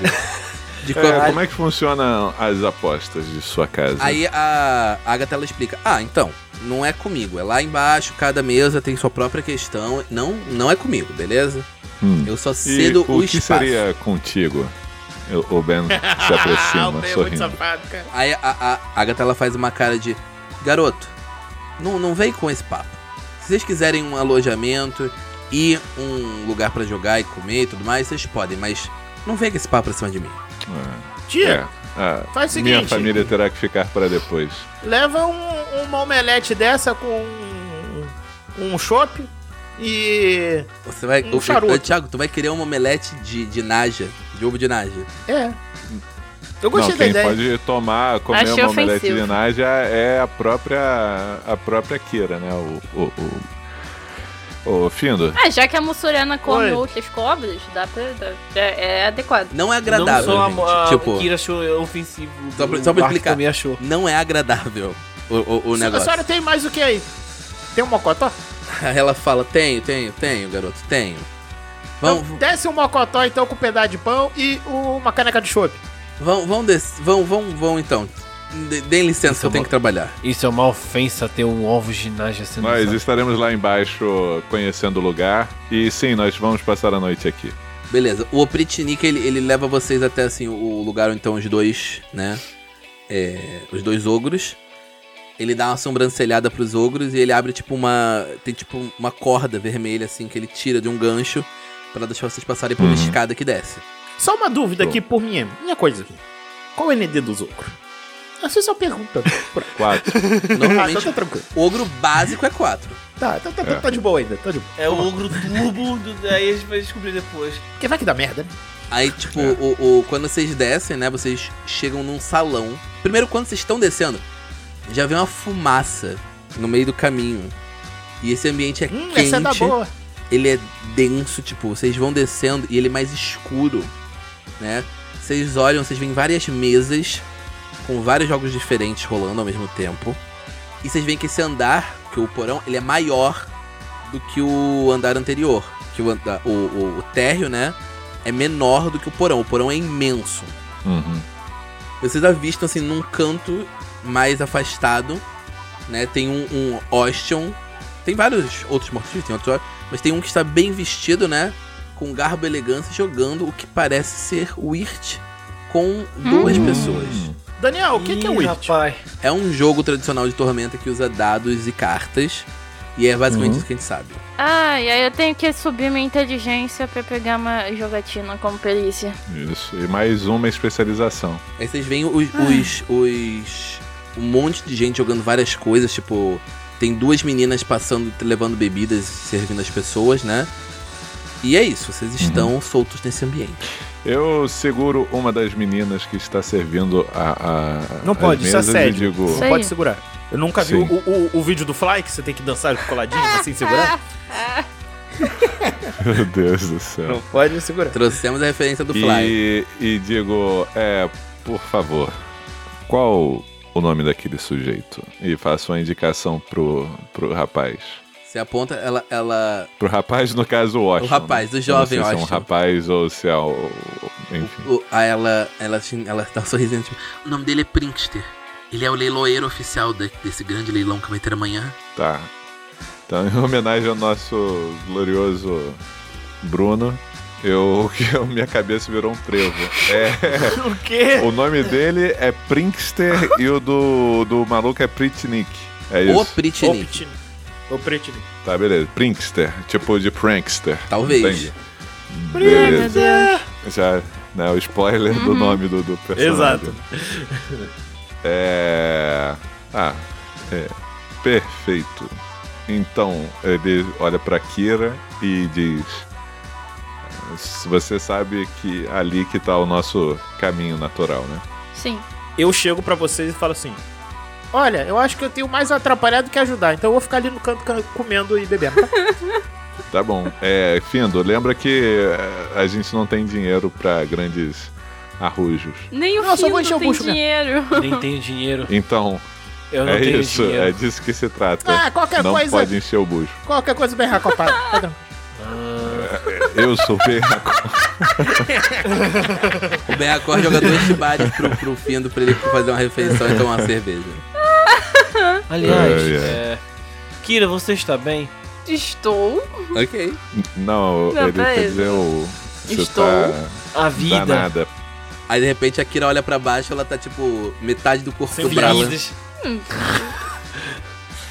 Speaker 1: De
Speaker 2: É,
Speaker 1: qual-
Speaker 2: como é que funcionam as apostas de sua casa?
Speaker 1: Aí a a Agatha ela explica: Ah, então, não é comigo. É lá embaixo, cada mesa tem sua própria questão. Não, não é comigo, beleza?
Speaker 2: Hum.
Speaker 1: Eu só
Speaker 2: E
Speaker 1: cedo o,
Speaker 2: o que
Speaker 1: espaço.
Speaker 2: seria contigo? Eu- O Ben se
Speaker 6: Ah, o
Speaker 2: aproxima,
Speaker 6: Ben é muito
Speaker 2: sorrindo.
Speaker 6: safado, cara.
Speaker 1: Aí a, a, a Agatha ela faz uma cara de: Garoto, não, não vem com esse papo. Se vocês quiserem um alojamento e um lugar pra jogar e comer e tudo mais, vocês podem, mas não vem com esse papo pra cima de mim.
Speaker 2: É.
Speaker 6: Tia,
Speaker 2: Ah,
Speaker 6: faz É o
Speaker 2: minha
Speaker 6: seguinte.
Speaker 2: família tá- terá que ficar para depois.
Speaker 6: Leva um- uma omelete dessa com um, um chopp, e.
Speaker 1: Você vai,
Speaker 6: Um
Speaker 1: o-
Speaker 6: charuto.
Speaker 1: o- Thiago, tu vai querer uma omelete de, de naja, de ovo de naja.
Speaker 6: É. Eu
Speaker 2: Não,
Speaker 6: gostei da
Speaker 2: quem
Speaker 6: ideia.
Speaker 2: pode tomar, comer
Speaker 4: Achei
Speaker 2: uma omelete
Speaker 4: ofensivo.
Speaker 2: de Naja é a própria, a própria Kira, né? O, o, o, o Findo.
Speaker 4: Ah, já que a mussuriana come
Speaker 5: Oi.
Speaker 4: outras cobras, dá pra. dá- é, é adequado.
Speaker 1: Não é agradável,
Speaker 5: não
Speaker 1: gente.
Speaker 5: só a, a
Speaker 1: tipo,
Speaker 5: Kira achou ofensivo.
Speaker 1: Só pra-
Speaker 5: o
Speaker 1: só pra
Speaker 5: Mark
Speaker 1: explicar.
Speaker 5: também achou.
Speaker 1: não é agradável o, o, o
Speaker 6: A
Speaker 1: negócio.
Speaker 6: senhora tem mais o que aí? Tem um mocotó?
Speaker 1: Aí Ela fala, tenho, tenho, tenho, garoto, tenho. Vamos,
Speaker 6: Então, desce um mocotó então com um pedaço de pão e uma caneca de chope.
Speaker 1: vão, vão, des- vão, vão, vão então. De- Deem licença que eu tenho que trabalhar.
Speaker 5: Isso é uma ofensa ter um ovo ginásio sendo
Speaker 2: Nós
Speaker 5: usado.
Speaker 2: estaremos lá embaixo conhecendo o lugar. E sim, nós vamos passar a noite aqui.
Speaker 1: Beleza, o Opritnik ele, ele leva vocês até assim o lugar onde estão os dois, né? é, os dois ogros. Ele dá uma sobrancelhada pros ogros e ele abre tipo uma. Tem tipo uma corda vermelha assim que ele tira de um gancho pra deixar vocês passarem por uma
Speaker 2: Uhum.
Speaker 1: escada que desce.
Speaker 6: Só uma dúvida
Speaker 2: Tô.
Speaker 6: aqui por minha, minha coisa aqui. Qual é o ND dos ogros? Essa é só pergunta. Por-
Speaker 2: Quatro.
Speaker 6: ah, então
Speaker 1: Normalmente
Speaker 6: tá tranquilo.
Speaker 1: o ogro básico é 4.
Speaker 6: Tá, tá, tá, tá, tá de boa ainda, tá de boa.
Speaker 5: É o ogro turbo, do- aí a gente vai descobrir depois.
Speaker 6: Porque vai que dá merda, né?
Speaker 1: Aí, tipo, o, o- quando vocês descem, né? Vocês chegam num salão. Primeiro, quando vocês estão descendo, já vem uma fumaça no meio do caminho. E esse ambiente é
Speaker 6: Hum,
Speaker 1: quente.
Speaker 6: essa é da boa.
Speaker 1: ele é denso, tipo, vocês vão descendo e ele é mais escuro, né? Vocês olham, vocês veem várias mesas com vários jogos diferentes rolando ao mesmo tempo. E vocês veem que esse andar, que o porão, ele é maior do que o andar anterior. Que o, anda- o, o, o térreo, né? É menor do que o porão. O porão é imenso.
Speaker 2: Uhum.
Speaker 1: Vocês avistam assim num canto mais afastado, né? Tem um, um Ostion. Tem vários outros mortos, tem outros, mas tem um que está bem vestido, né? Com garbo e elegância, jogando o que parece ser o Irt com duas
Speaker 2: Hum.
Speaker 1: pessoas.
Speaker 6: Daniel, o que, que é o
Speaker 5: Ih,
Speaker 6: Witch?
Speaker 5: rapaz.
Speaker 1: É um jogo tradicional de tormenta que usa dados e cartas. E é basicamente isso que a gente sabe.
Speaker 4: Ah, e aí eu tenho que subir minha inteligência pra pegar uma jogatina como perícia.
Speaker 2: Isso. E mais uma especialização.
Speaker 1: Aí vocês veem os, os, os- Um monte de gente jogando várias coisas, tipo. Tem duas meninas passando, levando bebidas, servindo as pessoas, né? E é isso,
Speaker 2: Uhum.
Speaker 1: vocês estão soltos nesse ambiente.
Speaker 2: Eu seguro uma das meninas que está servindo a. a
Speaker 3: Não
Speaker 2: as
Speaker 3: pode, isso é
Speaker 2: mesas e
Speaker 3: assédio.
Speaker 2: digo,
Speaker 4: Isso aí.
Speaker 3: Pode segurar. Eu nunca vi
Speaker 2: Sim.
Speaker 3: o, o, o vídeo do Fly que você tem que dançar coladinho assim, segurar.
Speaker 2: Meu Deus do céu.
Speaker 3: Não pode segurar.
Speaker 1: Trouxemos a referência do Fly.
Speaker 2: E, e digo, é, por favor, qual o nome daquele sujeito? E faço uma indicação pro, pro rapaz.
Speaker 1: Você aponta, ela. ela
Speaker 2: Pro rapaz, no caso, o Washington.
Speaker 1: O rapaz,
Speaker 2: né?
Speaker 1: o jovem
Speaker 2: Eu não sei se é
Speaker 1: Washington.
Speaker 2: um rapaz ou se é o... Enfim.
Speaker 1: o- a ela, ela. te- Ela tá sorrisinho, tipo. O nome dele é Prinkster. Ele é o leiloeiro oficial de- desse grande leilão que vai ter amanhã.
Speaker 2: Tá. Então, em homenagem ao nosso glorioso Bruno, eu, eu- minha cabeça virou um trevo. É,
Speaker 5: O quê?
Speaker 2: o nome dele é Prinkster e o do, do maluco é Pritnik. É isso.
Speaker 1: O Pritnik.
Speaker 3: Optini. O Pretini.
Speaker 2: Tá, beleza. Prankster, tipo de prankster.
Speaker 1: Talvez.
Speaker 2: Entende? Beleza. Já, né, o spoiler
Speaker 6: Uhum.
Speaker 2: do nome do, do personagem.
Speaker 3: Exato.
Speaker 2: É... Ah, é. Perfeito. Então, ele olha pra Kira e diz... Você sabe que ali que tá o nosso caminho natural, né?
Speaker 4: Sim.
Speaker 3: Eu chego pra vocês e falo assim:
Speaker 6: Olha, eu acho que eu tenho mais atrapalhado que ajudar, então eu vou ficar ali no canto can- comendo e bebendo. tá?
Speaker 2: Tá bom. É, Findo, lembra que eh, a gente não tem dinheiro pra grandes arrujos.
Speaker 4: Nem o
Speaker 6: Não, eu só vou encher
Speaker 4: Findo
Speaker 6: o
Speaker 4: tem
Speaker 6: bucho mesmo.
Speaker 4: dinheiro.
Speaker 5: Nem tenho dinheiro.
Speaker 2: Então,
Speaker 5: Eu não
Speaker 2: é
Speaker 5: tenho
Speaker 2: isso,
Speaker 5: dinheiro.
Speaker 2: é disso que se trata.
Speaker 6: Ah, qualquer
Speaker 2: não
Speaker 6: coisa.
Speaker 2: pode encher o bucho.
Speaker 6: Qualquer coisa bem racopada. Tá tranquilo.
Speaker 2: Eu sou perraco.
Speaker 1: O Berracor joga dois chibares pro, pro Findo pra ele fazer uma refeição e tomar uma cerveja.
Speaker 5: Aliás,
Speaker 2: É,
Speaker 5: é, Kira, você está bem?
Speaker 4: Estou.
Speaker 1: Ok.
Speaker 2: Não,
Speaker 4: Não,
Speaker 2: ele
Speaker 4: pera aí.
Speaker 2: quer dizer o. Você
Speaker 4: Estou
Speaker 2: tá
Speaker 5: A vida.
Speaker 2: danada.
Speaker 1: Aí de repente a Kira olha pra baixo, ela tá tipo metade do corpo
Speaker 3: Sem
Speaker 1: dobrada.
Speaker 5: Vidas.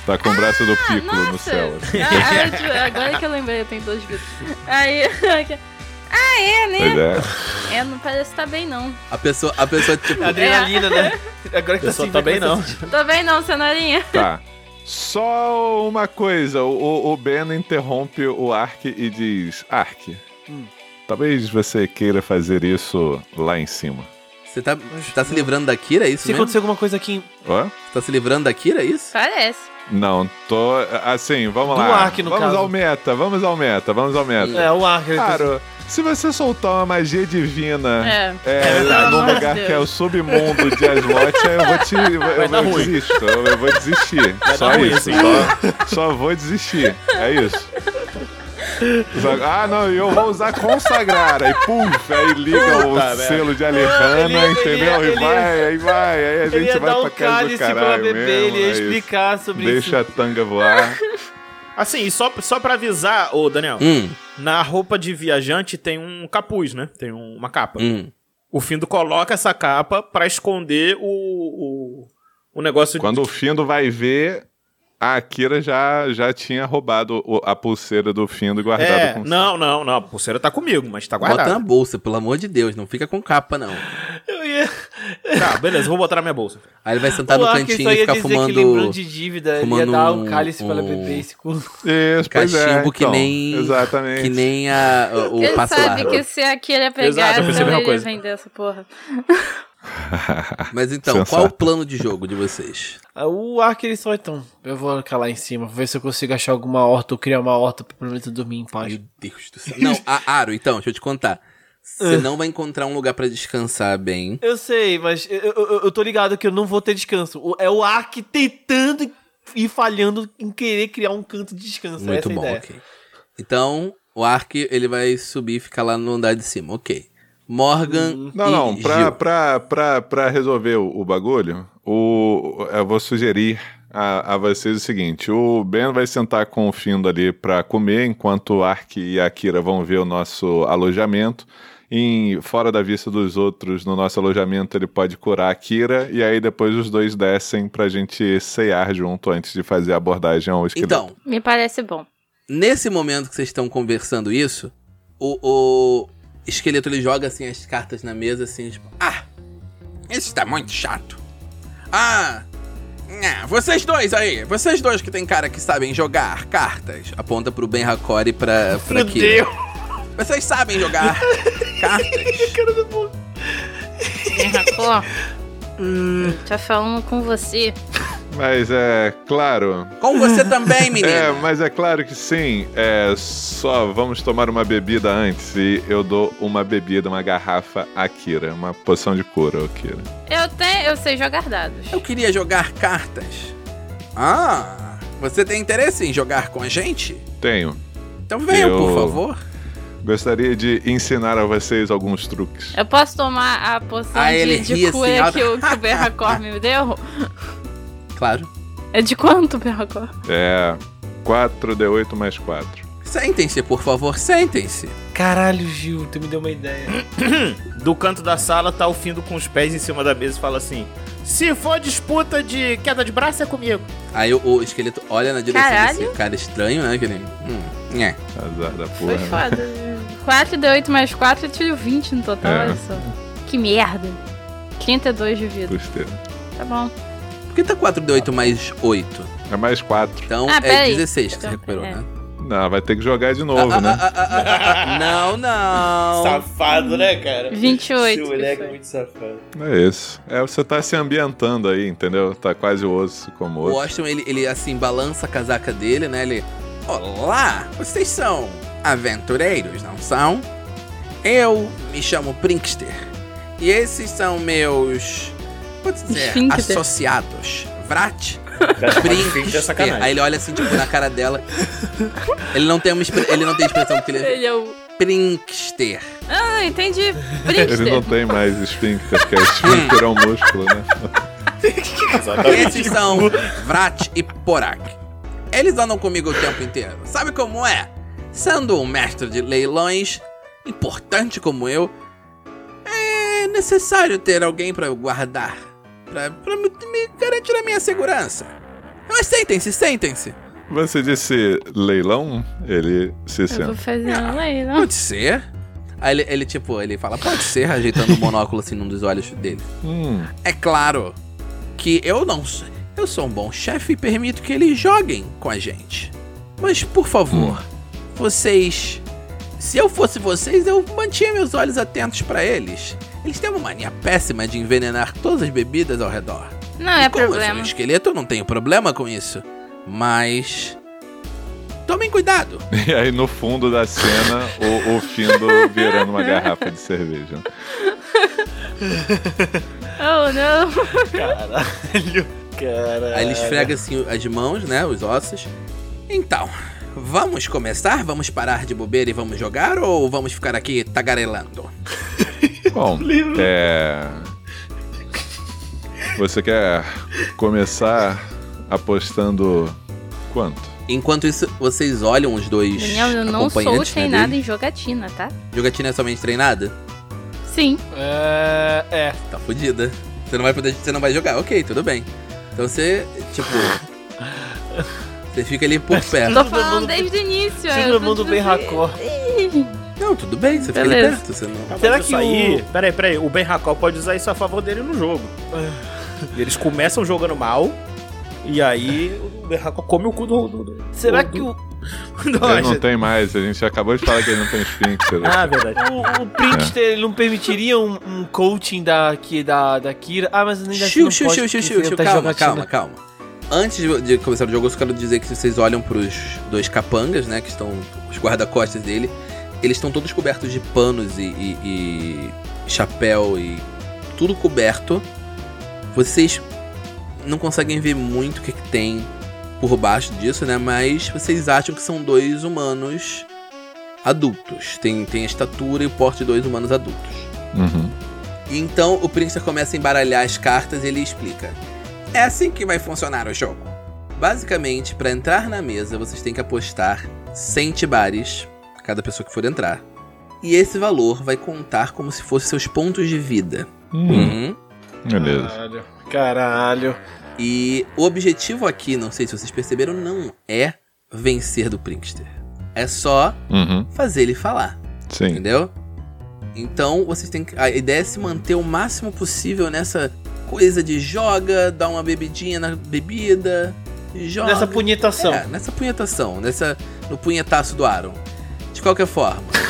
Speaker 2: Tá com o braço do
Speaker 4: Ah,
Speaker 2: Piccolo no
Speaker 4: nossa.
Speaker 2: céu. assim.
Speaker 4: Ah, eu te- agora que eu lembrei, eu tenho dois vidros. Aí. ah, é,
Speaker 2: Pois
Speaker 4: né?
Speaker 2: é.
Speaker 4: É, não parece estar bem, não.
Speaker 1: A pessoa, a pessoa tipo,
Speaker 5: Adrenalina, né? Agora que
Speaker 3: Eu
Speaker 5: tá
Speaker 3: só
Speaker 5: assim,
Speaker 3: tá
Speaker 5: vai
Speaker 3: bem,
Speaker 5: começar a
Speaker 3: não.
Speaker 5: sentir-
Speaker 4: Tô bem, não, cenourinha.
Speaker 2: Tá. Só uma coisa, o, o Ben interrompe o Ark e diz: Ark,
Speaker 5: Hum.
Speaker 2: talvez você queira fazer isso lá em cima.
Speaker 1: Você tá, tá se livrando da Kira, é isso
Speaker 5: Se
Speaker 1: mesmo?
Speaker 5: acontecer alguma coisa aqui
Speaker 2: Hã?
Speaker 1: Tá se livrando da Kira, é isso?
Speaker 4: Parece.
Speaker 2: Não, tô. Assim, vamos
Speaker 5: Do
Speaker 2: lá.
Speaker 5: Ark, no
Speaker 2: vamos
Speaker 5: caso.
Speaker 2: ao meta, vamos ao meta, vamos ao meta.
Speaker 5: É, o Ark.
Speaker 2: Claro, se você soltar uma magia divina
Speaker 4: É.
Speaker 2: é,
Speaker 4: verdade.
Speaker 2: num
Speaker 4: Pelo
Speaker 2: lugar
Speaker 4: amor de
Speaker 2: que é o
Speaker 4: Deus.
Speaker 2: submundo de Aslot, eu vou te. Eu, eu,
Speaker 3: dar ruim.
Speaker 2: desisto, eu, eu vou desistir. só
Speaker 3: dar ruim,
Speaker 2: isso,
Speaker 3: sim.
Speaker 2: só, só vou desistir. É isso. Só- Ah, não, e eu vou usar consagrar. Aí, puf, aí liga o
Speaker 3: Puta merda.
Speaker 2: selo de Alejandra,
Speaker 5: Ele-
Speaker 2: entendeu?
Speaker 5: ele-
Speaker 2: e vai, aí vai, aí a
Speaker 5: Ele
Speaker 2: gente
Speaker 5: ia
Speaker 2: vai
Speaker 5: dar
Speaker 2: pra casa
Speaker 5: um
Speaker 2: do
Speaker 5: cálice pra
Speaker 2: caralho.
Speaker 5: beber,
Speaker 2: mesmo,
Speaker 5: ele ia
Speaker 2: é isso.
Speaker 5: explicar sobre
Speaker 2: Deixa a
Speaker 5: isso.
Speaker 2: tanga voar.
Speaker 3: Assim, e só, só pra avisar, ô Daniel,
Speaker 1: Hum,
Speaker 3: na roupa de viajante tem um capuz, né? Tem um- uma capa.
Speaker 1: hum.
Speaker 3: O Findo coloca essa capa pra esconder o, o, o negócio de-
Speaker 2: Quando o Findo vai ver, a Akira já, já tinha roubado o- a pulseira do Findo e guardado
Speaker 3: É,
Speaker 2: com
Speaker 3: não, não, não. A pulseira tá comigo, mas tá
Speaker 1: Bota na
Speaker 3: guardada.
Speaker 1: bolsa, pelo amor de Deus, não fica com capa, não.
Speaker 5: Eu ia...
Speaker 3: Tá, beleza, vou botar na minha bolsa.
Speaker 1: Aí ele vai sentar Tá no
Speaker 5: o Ark
Speaker 1: cantinho
Speaker 5: só
Speaker 1: e
Speaker 5: ia
Speaker 1: ficar
Speaker 5: dizer que lembrou
Speaker 1: fumando.
Speaker 5: de dívida, ele ia
Speaker 1: fumando
Speaker 5: dar um
Speaker 1: um-
Speaker 5: cálice pra ela
Speaker 1: um-
Speaker 5: beber esse cu.
Speaker 2: Isso, pois é,
Speaker 1: Cachimbo que
Speaker 2: então,
Speaker 1: nem-
Speaker 2: Exatamente.
Speaker 1: Que nem a, o, o
Speaker 4: Ele
Speaker 1: passo
Speaker 4: sabe
Speaker 1: largo.
Speaker 4: que se aqui ele pegar,
Speaker 3: Exato, eu pensei a mesma
Speaker 4: ele ia
Speaker 3: coisa.
Speaker 4: vender essa porra.
Speaker 1: Mas então,
Speaker 2: Sensato.
Speaker 1: qual o plano de jogo de vocês?
Speaker 5: Ah, O Ark ele só então. Eu vou ficar lá em cima, vou ver se eu consigo achar alguma horta ou criar uma horta pra pelo menos eu dormir em paz.
Speaker 1: Meu Deus do céu. Não, a Aro, então, deixa eu te contar.
Speaker 5: Ah.
Speaker 1: Você não vai encontrar um lugar pra descansar bem.
Speaker 5: Eu sei, mas eu, eu- eu- eu tô ligado que eu não vou ter descanso. O- É o Ark tentando e- e falhando em querer criar um canto de descanso.
Speaker 1: Muito
Speaker 5: essa é a
Speaker 1: bom,
Speaker 5: ideia.
Speaker 1: ok. Então, o Ark, ele vai subir e ficar lá no andar de cima, ok. Morgan
Speaker 5: Uhum.
Speaker 2: Não,
Speaker 1: e
Speaker 2: não, pra,
Speaker 1: Gil.
Speaker 2: pra, pra, pra resolver o, o bagulho, o, eu vou sugerir a, a vocês o seguinte: o Ben vai sentar com o Findo ali pra comer, enquanto o Ark e a Akira vão ver o nosso alojamento. Em, fora da vista dos outros, no nosso alojamento, ele pode curar a Akira, e aí depois os dois descem pra gente ceiar junto antes de fazer a abordagem ao esqueleto.
Speaker 1: Então,
Speaker 4: Me parece bom.
Speaker 1: nesse momento que vocês estão conversando isso, o, o esqueleto ele joga assim as cartas na mesa, assim, tipo, ah, isso tá muito chato. Ah, é, vocês dois aí, vocês dois que tem cara que sabem jogar cartas, aponta pro Ben Hakori e pra, pra
Speaker 5: Meu
Speaker 1: Kira.
Speaker 5: Deus!
Speaker 1: Vocês sabem jogar cartas.
Speaker 4: Hein, Racó? Tá falando com você.
Speaker 2: Mas é claro,
Speaker 1: Com você também, menino.
Speaker 2: É, mas é claro que sim. É só vamos tomar uma bebida antes e eu dou uma bebida, uma garrafa Akira, uma poção de cura, Akira.
Speaker 4: Eu tenho. Eu sei jogar dados.
Speaker 1: Eu queria jogar cartas. Ah, você tem interesse em jogar com a gente?
Speaker 2: Tenho.
Speaker 1: Então venha,
Speaker 2: Eu-
Speaker 1: por favor.
Speaker 2: Gostaria de ensinar a vocês alguns truques.
Speaker 4: Eu posso tomar a poção
Speaker 1: Ah, ele
Speaker 4: de,
Speaker 1: ri
Speaker 4: de
Speaker 1: assim,
Speaker 4: cuia
Speaker 1: ó.
Speaker 4: que o, que o Berracor me deu?
Speaker 1: Claro.
Speaker 4: É de quanto, Berracor?
Speaker 2: É 4D8 mais 4.
Speaker 1: Sentem-se, por favor, sentem-se.
Speaker 5: Caralho, Gil, tu me deu uma ideia.
Speaker 3: Do canto da sala tá o Findo com os pés em cima da mesa e fala assim: Se for disputa de queda de braço, é comigo.
Speaker 1: Aí o, o esqueleto olha na direção
Speaker 4: Caralho.
Speaker 1: desse cara estranho, né? Que ele, hum, é.
Speaker 2: Azar da porra.
Speaker 4: Foi
Speaker 2: né?
Speaker 4: foda. 4 de 8 mais 4, eu tiro 20 no total,
Speaker 2: É.
Speaker 4: olha só. Que merda. 32 de vida.
Speaker 2: Custeira.
Speaker 4: Tá bom.
Speaker 1: Por que tá 4D8 mais 8?
Speaker 2: É mais 4.
Speaker 1: Então
Speaker 4: Ah,
Speaker 1: é
Speaker 4: peraí.
Speaker 1: 16 que você
Speaker 4: Então,
Speaker 1: recuperou,
Speaker 4: é.
Speaker 1: né?
Speaker 2: Não, vai ter que jogar de novo,
Speaker 1: Ah,
Speaker 2: né?
Speaker 1: ah, ah, ah, ah, ah. não, não.
Speaker 5: Safado, né, cara?
Speaker 4: 28. isso aí.
Speaker 5: safado.
Speaker 2: É isso. É, você tá se ambientando aí, entendeu? Tá quase osso como
Speaker 1: O
Speaker 2: osso.
Speaker 1: Austin, ele, ele assim, balança a casaca dele, né? Ele. Olá! Vocês são aventureiros, não são? Eu me chamo Prinkster. E esses são meus. Vou dizer,
Speaker 4: Esfíncter.
Speaker 1: associados. Vrat, Prinkster. Aí ele olha assim, tipo, na cara dela. Ele não tem, uma expre- ele não tem expressão porque ele é
Speaker 4: Ele é o.
Speaker 1: Prinkster.
Speaker 4: Ah, entendi.
Speaker 2: Ele não
Speaker 4: Brinkster.
Speaker 2: tem mais esfíncter, porque esfíncter é um músculo, né?
Speaker 1: Esses são Vrat e Porak. Eles andam comigo o tempo inteiro. Sabe como é? Sendo um mestre de leilões, importante como eu, é necessário ter alguém pra guardar. Pra, pra me, me garantir a minha segurança. Mas sentem-se, sentem-se.
Speaker 2: Você disse leilão? Ele se
Speaker 4: Eu vou
Speaker 2: senta.
Speaker 4: fazer um aí, não.
Speaker 1: Pode ser. Aí ele, ele, tipo, ele fala, pode ser, ajeitando o monóculo assim num dos olhos dele.
Speaker 2: Hum,
Speaker 1: É claro que eu não sou. Eu sou um bom chefe e permito que eles joguem com a gente. Mas, por favor, vocês. Se eu fosse vocês, eu mantinha meus olhos atentos pra eles. Eles têm uma mania péssima de envenenar todas as bebidas ao redor.
Speaker 4: Não é
Speaker 1: E como Eu sou
Speaker 4: problema.
Speaker 1: um esqueleto, eu não tenho problema com isso. Mas. Tomem cuidado!
Speaker 2: E aí, no fundo da cena, o, o Findo virando uma garrafa de cerveja.
Speaker 4: Oh, não.
Speaker 5: Caralho. Caralho.
Speaker 1: Aí ele esfrega assim as mãos, né? Os ossos. Então, vamos começar? Vamos parar de bobeira e vamos jogar? Ou vamos ficar aqui tagarelando?
Speaker 2: Bom, é. Você quer começar apostando quanto?
Speaker 1: Enquanto isso, vocês olham os dois.
Speaker 4: Daniel, eu não sou
Speaker 1: acompanhantes, né,
Speaker 4: treinada
Speaker 1: dele.
Speaker 4: em jogatina, tá?
Speaker 1: Jogatina é somente treinada?
Speaker 4: Sim.
Speaker 5: É. É.
Speaker 1: Tá fodida. Você não vai poder. Você não vai jogar, ok, tudo bem. Então você, tipo. você fica ali por perto.
Speaker 4: Tô
Speaker 5: Todo
Speaker 4: falando
Speaker 5: mundo-
Speaker 4: desde o início. é, eu
Speaker 5: Todo
Speaker 4: tô
Speaker 5: mundo bem
Speaker 4: dizendo-
Speaker 5: racor.
Speaker 1: Não, tudo bem, você fica ali
Speaker 4: Beleza.
Speaker 1: perto. Você não...
Speaker 5: Será
Speaker 6: Será
Speaker 5: que
Speaker 6: que isso aí... Peraí, peraí. O Ben Racol pode usar isso a favor dele no jogo.
Speaker 5: Ah.
Speaker 6: Eles começam jogando mal, e aí o Ben Racol come o cu do... do, do-
Speaker 5: Será que o,
Speaker 6: do
Speaker 2: Ele não
Speaker 6: Roger.
Speaker 2: tem mais, a gente acabou de falar que ele não tem esfíncter.
Speaker 6: Ah, verdade.
Speaker 5: o, o Print ele não permitiria um, um coaching da, que, da, da Kira? Ah, mas nem da Kira.
Speaker 1: Xiu,
Speaker 5: não
Speaker 1: xiu,
Speaker 5: pode,
Speaker 1: xiu, xiu,
Speaker 5: porque
Speaker 1: xiu,
Speaker 5: tá
Speaker 1: xiu. Calma,
Speaker 5: jogatina.
Speaker 1: calma, calma. Antes de- de começar o jogo, eu só quero dizer que vocês olham pros dois capangas, né? Que estão os guarda-costas dele. Eles estão todos cobertos de panos e, e- e chapéu e tudo coberto. Vocês não conseguem ver muito o que, que tem por baixo disso, né? Mas vocês acham que são dois humanos adultos. Tem, tem a estatura e o porte de dois humanos adultos.
Speaker 2: Uhum.
Speaker 1: E Então o príncipe começa a embaralhar as cartas e ele explica. É assim que vai funcionar o jogo. Basicamente, para entrar na mesa, vocês têm que apostar 100 tibares, cada pessoa que for entrar. E esse valor vai contar como se fosse seus pontos de vida.
Speaker 2: Hum,
Speaker 1: Uhum.
Speaker 2: Beleza.
Speaker 5: Caralho. Caralho.
Speaker 1: E o objetivo aqui, não sei se vocês perceberam, não é vencer do Prinkster. É só
Speaker 2: Uhum.
Speaker 1: fazer ele falar.
Speaker 2: Sim.
Speaker 1: Entendeu? Então, vocês têm que. A ideia é se manter o máximo possível nessa coisa de joga, dá uma bebidinha na bebida, joga.
Speaker 5: Nessa punhetação.
Speaker 1: É, nessa punhetação, nessa. No punhetaço do Aaron. De qualquer forma.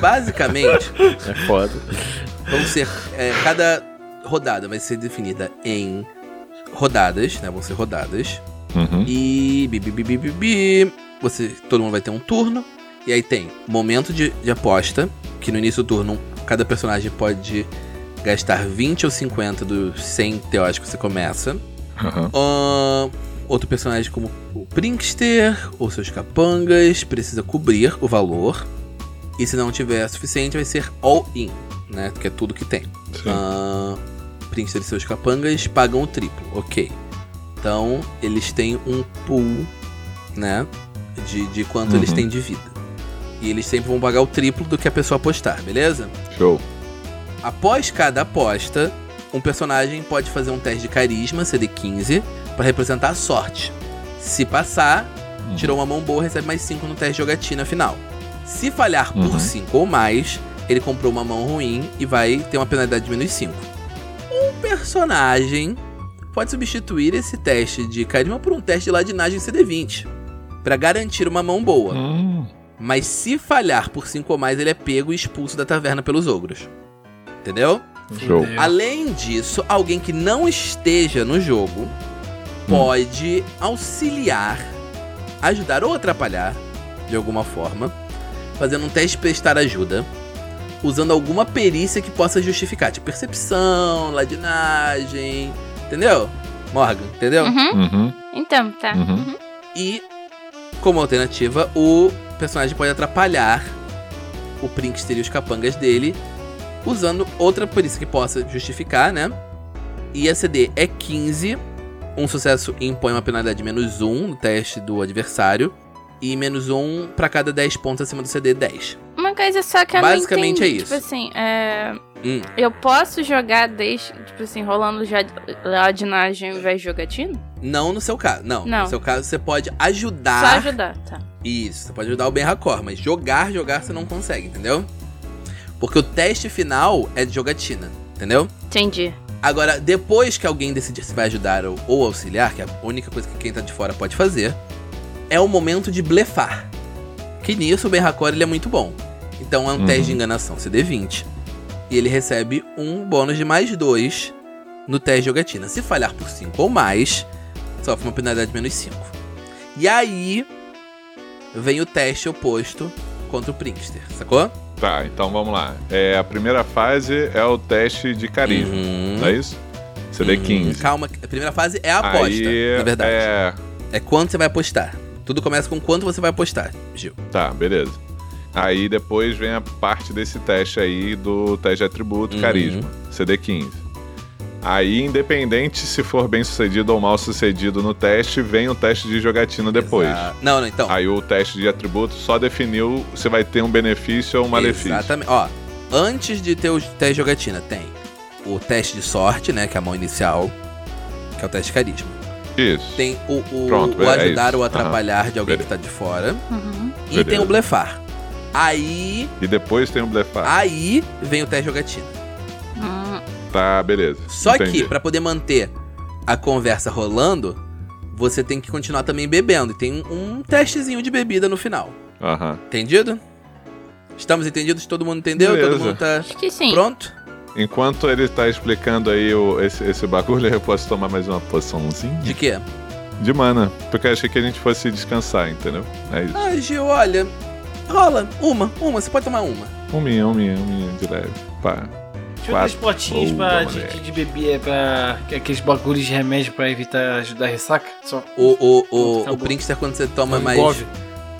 Speaker 1: Basicamente,
Speaker 3: É foda.
Speaker 1: vão ser. é, cada rodada vai ser definida em rodadas, né? Vão ser rodadas.
Speaker 2: Uhum.
Speaker 1: E bi, bi, bi, bi, bi, bi. Você, todo mundo vai ter um turno. E aí tem momento de, de aposta, que no início do turno um- cada personagem pode gastar 20 ou 50 dos 100 teóricos que você começa.
Speaker 2: Uhum.
Speaker 1: Ahn, outro personagem como o Prinkster ou seus capangas precisa cobrir o valor. E se não tiver suficiente, vai ser all-in, né? Que é tudo que tem.
Speaker 2: Sim.
Speaker 1: Ah, Princesa e seus capangas pagam o triplo, ok. Então, eles têm um pool, né? De, de quanto eles
Speaker 2: Uhum.
Speaker 1: têm de vida. E eles sempre vão pagar o triplo do que a pessoa apostar, beleza?
Speaker 2: Show.
Speaker 1: Após cada aposta, um personagem pode fazer um teste de carisma, CD15, para representar a sorte. Se passar,
Speaker 2: Uhum.
Speaker 1: tirou uma mão boa, recebe mais 5 no teste de jogatina final. Se falhar
Speaker 2: Uhum.
Speaker 1: por 5 ou mais, ele comprou uma mão ruim e vai ter uma penalidade de menos 5. Um personagem pode substituir esse teste de carisma por um teste de ladinagem CD20 para garantir uma mão boa.
Speaker 2: Hum,
Speaker 1: Mas se falhar por 5 ou mais, ele é pego e expulso da taverna pelos ogros. Entendeu?
Speaker 2: Show.
Speaker 1: Além disso, alguém que não esteja no jogo pode auxiliar, ajudar ou atrapalhar de alguma forma, fazendo um teste de prestar ajuda, usando alguma perícia que possa justificar, tipo percepção, ladinagem, entendeu? Morgan, entendeu?
Speaker 4: Uhum.
Speaker 2: Uhum.
Speaker 4: Então, tá.
Speaker 1: Hum.
Speaker 2: Uhum.
Speaker 1: E, como alternativa, o personagem pode atrapalhar o Prinkster e os capangas dele, usando outra perícia que possa justificar, né? E a CD é 15. Um sucesso impõe uma penalidade de menos 1 no teste do adversário. E menos 1 pra cada 10 pontos acima do CD 10.
Speaker 4: Uma coisa só que eu
Speaker 1: Basicamente
Speaker 4: não
Speaker 1: é
Speaker 4: entendi.
Speaker 1: isso.
Speaker 4: Tipo assim, é...
Speaker 1: Hum.
Speaker 4: eu posso jogar desde, tipo assim, rolando já ladinagem ao invés de jogatina?
Speaker 1: Não no seu caso. Não.
Speaker 4: Não.
Speaker 1: No seu caso, você pode
Speaker 4: Só
Speaker 1: ajudar.
Speaker 4: ajudar, tá.
Speaker 1: Isso, você pode ajudar o Ben Racor, mas jogar, jogar você não consegue, entendeu? Porque o teste final é de jogatina, entendeu?
Speaker 4: Entendi.
Speaker 1: Agora, depois que alguém decidir se vai ajudar ou, ou auxiliar, que é a única coisa que quem tá de fora pode fazer, é o momento de blefar. Que nisso o Ben Hakor, ele é muito bom. Então é um
Speaker 2: Uhum.
Speaker 1: teste de enganação CD20. E ele recebe um bônus de mais dois no teste de jogatina. Se falhar por 5 ou mais, sofre uma penalidade de menos 5. E aí vem o teste oposto contra o Prinkster, sacou?
Speaker 2: Tá, então vamos lá. É, a primeira fase é o teste de carisma,
Speaker 1: Uhum.
Speaker 2: não é isso? CD15.
Speaker 1: Calma, a primeira fase é a aposta,
Speaker 2: Aí,
Speaker 1: na verdade.
Speaker 2: É,
Speaker 1: É quanto você vai apostar. Tudo começa com quanto você vai apostar, Gil.
Speaker 2: tá, beleza. Aí depois vem a parte desse teste aí do teste de atributo,
Speaker 1: Uhum.
Speaker 2: carisma, CD15. Aí, independente se for bem sucedido ou mal sucedido no teste, vem o teste de jogatina depois.
Speaker 1: Exa- Não, não, então.
Speaker 2: Aí o teste de atributo só definiu se vai ter um benefício ou um malefício.
Speaker 1: Exatamente. Ó, antes de ter o teste de jogatina, tem o teste de sorte, né? Que é a mão inicial, que é o teste de carisma.
Speaker 2: Isso.
Speaker 1: Tem o, o-
Speaker 2: Pronto,
Speaker 1: o
Speaker 2: é
Speaker 1: ajudar
Speaker 2: isso.
Speaker 1: ou atrapalhar de alguém que tá de fora. E tem o
Speaker 2: Beleza.
Speaker 1: blefar. Aí.
Speaker 2: E depois tem o
Speaker 1: Ah.
Speaker 2: blefar.
Speaker 1: Aí vem o teste de jogatina.
Speaker 4: Hum,
Speaker 2: Tá, beleza.
Speaker 1: Só
Speaker 2: Entendi.
Speaker 1: que, pra poder manter a conversa rolando, você tem que continuar também bebendo. E tem um testezinho de bebida no final.
Speaker 2: Aham.
Speaker 1: Entendido? Estamos entendidos? Todo mundo entendeu? Todo
Speaker 2: Beleza.
Speaker 1: mundo tá
Speaker 4: acho que sim.
Speaker 1: pronto?
Speaker 2: Enquanto ele tá explicando aí o, esse, esse bagulho, eu posso tomar mais uma poçãozinha?
Speaker 1: De quê?
Speaker 2: De mana, porque eu achei que a gente fosse descansar, entendeu? É isso.
Speaker 1: Ah, Gil, olha. Rola. Uma, uma, você pode tomar uma.
Speaker 2: Um minha, um minha, um minha de leve. Pá.
Speaker 5: Deixa eu dar
Speaker 2: Quatro.
Speaker 5: uns potinhos pra,
Speaker 2: Boa,
Speaker 5: de,
Speaker 2: moleque.
Speaker 5: de, de bebê, é pra aqueles bagulhos de remédio pra evitar ajudar a ressaca. Só.
Speaker 1: O, o, o,
Speaker 5: Acabou.
Speaker 1: o Prinkster, quando você toma
Speaker 2: Tá
Speaker 1: mais
Speaker 5: Engove.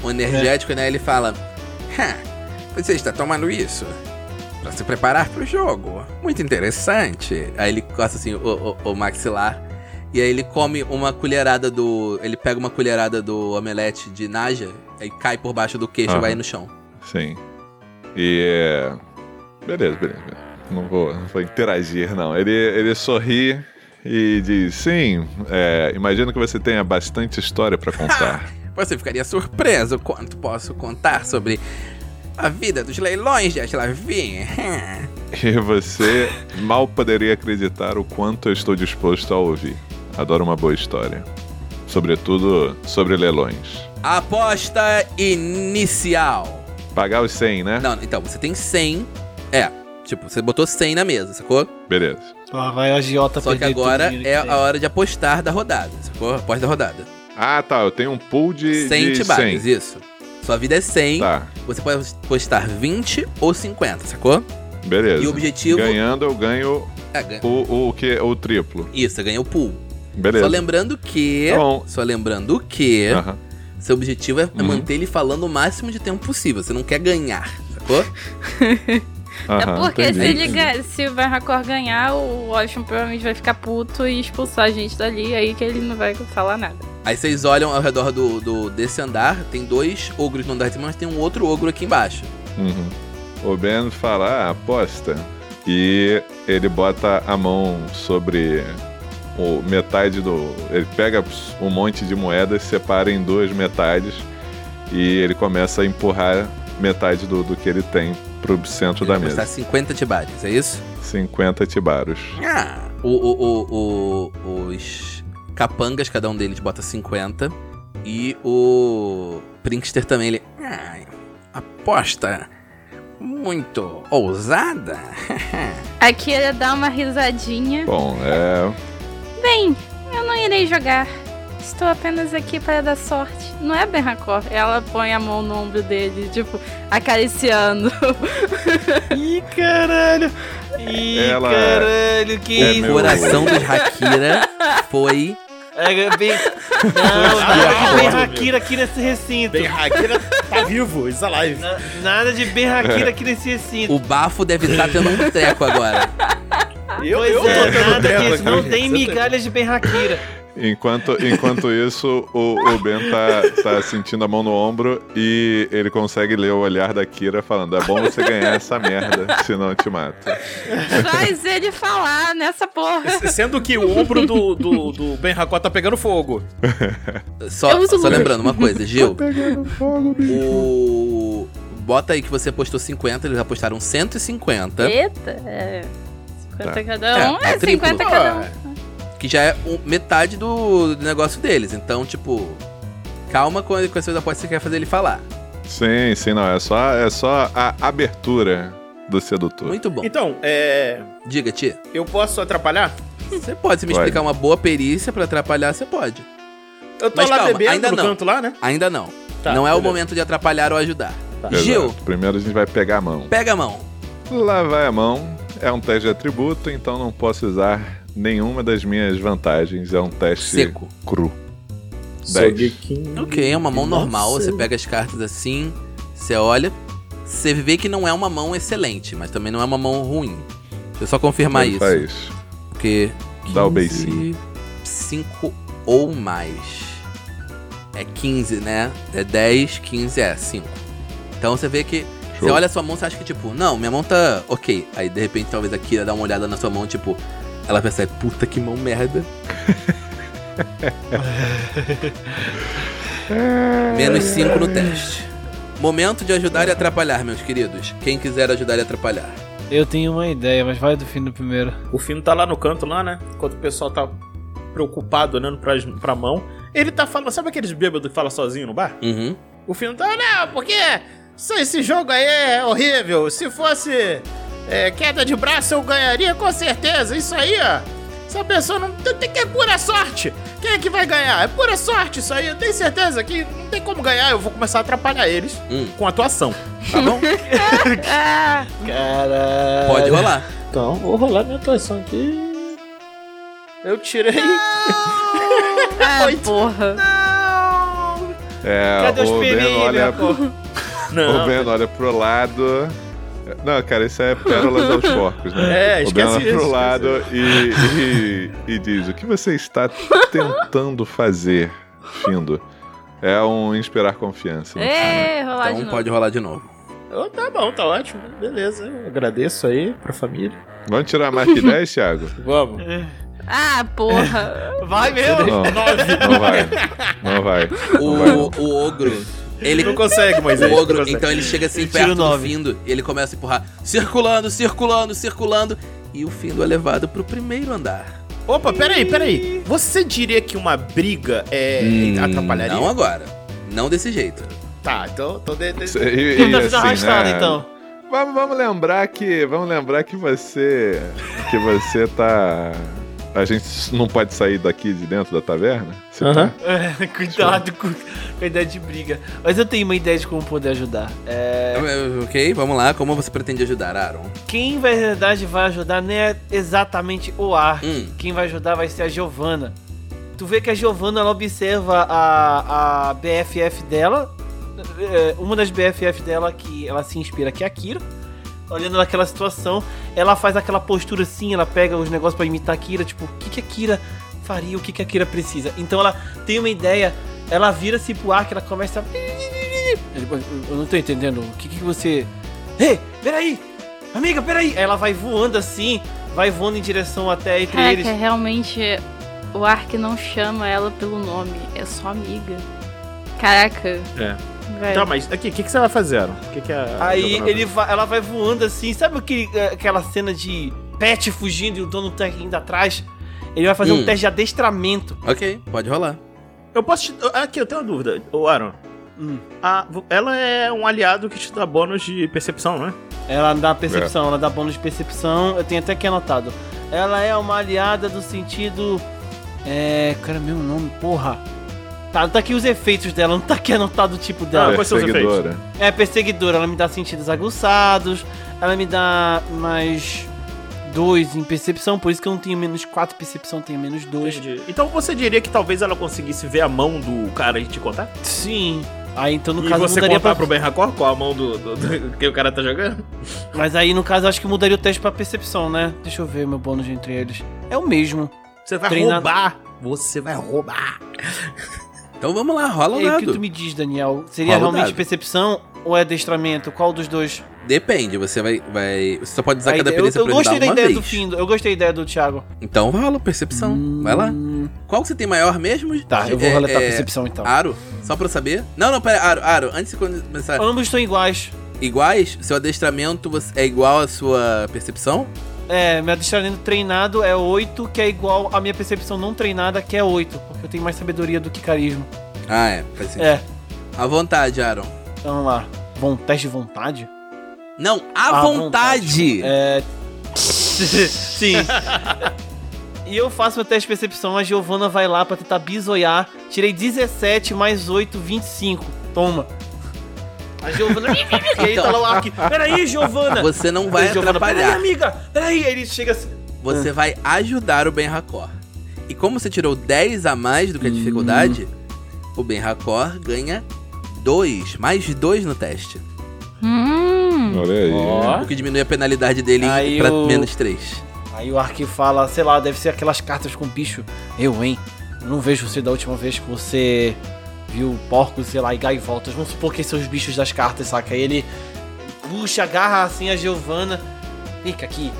Speaker 1: um
Speaker 2: É.
Speaker 1: energético, né? Ele fala: "Ha, Você está tomando isso? Pra se preparar pro jogo. Muito interessante. Aí ele coça assim o, o, o maxilar. E aí ele come uma colherada do. Ele pega uma colherada do omelete de Naja. Aí cai por baixo do queixo e
Speaker 2: Aham.
Speaker 1: vai no chão.
Speaker 2: Sim. E é. Beleza, beleza. Não vou, não vou interagir, não. Ele, ele sorri e diz: Sim, é, imagino que você tenha bastante história pra contar.
Speaker 1: Você ficaria surpreso quanto posso contar sobre a vida dos leilões de Aslavin.
Speaker 2: e você mal poderia acreditar o quanto eu estou disposto a ouvir. Adoro uma boa história. Sobretudo sobre leilões.
Speaker 1: Aposta inicial.
Speaker 2: Pagar os 100, né?
Speaker 1: Não, então, você tem 100. É, tipo, você botou 100 na mesa, sacou?
Speaker 2: Beleza.
Speaker 5: Lá vai a agiota
Speaker 1: Só que
Speaker 5: perder
Speaker 1: agora
Speaker 5: tudo que
Speaker 1: é
Speaker 5: tem.
Speaker 1: a hora de apostar da rodada, sacou? Aposta da rodada.
Speaker 2: Ah, tá. Eu tenho um pool de.
Speaker 1: 100
Speaker 2: de
Speaker 1: tibares,
Speaker 2: 100.
Speaker 1: isso. Sua vida é 100,
Speaker 2: Tá,
Speaker 1: você pode apostar 20 ou 50, sacou?
Speaker 2: beleza.
Speaker 1: E o objetivo
Speaker 2: Ganhando, eu ganho
Speaker 1: é ganhar.
Speaker 2: o, o, que, o triplo.
Speaker 1: Isso, você ganha o pool.
Speaker 2: Beleza.
Speaker 1: Só lembrando que.
Speaker 2: Tá bom.
Speaker 1: Só lembrando que.
Speaker 2: Aham.
Speaker 1: Seu objetivo é
Speaker 2: Uhum.
Speaker 1: manter ele falando o máximo de tempo possível. Você não quer ganhar, sacou?
Speaker 4: É
Speaker 2: Aham,
Speaker 4: porque se,
Speaker 2: entendi.
Speaker 4: ele, ga- se o Barracor ganhar, o Washington provavelmente vai ficar puto e expulsar a gente dali, aí que ele não vai falar nada.
Speaker 1: Aí vocês olham ao redor do, do- desse andar, tem dois ogros no andar de cima, mas tem um outro ogro aqui embaixo.
Speaker 2: Uhum. O Ben fala, ah, aposta. E ele bota a mão sobre o metade do. Ele pega um monte de moedas, separa em duas metades e ele começa a empurrar metade do, do que ele tem pro centro da
Speaker 1: Vai custar
Speaker 2: mesa.
Speaker 1: 50 tibares, é isso?
Speaker 2: 50 tibaros.
Speaker 1: Ah, o, o, o, o- os capangas, cada um deles bota 50. E o Prinkster também, ele... Ah, aposta muito ousada.
Speaker 4: Aqui ele dá uma risadinha.
Speaker 2: Bom, é.
Speaker 4: Bem, eu não irei jogar. Estou apenas aqui para dar sorte. Não é Berracor. Ela põe a mão no ombro dele, tipo, acariciando.
Speaker 5: Ih, caralho! Ih,
Speaker 2: Ela-
Speaker 5: caralho, que
Speaker 2: é
Speaker 5: isso?
Speaker 1: O
Speaker 2: meu-
Speaker 1: coração dos Hakira foi...
Speaker 5: É, bem...
Speaker 2: é
Speaker 5: Não, não, bem Hakira aqui nesse recinto.
Speaker 6: Bem, Akira tá vivo, is alive.
Speaker 5: Na- Nada de bem
Speaker 2: É.
Speaker 5: Hakira aqui nesse recinto.
Speaker 1: O bafo deve estar tendo um treco agora.
Speaker 5: Pois
Speaker 1: tá
Speaker 6: tô
Speaker 5: é,
Speaker 6: tendo
Speaker 5: nada
Speaker 6: tela,
Speaker 5: disso. Não
Speaker 6: cara.
Speaker 5: tem migalhas de bem Hakira.
Speaker 2: Enquanto, enquanto isso, o, o Ben tá, tá sentindo a mão no ombro e ele consegue ler o olhar da Kira falando: é bom você ganhar essa merda, senão eu te mato.
Speaker 4: Faz ele falar nessa porra.
Speaker 6: Sendo que o ombro do, do, do Ben Hakor tá pegando fogo.
Speaker 1: Só,
Speaker 4: Eu uso
Speaker 1: só
Speaker 4: luz.
Speaker 1: lembrando uma coisa, Gil. o... Bota aí que você apostou 50, eles apostaram 150.
Speaker 4: Eita. é. 50 cada um.
Speaker 1: É,
Speaker 4: É,
Speaker 1: é triplo.
Speaker 4: 50 cada um.
Speaker 1: Que já é o- metade do negócio deles. Então, tipo, calma com, a- com essas apostas que você quer fazer ele falar.
Speaker 2: Sim, sim, não. É só, é só a abertura do sedutor.
Speaker 1: Muito bom.
Speaker 3: Então, é.
Speaker 1: Diga, tia.
Speaker 3: Eu posso atrapalhar?
Speaker 1: Você pode se me
Speaker 2: Pode.
Speaker 1: explicar uma boa perícia pra atrapalhar, você pode.
Speaker 3: Eu tô
Speaker 1: Mas
Speaker 3: lá
Speaker 1: calma,
Speaker 3: bebendo
Speaker 1: ainda
Speaker 3: no
Speaker 1: não.
Speaker 3: canto lá, né?
Speaker 1: Ainda não.
Speaker 3: Tá,
Speaker 1: não é o
Speaker 3: beleza.
Speaker 1: momento de atrapalhar ou ajudar.
Speaker 2: Exato.
Speaker 1: Gil,
Speaker 2: Primeiro a gente vai pegar a mão.
Speaker 1: pega a mão.
Speaker 2: Lá vai a mão. É um teste de atributo, então não posso usar nenhuma das minhas vantagens. É um teste
Speaker 1: Seco.
Speaker 2: cru.
Speaker 1: Ok, é uma mão normal. Você pega as cartas assim, você olha. Você vê que não é uma mão excelente, mas também não é uma mão ruim. Deixa eu só confirmar
Speaker 2: Ele
Speaker 1: isso.
Speaker 2: Faz.
Speaker 1: Porque.
Speaker 2: Dá
Speaker 1: 15,
Speaker 2: o beicinho.
Speaker 1: 5 ou mais. É 15, né? É 10, 15, é 5. Então você vê que.
Speaker 2: Show.
Speaker 1: Você olha a sua mão, você acha que, tipo, não, minha mão tá ok. Aí de repente, talvez aqui ela dá uma olhada na sua mão, tipo, ela percebe, puta que mão merda. Menos 5 no teste. Momento de ajudar e atrapalhar, meus queridos. Quem quiser ajudar e atrapalhar.
Speaker 5: Eu tenho uma ideia, mas vai do fim do primeiro.
Speaker 3: O Fino tá lá no canto, lá, né? Enquanto o pessoal tá preocupado olhando pra, pra mão. Ele tá falando. Sabe aqueles bêbados que falam sozinho no bar?
Speaker 1: Uhum.
Speaker 3: O Fino tá, não, porque só esse jogo aí é horrível. Se fosse é, queda de braço, eu ganharia com certeza. Isso aí, ó. Essa pessoa não tem tem que é pura sorte. Quem é que vai ganhar? É pura sorte isso aí. Eu tenho certeza que não tem como ganhar. Eu vou começar a atrapalhar eles
Speaker 1: Hum.
Speaker 3: com atuação.
Speaker 1: Tá bom?
Speaker 4: Ah,
Speaker 3: Cara,
Speaker 4: É.
Speaker 1: Pode rolar.
Speaker 3: Então, vou rolar minha atuação aqui. Eu tirei.
Speaker 4: ah, porra.
Speaker 2: É,
Speaker 5: Cadê os
Speaker 2: o Ben
Speaker 5: pelinhos,
Speaker 2: olha,
Speaker 5: Bianco?
Speaker 2: o ben olha pro lado. Não, cara, isso é pérolas aos porcos, né?
Speaker 3: É,
Speaker 2: o ben
Speaker 3: esquece
Speaker 2: olha
Speaker 3: isso,
Speaker 2: pro
Speaker 3: esquece
Speaker 2: lado e, e- e diz: O que você está tentando fazer, Findo? É um inspirar confiança. né?
Speaker 5: É.
Speaker 4: Ei, rolar de
Speaker 1: Então
Speaker 4: novo.
Speaker 1: pode rolar de novo.
Speaker 3: Oh, tá bom, tá ótimo. Beleza. eu agradeço aí pra família.
Speaker 2: Vamos tirar mais que 10, Thiago?
Speaker 3: Vamos.
Speaker 4: Ah, porra.
Speaker 5: Vai mesmo!
Speaker 2: Não, não vai. Não vai. Não vai não.
Speaker 1: O, o ogro, ele.
Speaker 3: Não consegue, Moisés.
Speaker 1: O
Speaker 3: não
Speaker 1: ogro,
Speaker 3: consegue.
Speaker 1: então ele chega assim
Speaker 5: Ele tira
Speaker 1: perto
Speaker 5: o
Speaker 1: do
Speaker 5: nove.
Speaker 1: Findo e ele começa a empurrar, circulando, circulando, circulando. E o Findo é levado pro primeiro andar.
Speaker 3: Opa, peraí, peraí. Você diria que uma briga é
Speaker 5: Hum,
Speaker 3: atrapalharia?
Speaker 1: Hum, Não agora. Não desse jeito.
Speaker 3: Tá, então. então de- de-
Speaker 2: E,
Speaker 5: Ele
Speaker 2: e
Speaker 5: tá sendo
Speaker 2: assim,
Speaker 5: arrastado,
Speaker 2: né,
Speaker 5: então.
Speaker 2: Vamos, vamos lembrar que. Vamos lembrar que você. Que você tá. A gente não pode sair daqui de dentro da taverna? Você tá-
Speaker 3: Aham.
Speaker 5: É, cuidado com, com a ideia de briga. Mas eu tenho uma ideia de como poder ajudar. É,
Speaker 1: Eh, Ok, vamos lá. Como você pretende ajudar, Aaron?
Speaker 5: quem vai, na verdade vai ajudar não é exatamente o Ark.
Speaker 1: Hum.
Speaker 5: Quem vai ajudar vai ser a Giovanna. Tu vê que a Giovanna ela observa a, a BFF dela, é, uma das BFF dela que ela se inspira, que é a Kira. Olhando naquela situação, ela faz aquela postura assim, ela pega os negócios pra imitar a Kira, tipo, o que, que a Kira faria, o que, que a Kira precisa. Então ela tem uma ideia, ela vira-se pro Ark, ela começa a. Ele, Eu não tô entendendo, o que, que você. Ei, peraí! Amiga, peraí! Aí ela vai voando assim, vai voando em direção até entre eles.
Speaker 4: Caraca, é realmente o Ark não chama ela pelo nome, é só amiga. Caraca.
Speaker 3: É.
Speaker 4: Velho.
Speaker 3: Tá, mas aqui, o que, que você vai fazer, Aaron? O que, que a.
Speaker 5: Aí
Speaker 3: Giovanna-
Speaker 5: ele vai, ela vai voando assim, sabe aquele, aquela cena de pet fugindo e o dono tá indo atrás? Ele vai fazer
Speaker 1: Hum.
Speaker 5: um teste de adestramento.
Speaker 1: Ok, pode rolar.
Speaker 3: Eu posso te. Aqui, eu tenho uma dúvida. Ô, Aaron.
Speaker 5: Hum.
Speaker 3: a- ela é um aliado que te dá bônus de percepção, não é?
Speaker 5: Ela dá percepção, ela dá bônus de percepção, eu tenho até que anotado. Ela é uma aliada do sentido. É. Cara, meu nome, porra. Tá, tá aqui os efeitos dela, não tá aqui anotado o tipo dela.
Speaker 3: Ah, quais são os
Speaker 2: Perseguidora.
Speaker 5: É perseguidora, ela me dá sentidos aguçados, ela me dá mais dois em percepção, por isso que eu não tenho menos quatro percepção, tenho menos dois.
Speaker 3: Entendi. Então você diria que talvez ela conseguisse ver a mão do cara e te contar?
Speaker 5: Sim. Aí então no
Speaker 3: e
Speaker 5: caso
Speaker 3: você
Speaker 5: mudaria
Speaker 3: contar
Speaker 5: pra...
Speaker 3: pro Ben Racor qual a mão do, do- do- que o cara tá jogando?
Speaker 5: Mas aí no caso acho que mudaria o teste pra percepção, né? Deixa eu ver meu bônus entre eles. É o mesmo.
Speaker 3: Você vai
Speaker 5: Treinar-
Speaker 3: roubar! Você vai roubar!
Speaker 1: Então vamos lá, rola o
Speaker 5: É o que tu
Speaker 1: dado.
Speaker 5: me diz, Daniel. Seria
Speaker 1: Rola o
Speaker 5: realmente
Speaker 1: dado.
Speaker 5: percepção ou é adestramento? Qual dos dois?
Speaker 1: Depende, você vai, vai. Você só pode usar
Speaker 5: A
Speaker 1: cada
Speaker 5: ideia- eu,
Speaker 1: perícia
Speaker 5: eu
Speaker 1: pra ajudar
Speaker 5: gostei da
Speaker 1: uma
Speaker 5: ideia
Speaker 1: vez.
Speaker 5: do Findo. Eu gostei da ideia do Thiago.
Speaker 1: Então rola a percepção. Vai lá. Qual que você tem maior mesmo?
Speaker 5: Hum. Tá, eu vou
Speaker 1: É,
Speaker 5: roletar a
Speaker 1: é,
Speaker 5: percepção então.
Speaker 1: Aro? Só pra eu saber? Não, não, pera, Aro, Aro, antes de começar.
Speaker 5: Ah. Ambos estão iguais.
Speaker 1: iguais, seu adestramento você- é igual à sua percepção?
Speaker 5: É, meu adestramento treinado é 8, que é igual a minha percepção não treinada, que é 8. Porque eu tenho mais sabedoria do que carisma.
Speaker 1: Ah, é. Faz sentido.
Speaker 5: É,
Speaker 1: À vontade, Aaron.
Speaker 5: então vamos lá. Bom, teste de vontade?
Speaker 1: Não, à
Speaker 5: À
Speaker 1: vontade.
Speaker 5: É. Sim. E eu faço meu teste de percepção, a Giovana vai lá pra tentar bisoiar. Tirei 17 mais 8, 25. Toma. A Giovana. e aí tá lá o Ark. Peraí, Giovana!
Speaker 1: Você não vai
Speaker 5: Aí, Giovana, Peraí,
Speaker 1: atrapalhar.
Speaker 5: amiga! Peraí! Aí ele chega assim.
Speaker 1: Você vai ajudar o Ben Racor. E como você tirou 10 a mais do que a dificuldade, o Ben Racor ganha 2, mais 2 no teste.
Speaker 4: Hum.
Speaker 2: Olha aí.
Speaker 1: O que diminui a penalidade dele
Speaker 5: Aí
Speaker 1: pra
Speaker 5: o-
Speaker 1: menos 3.
Speaker 5: Aí o Ark fala, sei lá, deve ser aquelas cartas com bicho. Eu, hein? Eu não vejo você da última vez que você viu porcos, sei lá, e gaivotas. Vamos supor que esses são os bichos das cartas, saca? Aí ele puxa, agarra assim a Giovana. Fica aqui.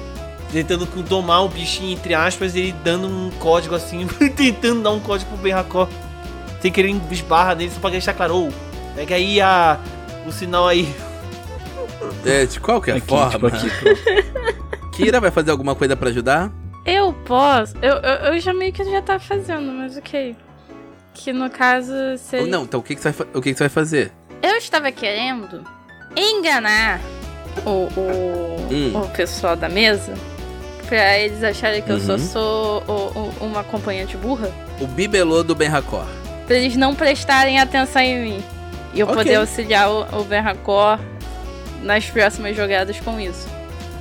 Speaker 5: Tentando com- domar o bichinho, entre aspas, ele dando um código assim, tentando dar um código pro Benracó. Sem querer ele esbarra nele, só pra deixar claro. "Ô, Pega aí a, o sinal aí.
Speaker 1: É, de qualquer
Speaker 5: Aqui, tipo
Speaker 1: forma.
Speaker 5: aqui.
Speaker 1: Kira vai fazer alguma coisa pra ajudar?
Speaker 4: Eu posso. Eu, eu, eu já meio que já tava fazendo, mas ok. Que no caso
Speaker 1: Ou
Speaker 4: seria.
Speaker 1: não, então o que, que, você, vai, fa- o que, que você vai fazer?
Speaker 4: Eu estava querendo enganar o, o,
Speaker 1: Hum.
Speaker 4: o pessoal da mesa pra eles acharem que eu só
Speaker 1: Uhum.
Speaker 4: sou o- o- uma acompanhante burra.
Speaker 1: O bibelô do Ben Racor.
Speaker 4: Pra eles não prestarem atenção em mim. E eu
Speaker 1: Ok.
Speaker 4: poder auxiliar o, o Verracor nas próximas jogadas com isso.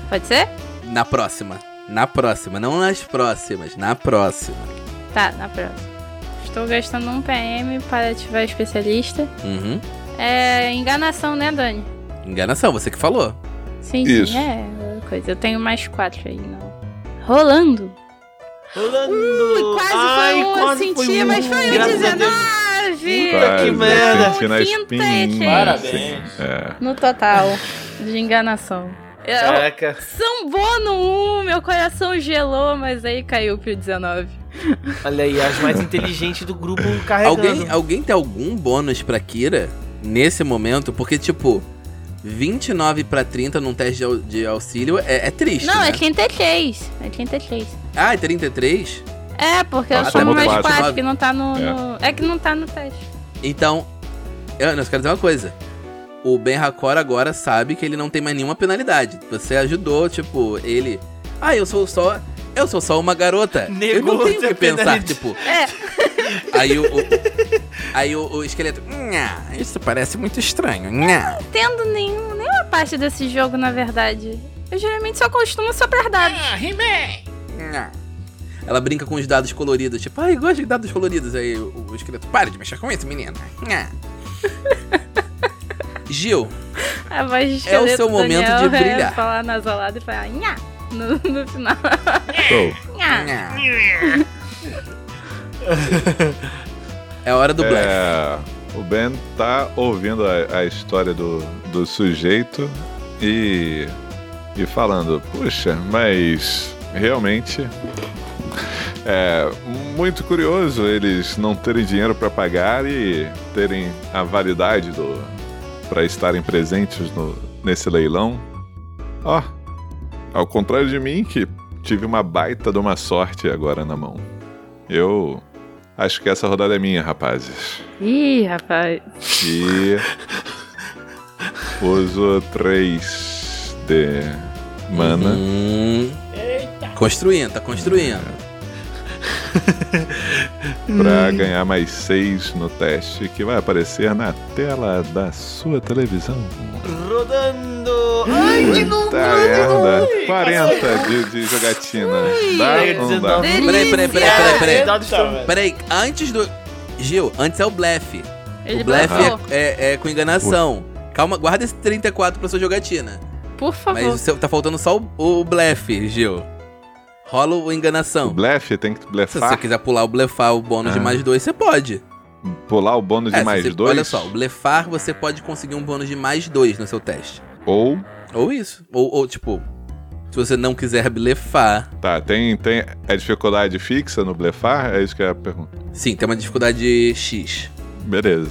Speaker 4: Pode ser?
Speaker 1: Na próxima. Na próxima. Não nas próximas. Na próxima.
Speaker 4: Tá, na próxima. Estou gastando um PM para ativar especialista.
Speaker 1: Uhum.
Speaker 4: É enganação, né, Dani?
Speaker 1: Enganação, você que falou.
Speaker 4: Sim,
Speaker 2: Isso.
Speaker 4: sim, é coisa. Eu tenho mais quatro aí, não. Rolando.
Speaker 5: Rolando.
Speaker 4: quase
Speaker 5: Ai,
Speaker 4: foi um,
Speaker 5: quase
Speaker 4: eu
Speaker 5: foi
Speaker 4: senti,
Speaker 5: um.
Speaker 4: mas foi o
Speaker 5: Graças a Deus.
Speaker 4: 19!
Speaker 5: Puta que
Speaker 2: Quase,
Speaker 5: merda.
Speaker 2: senti na
Speaker 4: Quinta,
Speaker 2: espinha,
Speaker 4: gente.
Speaker 3: Parabéns.
Speaker 2: assim. É.
Speaker 4: No total de enganação. Eu,
Speaker 5: Caraca.
Speaker 4: sambou no 1, meu coração gelou, mas aí caiu pro 19.
Speaker 5: Olha aí, as mais inteligentes do grupo carregando.
Speaker 1: Alguém, alguém tem algum bônus pra Kira nesse momento? Porque, tipo, 29 pra 30 num teste de, au- de auxílio é, é triste.
Speaker 4: Não,
Speaker 1: né?
Speaker 4: é 33. É 33.
Speaker 1: Ah, é 33?
Speaker 4: É, porque eu
Speaker 1: tá
Speaker 2: Ah,
Speaker 4: chamo
Speaker 2: tomou
Speaker 4: mais
Speaker 2: quatro.
Speaker 4: quatro, que não tá no,
Speaker 2: É.
Speaker 4: no- É que não tá no teste.
Speaker 1: Então, eu eu só quero dizer uma coisa. O Ben Hakor agora sabe que ele não tem mais nenhuma penalidade. Você ajudou, tipo, ele. Ah, eu sou só. Eu sou só uma garota. eu não
Speaker 5: Negou
Speaker 1: tenho o
Speaker 5: a
Speaker 1: que pensar,
Speaker 5: penalidade.
Speaker 1: tipo.
Speaker 4: É.
Speaker 1: Aí o. o- aí o, o esqueleto. "Nha, Isso parece muito estranho. nha."
Speaker 4: entendo nenhum, nenhuma parte desse jogo, na verdade. Eu geralmente só costumo soprar dados.
Speaker 6: Ah, He-Man!
Speaker 1: Nha." Ela brinca com os dados coloridos, tipo, ai, eu gosto de dados coloridos. Aí o, o esqueleto, pare de mexer com isso, menina. Nha." Gil,
Speaker 4: A voz de
Speaker 1: É o
Speaker 4: esqueleto
Speaker 1: seu
Speaker 4: do
Speaker 1: momento
Speaker 4: Daniel
Speaker 1: de
Speaker 4: é
Speaker 1: brilhar.
Speaker 4: falar nasalado e falar nha no, no final.
Speaker 2: Show.
Speaker 4: Nha.
Speaker 1: nha. É hora do Black.
Speaker 2: É, o Ben tá ouvindo a, a história do, do sujeito e, e falando, puxa, mas realmente é muito curioso eles não terem dinheiro para pagar e terem a validade do para estarem presentes no, nesse leilão. Ó, ao contrário de mim que tive uma baita de uma sorte agora na mão. Eu acho que essa rodada é minha, rapazes.
Speaker 4: Ih, rapaz.
Speaker 2: E uso 3 de mana.
Speaker 1: Hum. Construindo, tá construindo. Uhum.
Speaker 2: pra ganhar mais 6 no teste que vai aparecer na tela da sua televisão.
Speaker 5: Rodando. Ai, de novo.
Speaker 2: Tá merda. 40 de, de jogatina. Dá um
Speaker 5: Ai,
Speaker 2: ou não dá?
Speaker 4: Delícia.
Speaker 1: Peraí, peraí, peraí, peraí,
Speaker 5: Os
Speaker 1: peraí.
Speaker 5: dados estão-
Speaker 1: Peraí, antes do. Gil, antes é o blefe.
Speaker 4: Ele
Speaker 1: o blefe
Speaker 4: blefou.
Speaker 1: é, é- é com enganação. Calma, guarda esse 34 pra sua jogatina.
Speaker 4: Por favor.
Speaker 1: Mas o seu- tá faltando só o, o blefe, Gil. Rola o
Speaker 2: O
Speaker 1: enganação.
Speaker 2: blefe tem que
Speaker 1: Se você
Speaker 2: blefar.
Speaker 1: quiser pular o blefar, o bônus de
Speaker 2: Ah.
Speaker 1: mais dois, você pode.
Speaker 2: Pular o bônus
Speaker 1: É,
Speaker 2: de
Speaker 1: se
Speaker 2: mais
Speaker 1: você-
Speaker 2: 2.
Speaker 1: Olha só, o blefar você pode conseguir um bônus de mais dois no seu teste.
Speaker 2: Ou.
Speaker 1: Ou isso. Ou, ou, tipo, se você não quiser blefar.
Speaker 2: Tá, tem, tem. É dificuldade fixa no blefar? É isso que é a pergunta.
Speaker 1: Sim, tem uma dificuldade X.
Speaker 2: Beleza.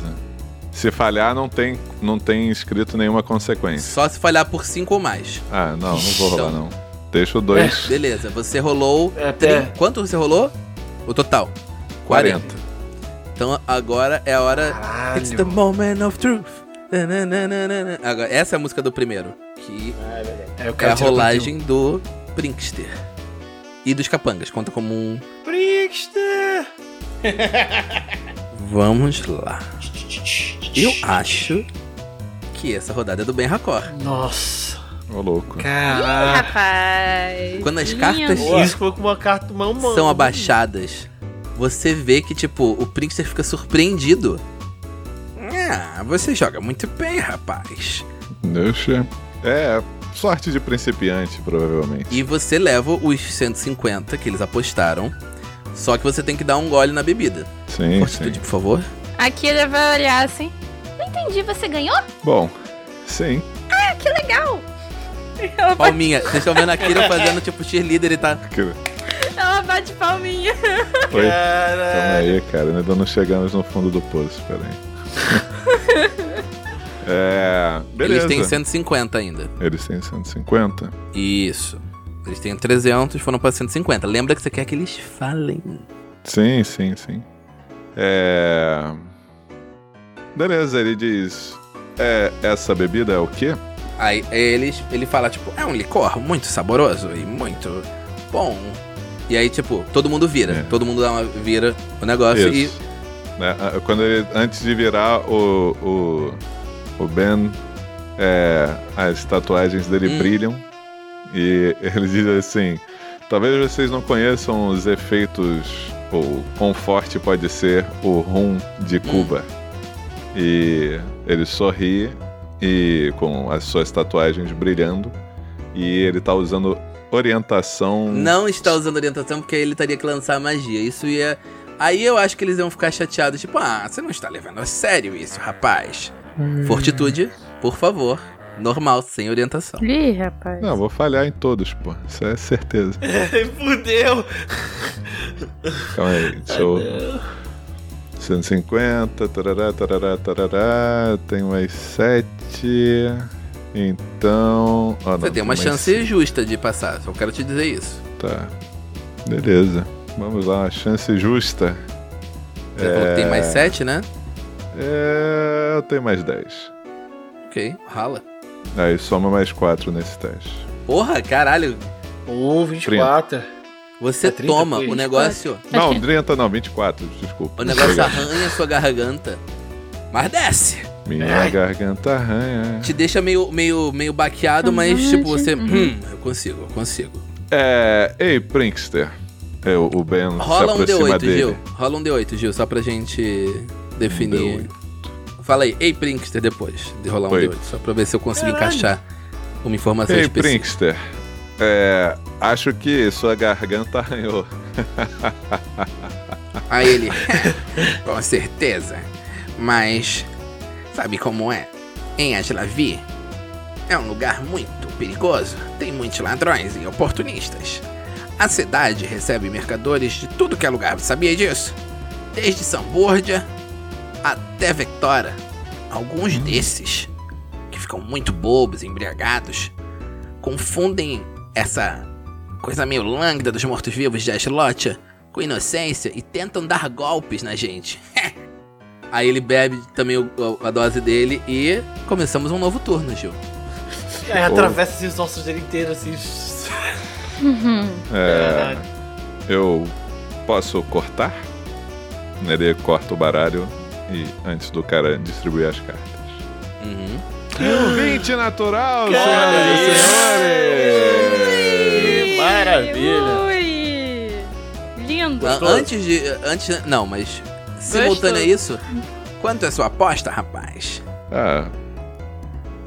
Speaker 2: Se falhar, não tem, não tem escrito nenhuma consequência.
Speaker 1: Só se falhar por 5 ou mais. Então.
Speaker 2: Ah, não, não vou rolar, não. Deixa o 2.
Speaker 1: Beleza, você rolou.
Speaker 5: É,
Speaker 1: tri-
Speaker 5: é.
Speaker 1: Quanto você rolou? O total?
Speaker 2: 40.
Speaker 1: Então agora é a hora.
Speaker 5: Caralho.
Speaker 1: It's the moment of truth. Nananana. Agora, essa é a música do primeiro. Que
Speaker 5: É, eu
Speaker 1: é a rolagem do Prinkster. E dos capangas. Conta como um.
Speaker 5: Prickster!
Speaker 1: Vamos lá. Eu acho que essa rodada é do Ben Racor.
Speaker 5: Nossa.
Speaker 2: Ô, louco.
Speaker 5: Caralho.
Speaker 4: Rapaz.
Speaker 1: Ah. Quando as
Speaker 4: lindo.
Speaker 1: cartas-
Speaker 5: Boa. Isso foi com uma carta mão mão.
Speaker 1: são abaixadas, você vê que, tipo, o Prinkster fica surpreendido. Ah, você joga muito bem, rapaz.
Speaker 2: Deixa. É, sorte de principiante, provavelmente.
Speaker 1: E você leva os 150 que eles apostaram. Só que você tem que dar um gole na bebida.
Speaker 2: Sim, sim.
Speaker 1: Fortitude, por favor.
Speaker 4: Aqui ele vai olhar assim. Não entendi, você ganhou?
Speaker 2: Bom, sim.
Speaker 4: Que legal! Ela bate,
Speaker 1: Palminha, vocês estão vendo a Kira fazendo tipo cheerleader e tá.
Speaker 2: Que-
Speaker 4: ela bate palminha.
Speaker 2: Oi. Calma
Speaker 5: Caralho.
Speaker 2: aí, cara. Ainda não chegamos no fundo do poço, peraí. é. Beleza.
Speaker 1: Eles têm 150 ainda.
Speaker 2: Eles têm 150.
Speaker 1: Isso. Eles têm 300, foram pra 150. Lembra que você quer que eles falem.
Speaker 2: Sim, sim, sim. É. Beleza, ele diz. É, essa bebida é o quê?
Speaker 1: Aí eles, ele fala, tipo, é um licor muito saboroso e muito bom. E aí, tipo, todo mundo vira.
Speaker 2: É.
Speaker 1: Todo mundo dá uma vira o negócio
Speaker 2: Isso. Né, a- Quando ele, antes de virar o, o, o Ben, é, as tatuagens dele
Speaker 1: Hum.
Speaker 2: brilham. E ele diz assim: Talvez vocês não conheçam os efeitos, ou quão forte pode ser o rum
Speaker 1: Hum.
Speaker 2: de Cuba. E ele sorri, e com as suas tatuagens brilhando. E ele tá usando orientação.
Speaker 1: e não está usando orientação porque ele teria que lançar magia. Isso ia. Aí eu acho que eles iam ficar chateados, tipo, ah, você não está levando a sério isso, rapaz. Fortitude, por favor. Normal, sem orientação.
Speaker 4: Ih, rapaz.
Speaker 2: Não, vou falhar em todos, pô. Isso é certeza.
Speaker 5: Fudeu.
Speaker 2: Calma aí, deixa eu. 150, tarará, tarará, tarará. Tem mais 7. Então. ah, não,
Speaker 1: Você tem uma
Speaker 2: mais
Speaker 1: chance justa de passar, só quero te dizer isso.
Speaker 2: cinco, Tá. Beleza. Vamos lá, uma chance justa.
Speaker 1: Você falou que tem mais sete, né?
Speaker 2: É. Eu tenho mais 10.
Speaker 1: Ok, rala.
Speaker 2: Aí soma mais 4 nesse teste.
Speaker 1: Porra, caralho.
Speaker 5: Ô, 24.
Speaker 1: Você
Speaker 5: É 30
Speaker 1: toma o
Speaker 5: coisas.
Speaker 1: negócio.
Speaker 2: Não, 30 não, 24, desculpa.
Speaker 1: O negócio tá-
Speaker 2: Obrigado.
Speaker 1: arranha a sua garganta. Mas desce!
Speaker 2: Minha garganta arranha.
Speaker 1: Te deixa meio, meio, meio baqueado, mas tipo, você. Hum, eu consigo, eu consigo.
Speaker 2: É. Ei, Prankster. É, o o Ben
Speaker 1: Rola
Speaker 2: se
Speaker 1: um
Speaker 2: aproxima
Speaker 1: D8,
Speaker 2: dele.
Speaker 1: Gil. Rola um D8, Gil, só pra gente definir. Fala aí, ei, Prinkster, depois de rolar um
Speaker 2: Um Oi.
Speaker 1: D8, só pra ver se eu consigo encaixar uma informação
Speaker 2: Ei,
Speaker 1: específica.
Speaker 2: Prinkster. É, acho que sua garganta arranhou.
Speaker 1: Aí ele. Com certeza. Mas. Sabe como é? Em Aslavi é um lugar muito perigoso. Tem muitos ladrões e oportunistas. A cidade recebe mercadores de tudo que é lugar, sabia disso? Desde Samburja até Vectora. Alguns desses, que ficam muito bobos, embriagados, confundem essa coisa meio lânguida dos mortos-vivos de Aslotia com inocência e tentam dar golpes na gente. Aí ele bebe também o- a dose dele e começamos um novo turno, Gil.
Speaker 5: É, atravessa assim, os nossos dele inteiro assim.
Speaker 2: É,
Speaker 5: Caralho.
Speaker 2: eu posso cortar? Ele corta o baralho e antes do cara distribuir as cartas.
Speaker 1: Uhum.
Speaker 2: E um 20 natural,
Speaker 5: Caralho.
Speaker 2: senhoras e senhores!
Speaker 3: Que maravilha.
Speaker 4: Ui. Lindo.
Speaker 1: A- Antes de. Antes. Não, mas. Simultâneo a isso, quanto é sua aposta, rapaz?
Speaker 2: Ah.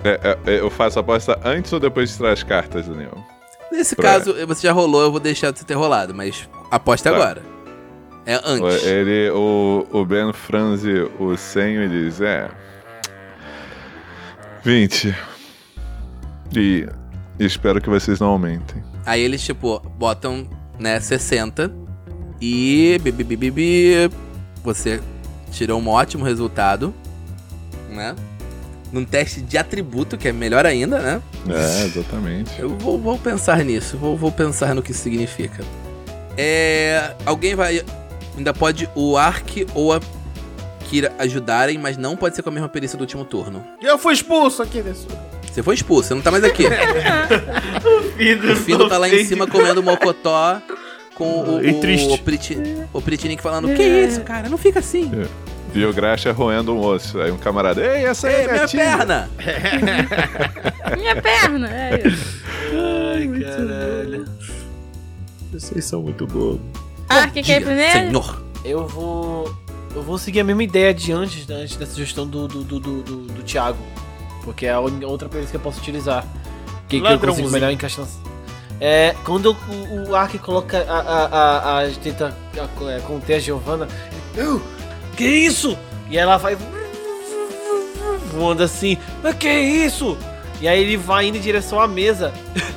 Speaker 2: É, é, eu faço a aposta antes ou depois de tirar as cartas, Daniel?
Speaker 1: Nesse
Speaker 2: Pra-
Speaker 1: caso, você já rolou, eu vou deixar de você ter rolado, mas aposta
Speaker 2: Tá.
Speaker 1: agora. É antes.
Speaker 2: Ele, o, o Ben franze o senho e diz, é... 20. E espero que vocês não aumentem.
Speaker 1: Aí eles, tipo, botam, né, 60 e. bi, bi, bi, bi, bi, você tirou um ótimo resultado, né? num teste de atributo, que é melhor ainda, né?
Speaker 2: É, exatamente.
Speaker 1: Eu vou, vou pensar nisso, vou, vou pensar no que isso significa. É. Alguém vai. Ainda pode o Ark ou a Kira ajudarem, mas não pode ser com a mesma perícia do último turno.
Speaker 6: Eu fui expulso aqui desse.
Speaker 1: Você foi expulso, você não tá mais aqui.
Speaker 5: Filho,
Speaker 1: O Fino tá lá em cima comendo mocotó com o,
Speaker 3: E
Speaker 1: o,
Speaker 3: triste.
Speaker 1: o, Priti, o Pritinik falando: Que isso, cara? Não fica assim.
Speaker 2: E o Graxa roendo um osso. Aí um camarada, ei, essa aí
Speaker 1: Ei,
Speaker 2: é
Speaker 1: minha
Speaker 2: minha tia.
Speaker 1: perna!
Speaker 3: Ah.
Speaker 4: Minha perna. É isso.
Speaker 5: Ai, caralho.
Speaker 3: Vocês são muito bobos.
Speaker 4: Ah, quem quer ir primeiro?
Speaker 1: Senhor!
Speaker 5: Eu vou. Eu vou seguir a mesma ideia de antes, né, antes da sugestão do, do, do, do, do- do Thiago. Porque é a un- outra perícia que eu posso utilizar. Que, que eu consigo
Speaker 3: Ladrãozinho.
Speaker 5: melhor encaixar. É, quando o, o Ark coloca a. a, a, a- tenta a- é, conter a Giovanna. Eu! Que isso? E ela vai. voando assim. Mas que isso? E aí ele vai indo em direção à mesa.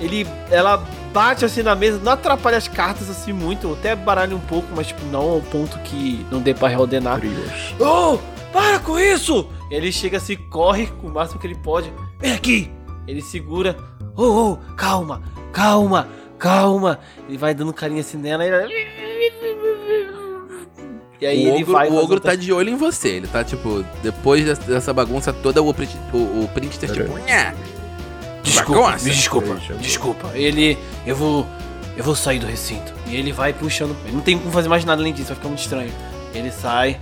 Speaker 5: Ele, ela bate assim na mesa, não atrapalha as cartas assim muito, até baralha um pouco, mas tipo, não ao ponto que não dê pra reordenar. Oh, para com isso! Ele chega assim, corre com o máximo que ele pode. Vem aqui! Ele segura. Oh, oh, calma, calma, calma. Ele vai dando carinho assim nela e ela... E aí
Speaker 1: o
Speaker 5: ele
Speaker 1: ogro,
Speaker 5: vai...
Speaker 1: o
Speaker 5: faz
Speaker 1: ogro
Speaker 5: outra-
Speaker 1: tá de olho em você. Ele tá tipo, depois dessa- dessa bagunça toda, o, Prit- o, o Printster, tipo, "Nha".
Speaker 5: Desculpa,
Speaker 1: Bagunça.
Speaker 5: me desculpa, desculpa. Ele. Eu vou. Eu vou sair do recinto. E ele vai puxando. Ele não tem como fazer mais nada além disso, vai ficar muito estranho. Ele sai.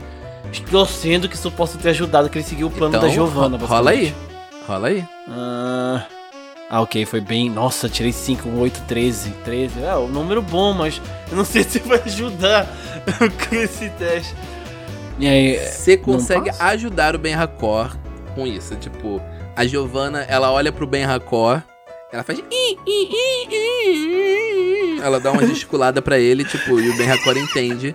Speaker 5: Torcendo que isso possa ter ajudado, que ele seguiu o plano da Giovanna.
Speaker 1: Então, ro- rola aí.
Speaker 5: basicamente.
Speaker 1: Rola aí.
Speaker 5: Ah, ah, ok, foi bem. Nossa, tirei um, 5, 8, 13. 13. É, um número bom, mas eu não sei se vai ajudar com esse teste. E aí.
Speaker 1: Você consegue
Speaker 5: passa?
Speaker 1: ajudar o Ben Hakor com isso. Tipo, a Giovanna, ela olha pro Ben Hakor, ela faz. "Ih, ih, ih, ih, ih", Ela dá uma gesticulada pra ele, tipo, e o Ben Hakor entende.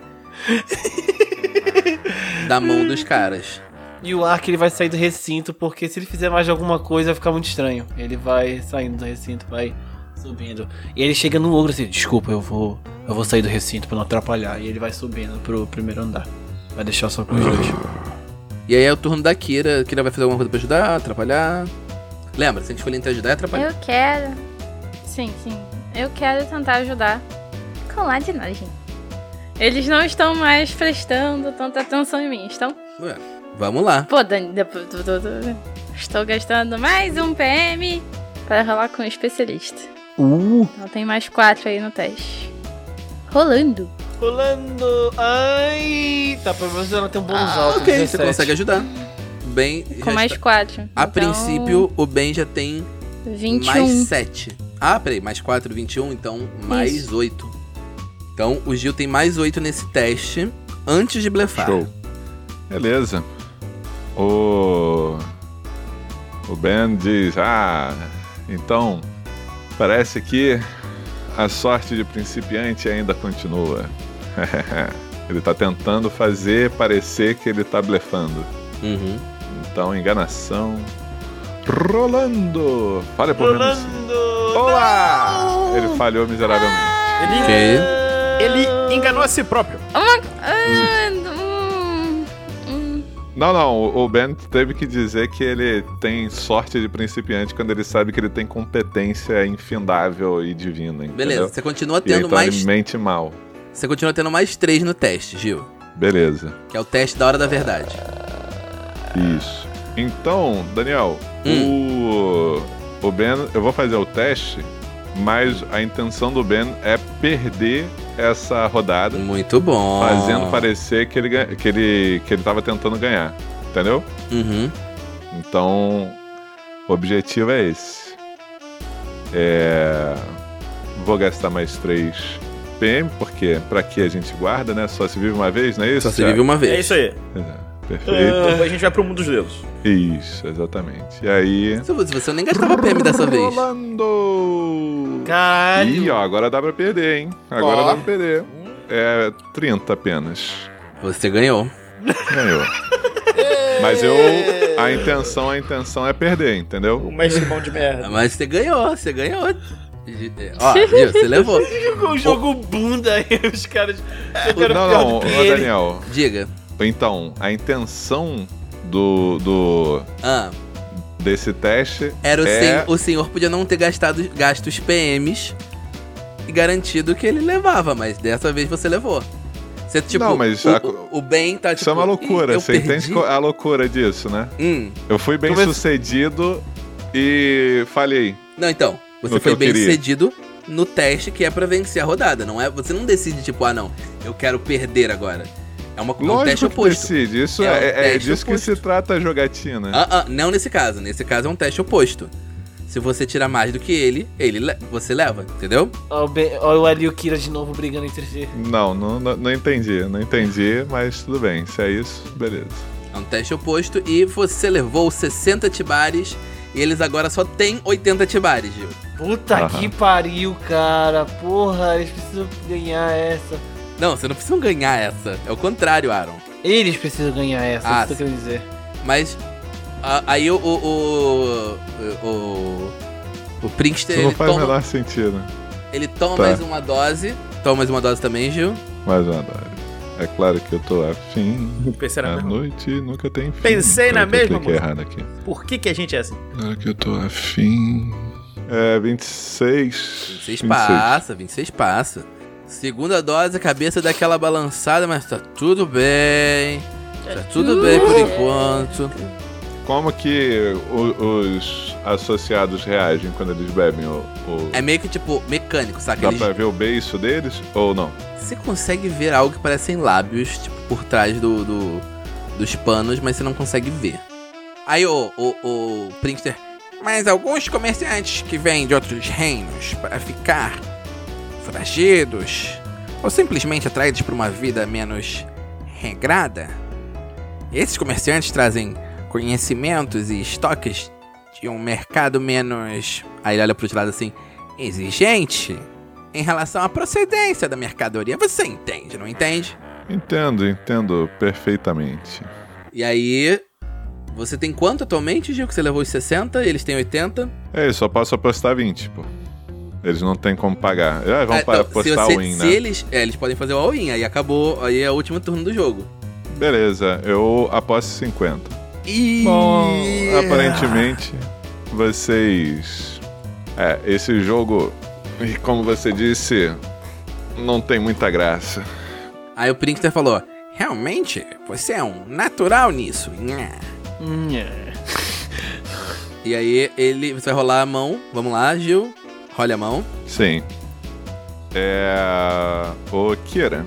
Speaker 1: da mão dos caras.
Speaker 5: E o Ark ele vai sair do recinto, porque se ele fizer mais alguma coisa vai ficar muito estranho. Ele vai saindo do recinto, vai subindo. E ele chega no ogro assim, desculpa, eu vou. Eu vou sair do recinto pra não atrapalhar. E ele vai subindo pro primeiro andar. Vai deixar só com os dois.
Speaker 1: E aí é o turno da Kira. A Kira vai fazer alguma coisa pra ajudar, atrapalhar. Lembra, se a gente escolher entre ajudar e atrapalhar.
Speaker 4: Eu quero. Sim, sim. Eu quero tentar ajudar. Colar de nós, gente. Eles não estão mais prestando tanta atenção em mim, estão?
Speaker 1: Ué, vamos lá.
Speaker 4: Pô, Dani, depois- tu- tu- tu- estou gastando mais um PM para rolar com o especialista.
Speaker 5: Uh!
Speaker 4: Ela tem mais quatro aí no teste. Rolando.
Speaker 5: Rolando! Ai! Tá, pelo menos ela tem um bônus alto.
Speaker 1: Ah, ok, você
Speaker 5: 17.
Speaker 1: consegue ajudar. Bem, já
Speaker 4: Com mais
Speaker 1: está-
Speaker 4: quatro.
Speaker 1: a
Speaker 4: Então,
Speaker 1: princípio, o Ben já tem
Speaker 4: 21.
Speaker 1: Mais 7. Ah, peraí, mais 4, 21, então mais
Speaker 4: Isso.
Speaker 1: 8. Então o Gil tem mais 8 nesse teste antes de blefar.
Speaker 2: Show. Beleza. O. O Ben diz: Ah, então parece que a sorte de principiante ainda continua. ele tá tentando fazer parecer que ele tá blefando.
Speaker 1: Uhum.
Speaker 2: Então, enganação. Rolando! Falha por menos.
Speaker 5: Rolando!
Speaker 2: Olá! Ele falhou miseravelmente.
Speaker 3: Ele,
Speaker 1: Ok.
Speaker 3: ele enganou a si próprio. É
Speaker 4: Ah, hum, hum.
Speaker 2: Não, não, o o Ben teve que dizer que ele tem sorte de principiante quando ele sabe que ele tem competência infindável e divina. Entendeu?
Speaker 1: Beleza, você continua
Speaker 2: E aí,
Speaker 1: tendo
Speaker 2: então
Speaker 1: mais.
Speaker 2: ele mente mal.
Speaker 1: Você continua tendo mais 3 no teste, Gil.
Speaker 2: Beleza.
Speaker 1: Que é o teste da hora da verdade.
Speaker 2: Isso. Então, Daniel,
Speaker 1: Hum.
Speaker 2: o. O Ben, eu vou fazer o teste, mas a intenção do Ben é perder essa rodada.
Speaker 1: Muito bom.
Speaker 2: fazendo parecer que ele, gan- que, ele, que ele tava tentando ganhar. Entendeu?
Speaker 1: Uhum.
Speaker 2: Então, o objetivo é esse. É, Vou gastar mais 3 PM, porque pra que a gente guarda, né? Só se vive uma vez, não é isso?
Speaker 1: Só se vive um- uma vez.
Speaker 3: É isso aí.
Speaker 2: Exato. Perfeito.
Speaker 3: Depois a gente vai pro mundo dos dedos.
Speaker 5: É.
Speaker 2: Isso, exatamente. E aí.
Speaker 1: Se você você nem gastava PM dessa vez.
Speaker 2: Rolando!
Speaker 5: Caralho!
Speaker 2: Ih, ó, agora dá pra perder, hein? Agora
Speaker 6: Ó.
Speaker 2: dá pra perder. É 30 apenas.
Speaker 1: Você ganhou.
Speaker 2: Ganhou.
Speaker 5: É.
Speaker 2: Mas eu. A intenção, a intenção é perder, entendeu?
Speaker 3: O mestre mão de merda.
Speaker 1: Mas você ganhou, você ganhou. Gi- é, Ó, Gil, você levou.
Speaker 5: O jogo bunda aí, os caras. Eu quero
Speaker 2: não,
Speaker 5: pior
Speaker 2: não,
Speaker 5: do
Speaker 2: ô,
Speaker 5: que ele.
Speaker 2: Daniel.
Speaker 1: Diga.
Speaker 2: Então, a intenção do, do
Speaker 1: Ah,
Speaker 2: desse teste
Speaker 1: era o,
Speaker 2: é
Speaker 1: sen- o senhor podia não ter gastado, gasto os PMs e garantido que ele levava, mas dessa vez você levou. Você, tipo,
Speaker 2: Não, mas
Speaker 1: o,
Speaker 2: já-
Speaker 1: o, o bem tá, tipo...
Speaker 2: Isso é uma
Speaker 1: "Ih,
Speaker 2: loucura,
Speaker 1: eu
Speaker 2: você entende
Speaker 1: perdi?"
Speaker 2: co- a loucura disso, né?
Speaker 1: Hum,
Speaker 2: Eu fui bem
Speaker 5: Como é-
Speaker 2: sucedido e falhei.
Speaker 1: não, então, você
Speaker 2: No que
Speaker 1: foi
Speaker 2: eu
Speaker 1: bem
Speaker 2: queria.
Speaker 1: sucedido no teste que é pra vencer a rodada, não é? Você não decide, tipo, ah, não, eu quero perder agora. É uma, é um teste
Speaker 2: Lógico que
Speaker 1: oposto.
Speaker 2: decide, isso
Speaker 1: É um
Speaker 2: é, é
Speaker 1: teste
Speaker 2: disso que
Speaker 1: oposto.
Speaker 2: se trata a jogatina.
Speaker 1: Ah, ah, não nesse caso. Nesse caso é um teste oposto. Se você tirar mais do que ele, ele le- você leva, entendeu?
Speaker 5: Olha o, Ben- olha o Ali e o Kira de novo brigando entre si.
Speaker 2: Não, não, não, não entendi, não entendi, mas tudo bem, se é isso, beleza.
Speaker 1: É um teste oposto e você levou 60 tibares e eles agora só têm 80 tibares, Gil.
Speaker 5: Puta
Speaker 2: Aham.
Speaker 5: que pariu, cara. Porra, eles precisam ganhar essa.
Speaker 1: Não, você não precisa ganhar essa. É o contrário, Aaron.
Speaker 5: Eles precisam ganhar essa, é
Speaker 1: Ah,
Speaker 5: isso que eu quero dizer.
Speaker 1: Mas a- aí o o o o, o Prinkster
Speaker 2: Isso não
Speaker 1: ele
Speaker 2: faz o
Speaker 1: toma,
Speaker 2: menor sentido.
Speaker 1: ele toma
Speaker 2: Tá.
Speaker 1: mais uma dose. Toma mais uma dose também, Gil.
Speaker 2: Mas André, é claro que eu tô afim.
Speaker 3: Pensei na
Speaker 2: A
Speaker 3: mesma.
Speaker 2: noite nunca tem fim.
Speaker 3: Pensei na
Speaker 2: Peraí que
Speaker 3: mesma,
Speaker 2: eu cliquei
Speaker 3: moço.
Speaker 2: errado aqui.
Speaker 3: Por que, que a gente é assim?
Speaker 2: Claro que eu tô afim. É, 26.
Speaker 1: 26 passa, 26 passa. Segunda dose, a cabeça dá aquela balançada, mas tá tudo bem. Tá tudo bem por enquanto.
Speaker 2: Como que o- os associados reagem quando eles bebem? O, o-
Speaker 1: É meio que tipo mecânico, saca?
Speaker 2: Dá pra
Speaker 1: Eles,
Speaker 2: ver o beiço deles ou não?
Speaker 1: você consegue ver algo que parecem lábios, tipo, por trás do, do- dos panos, mas você não consegue ver. Aí o, o, o Prinkster. Mas alguns comerciantes que vêm de outros reinos para ficar foragidos ou simplesmente atraídos por uma vida menos regrada, esses comerciantes trazem conhecimentos e estoques de um mercado menos. Aí ele olha para os lados assim: exigente em relação à procedência da mercadoria. Você entende, não entende?
Speaker 2: Entendo, entendo perfeitamente.
Speaker 1: E aí. Você tem quanto atualmente, Gil? Que você levou os 60, eles têm 80.
Speaker 2: É isso, só posso apostar 20, pô. Eles não têm como pagar. Ah, vão
Speaker 1: Ah,
Speaker 2: pa-
Speaker 1: então, se
Speaker 2: apostar
Speaker 1: você-
Speaker 2: o win,
Speaker 1: se
Speaker 2: né?
Speaker 1: eles. É, eles podem fazer o all-in, aí acabou. Aí é o último turno do jogo.
Speaker 2: Beleza, eu aposto 50.
Speaker 1: E...
Speaker 2: Bom, aparentemente, vocês. É, esse jogo, e como você disse, não tem muita graça.
Speaker 1: Aí o Prinkster falou: Realmente, você é um natural nisso. Nha.
Speaker 5: Hum, é.
Speaker 1: E aí ele. Você vai rolar a mão. Vamos lá, Gil. Role a mão.
Speaker 2: Sim. É. Ô, Kira,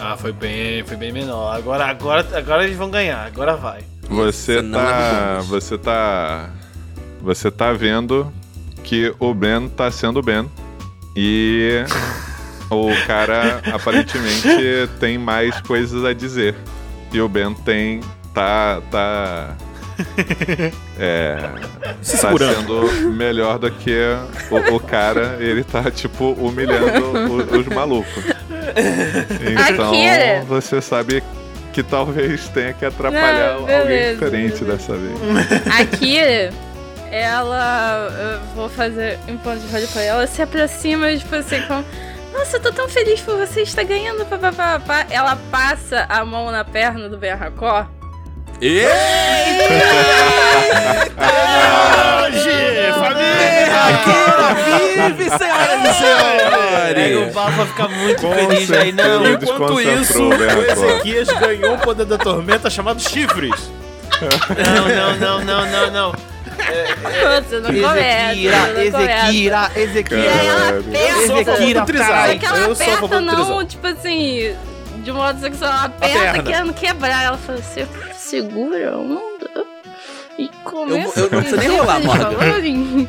Speaker 5: Ah, foi bem, foi bem menor. Agora, agora, agora eles vão ganhar. Agora vai.
Speaker 2: você
Speaker 1: você não é
Speaker 2: tá.
Speaker 1: dos homens.
Speaker 2: Você tá. Você tá vendo que o Ben tá sendo o Ben. E. O cara aparentemente tem mais coisas a dizer. E o Ben tem. tá. tá. É.
Speaker 3: Se
Speaker 2: tá
Speaker 3: segurando.
Speaker 2: sendo melhor do que o, o cara, ele tá, tipo, humilhando o- os malucos. Então,
Speaker 1: né?
Speaker 4: Akira.
Speaker 2: você sabe que talvez tenha que atrapalhar
Speaker 4: Não,
Speaker 2: alguém
Speaker 4: Ah, beleza,
Speaker 2: diferente
Speaker 4: beleza.
Speaker 2: dessa vez.
Speaker 4: A Kira, ela. Eu vou fazer um ponto de roleplay. Ela se aproxima, tipo assim, como. Nossa, eu tô tão feliz por você estar ganhando. Pá, pá, pá, pá." Ela passa a mão na perna do Ben Racó.
Speaker 1: E...
Speaker 6: Hoje, família!
Speaker 1: Vive, senhoras e
Speaker 5: Pega um o
Speaker 1: senhores!
Speaker 5: Bafo vai ficar muito
Speaker 2: Com
Speaker 5: feliz aí, não.
Speaker 2: certeza.
Speaker 3: Enquanto isso,
Speaker 2: desconcentrou,
Speaker 3: o
Speaker 2: Berto.
Speaker 3: Ezequias ganhou o poder da tormenta chamado Chifres.
Speaker 5: Não, não, não, não, não, não.
Speaker 4: Você não começa.
Speaker 5: Ezequira,
Speaker 4: você não começa. E aí
Speaker 5: Ezequira,
Speaker 2: É,
Speaker 5: Ezequira.
Speaker 4: É, ela
Speaker 2: Caralho.
Speaker 4: aperta.
Speaker 3: é
Speaker 5: sou a favor do trisal.
Speaker 4: Só que ela
Speaker 3: Eu sou a
Speaker 4: aperta
Speaker 3: favor do
Speaker 4: não,
Speaker 3: trisal.
Speaker 4: tipo assim, de modo sexual, ela aperta
Speaker 3: perna.
Speaker 4: querendo quebrar. Ela fala assim, segura a onda e começa
Speaker 1: Eu- eu não preciso nem rolar, Morgan.
Speaker 4: Morgan.
Speaker 1: Não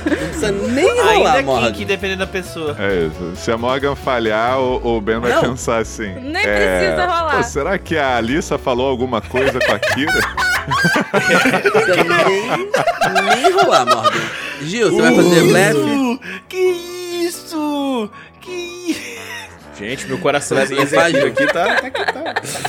Speaker 1: precisa nem rolar,
Speaker 5: Ainda
Speaker 1: Tá Morgan.
Speaker 5: que, que dependendo da pessoa.
Speaker 2: É isso. Se a Morgan falhar, o, o Ben vai
Speaker 1: Não.
Speaker 2: pensar assim.
Speaker 4: Nem
Speaker 2: é,
Speaker 4: precisa rolar.
Speaker 2: "Pô, será que a Alissa falou alguma coisa com a Kira?
Speaker 1: Você nem, nem rolar, Morgan. Gil, você vai fazer blefe?
Speaker 5: Uh, que isso? Que
Speaker 3: Gente, meu coraçãozinho
Speaker 1: Não faz,
Speaker 3: Ezequias aqui tá. tá, aqui, tá.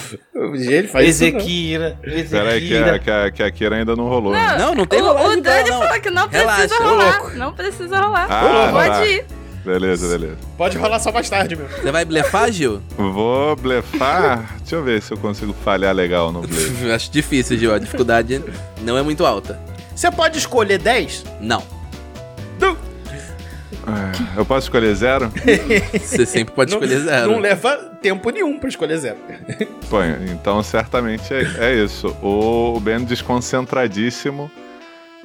Speaker 3: Ele faz isso, não.
Speaker 5: Ezequira,
Speaker 2: Peraí, que a,
Speaker 5: Ezequira.
Speaker 2: que, a, que a Kira ainda não rolou. né?
Speaker 1: Não, não tem
Speaker 4: O,
Speaker 1: rolar
Speaker 4: o Dani falou que não precisa
Speaker 1: Relaxa, ô louco.
Speaker 4: rolar. Não precisa rolar.
Speaker 2: Ah, tá.
Speaker 4: Pode ir.
Speaker 2: Beleza, beleza.
Speaker 3: Pode rolar só mais tarde, meu.
Speaker 1: Você vai blefar, Gil?
Speaker 2: Vou blefar Deixa eu ver se eu consigo falhar legal no Blade.
Speaker 1: Acho difícil, Gil. A dificuldade não é muito alta.
Speaker 6: Você pode escolher 10?
Speaker 1: Não.
Speaker 2: Ah, Eu posso escolher zero?
Speaker 1: Você sempre pode
Speaker 6: Não-
Speaker 1: escolher zero.
Speaker 6: Não leva tempo nenhum pra escolher zero.
Speaker 2: Pô, então certamente é, é isso. O Ben desconcentradíssimo,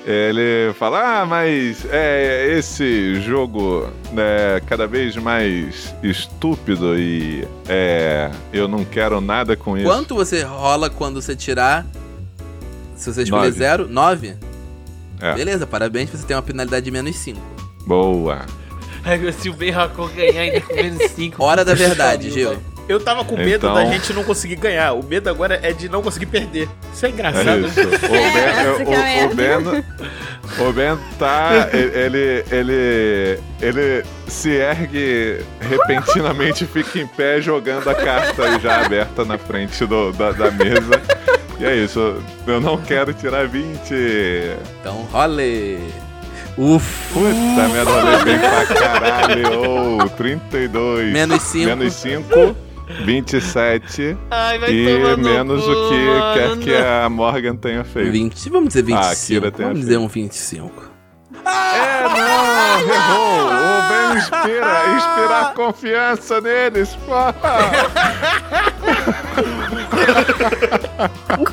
Speaker 2: ele fala, ah, mas é, esse jogo é cada vez mais estúpido e é, eu não quero nada com isso.
Speaker 1: Quanto você rola quando você tirar? Se você escolher
Speaker 2: Nove.
Speaker 1: zero, nove?
Speaker 2: É.
Speaker 1: Beleza, parabéns, você tem uma penalidade de menos cinco.
Speaker 2: Boa.
Speaker 5: Ai, Se o Ben Raccoon ganhar ainda com menos 5.
Speaker 1: Hora da verdade, Gil.
Speaker 6: Eu tava com medo
Speaker 2: Então-
Speaker 6: da gente não conseguir ganhar. O medo agora é de não conseguir perder. Isso é
Speaker 2: É
Speaker 6: engraçado.
Speaker 2: isso. O
Speaker 4: Nossa,
Speaker 5: é
Speaker 4: que
Speaker 2: Ben, o- o,
Speaker 4: merda.
Speaker 2: ben, o Ben tá. Ele, ele. Ele se ergue repentinamente, fica em pé jogando a carta já aberta na frente do- da, da mesa. E é isso. Eu não quero tirar 20.
Speaker 1: Então role. Ufa.
Speaker 2: Puta merda, rolei bem pra caralho. Ô, 32.
Speaker 1: Menos cinco.
Speaker 2: Menos 5. 27
Speaker 5: Ai, vai
Speaker 2: e
Speaker 5: tomar no
Speaker 2: menos
Speaker 5: cu,
Speaker 2: o que quer
Speaker 5: mano.
Speaker 2: que é. a Morgan tenha feito.
Speaker 1: 20, vamos dizer
Speaker 2: Ah, Akira
Speaker 1: 25.
Speaker 2: tem a
Speaker 1: vamos dizer um 25.
Speaker 2: É, não, errou. O Ben inspira, inspira a confiança neles. Pô.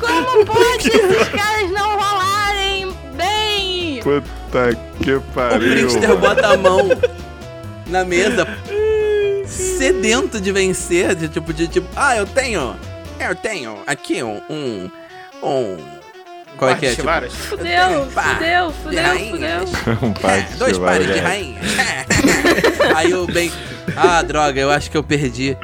Speaker 4: Como pode esses caras não rolarem bem?
Speaker 2: Puta que
Speaker 1: O
Speaker 2: pariu.
Speaker 1: Trickster
Speaker 2: mano.
Speaker 1: bota a mão na mesa, sedento de vencer, de tipo, de tipo, ah, eu tenho, eu tenho aqui um, um, um, qual é que é, tipo,
Speaker 6: Varas.
Speaker 4: Fudeu,
Speaker 1: Pá,
Speaker 4: fudeu, fudeu,
Speaker 1: rainhas.
Speaker 4: fudeu.
Speaker 6: É,
Speaker 2: Um par de
Speaker 1: É, Dois pares de
Speaker 2: chevalier.
Speaker 1: rainha. Aí o Ben. Ah, droga, eu acho que eu perdi.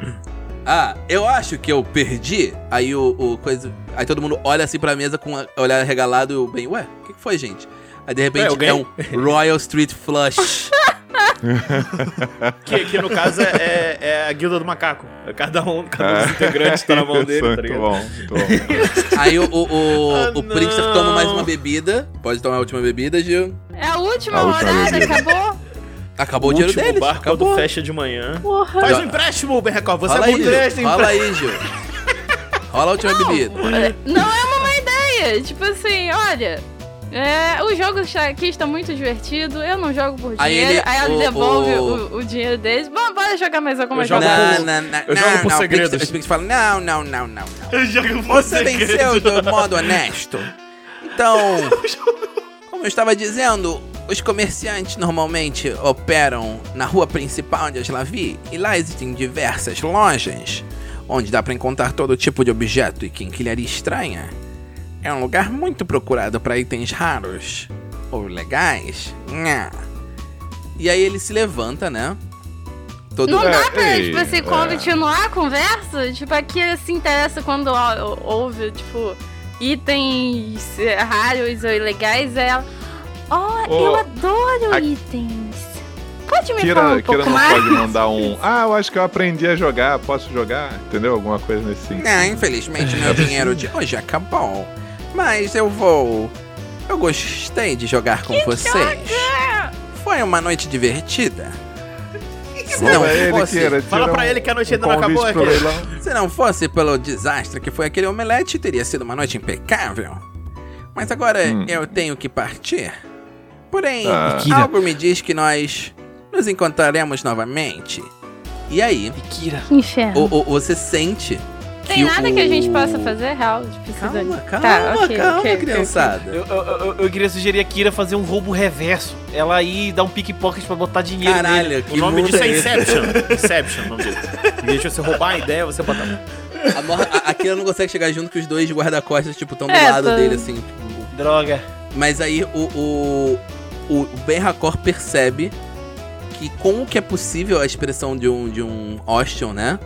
Speaker 1: Ah, eu acho que eu perdi. Aí o, o coisa. Aí todo mundo olha assim pra mesa com a- olhar regalado e o Ben. Ué, o que, que foi, gente? Aí de
Speaker 6: Ué,
Speaker 1: repente
Speaker 6: alguém?
Speaker 1: é um Royal Street Flush.
Speaker 6: Que, que no caso é, é a guilda do macaco. Cada um, cada um dos
Speaker 2: Ah.
Speaker 6: integrantes tá na mão dele,
Speaker 2: Muito
Speaker 6: tá ligado?
Speaker 2: bom, muito bom.
Speaker 1: Aí o, o, o,
Speaker 6: Ah,
Speaker 1: o Prickster
Speaker 6: não.
Speaker 1: toma mais uma bebida. Pode tomar a última bebida, Gil.
Speaker 4: É a última
Speaker 2: A última
Speaker 4: rodada,
Speaker 2: bebida.
Speaker 4: acabou?
Speaker 1: Acabou o, dinheiro
Speaker 6: último
Speaker 1: deles.
Speaker 6: bar quando
Speaker 1: Acabou.
Speaker 6: fecha de manhã.
Speaker 4: Porra.
Speaker 6: Faz um
Speaker 1: Já-
Speaker 6: empréstimo, Berrecó. Você
Speaker 1: Rola
Speaker 6: é
Speaker 1: aí,
Speaker 6: muito
Speaker 1: Gil. Rola aí, Gil. Rola a última bebida.
Speaker 4: Não é uma má ideia. Tipo assim, olha. é, o jogo está- aqui está muito divertido. Eu não jogo por dinheiro.
Speaker 1: Aí
Speaker 4: Aí,
Speaker 1: ele-
Speaker 4: ela
Speaker 1: o-
Speaker 4: devolve
Speaker 1: o-
Speaker 4: o, o dinheiro deles. Bom, bora jogar mais alguma
Speaker 6: Eu
Speaker 1: Não,
Speaker 6: jogo
Speaker 4: jogada.
Speaker 6: por-
Speaker 1: não, não,
Speaker 6: eu jogo por
Speaker 1: não,
Speaker 6: segredos.
Speaker 1: O Prickster- o Prickster fala, não, não, não, não, não.
Speaker 6: Eu jogo
Speaker 1: Você venceu do modo honesto. Então, como eu estava dizendo, os comerciantes normalmente operam na rua principal de Aslavi e lá existem diversas lojas onde dá para encontrar todo tipo de objeto e quinquilharia estranha. É um lugar muito procurado para itens raros ou legais. Nha. E aí ele se levanta, né? Todo
Speaker 4: Não
Speaker 2: É,
Speaker 4: dá pra,
Speaker 2: ei,
Speaker 4: tipo assim,
Speaker 2: é.
Speaker 4: continuar a conversa? Tipo, aqui ele se interessa quando ó, ouve, tipo, itens eh, raros ou ilegais. Aí Ela, oh,
Speaker 2: Ô,
Speaker 4: eu adoro
Speaker 2: a-
Speaker 4: itens. Pode me falar
Speaker 2: Kira,
Speaker 4: um
Speaker 2: Kira
Speaker 4: pouco
Speaker 2: não
Speaker 4: mais?
Speaker 2: pode mandar um. Ah, eu acho que eu aprendi a jogar, posso jogar? Entendeu? Alguma coisa nesse sentido.
Speaker 1: Não, É, infelizmente meu dinheiro de hoje acabou. Mas eu vou. Eu gostei de jogar com vocês. Foi uma noite divertida. Se não,
Speaker 2: Rouba
Speaker 4: é
Speaker 2: ele,
Speaker 1: fosse,
Speaker 2: Kira,
Speaker 6: assim, Fala
Speaker 2: tira
Speaker 6: pra
Speaker 2: um-
Speaker 6: ele que a noite
Speaker 2: um
Speaker 6: ainda não
Speaker 2: convite
Speaker 6: acabou,
Speaker 2: pro
Speaker 6: aqui.
Speaker 2: leilão.
Speaker 1: se não fosse pelo desastre que foi aquele omelete, teria sido uma noite impecável. Mas agora
Speaker 2: Hum.
Speaker 1: eu tenho que partir. Porém,
Speaker 2: Ah.
Speaker 5: Kira.
Speaker 1: algo me diz que nós nos encontraremos novamente. E aí,
Speaker 5: Kira.
Speaker 4: Que inferno.
Speaker 1: o- o- você sente.
Speaker 4: Tem nada que a gente possa
Speaker 1: o-
Speaker 4: fazer, real? Tipo, isso daí.
Speaker 1: Calma, calma,
Speaker 4: Tá, ok,
Speaker 1: calma,
Speaker 4: ok, ok,
Speaker 1: criançada.
Speaker 5: Eu, eu, eu- eu queria sugerir a Kira fazer um roubo reverso. Ela ir dar um pickpocket pra botar dinheiro nele.
Speaker 1: Caralho, que
Speaker 6: O nome
Speaker 1: mundo
Speaker 6: disso é
Speaker 1: é esse?
Speaker 6: Inception. Inception, o nome disso. Deixa você roubar a ideia, você botar.
Speaker 1: A, Mor- a- a Kira não consegue chegar junto que os dois guarda-costas, tipo, estão do
Speaker 4: É,
Speaker 1: lado
Speaker 4: tá.
Speaker 1: dele, assim. tipo.
Speaker 5: Droga.
Speaker 1: Mas aí o, o, o Ben Hakor percebe que com o que é possível a expressão de um, de um Austin, né?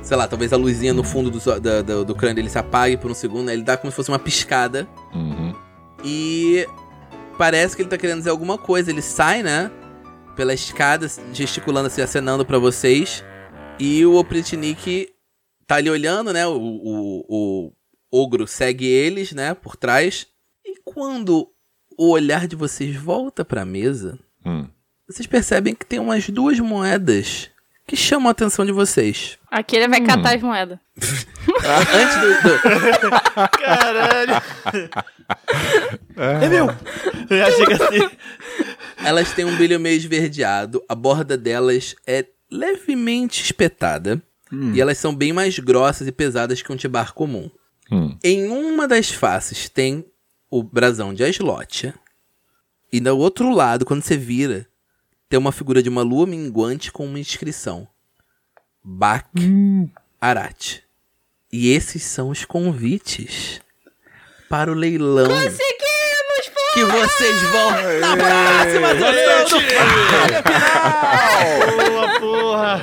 Speaker 1: Sei lá, talvez a luzinha no fundo do, so- da- do, do crânio dele se apague por um segundo, né? ele dá como se fosse uma piscada.
Speaker 2: Uhum.
Speaker 1: E parece que ele tá querendo dizer alguma coisa. Ele sai, né? Pela escada, gesticulando assim, acenando pra vocês. E o Opritnik tá ali olhando, né? O, o, o ogro segue eles, né? Por trás. E quando o olhar de vocês volta pra mesa,
Speaker 2: Hum.
Speaker 1: vocês percebem que tem umas duas moedas que chamam a atenção de vocês.
Speaker 4: Aqui ele vai catar as moedas.
Speaker 1: Antes do- do,
Speaker 5: Caralho! é meu! Já chega assim.
Speaker 1: Elas têm um brilho meio esverdeado, a borda delas é levemente espetada e elas são bem mais grossas e pesadas que um tibar comum.
Speaker 2: Hum.
Speaker 1: Em uma das faces tem o brasão de Aslotia e no outro lado, quando você vira, tem uma figura de uma lua minguante com uma inscrição: Bak
Speaker 2: Hum.
Speaker 1: Arat. E esses são os convites para o leilão
Speaker 4: Conseguimos, pô!
Speaker 1: que vocês vão na próxima sessão do Falha Final!
Speaker 5: Boa porra!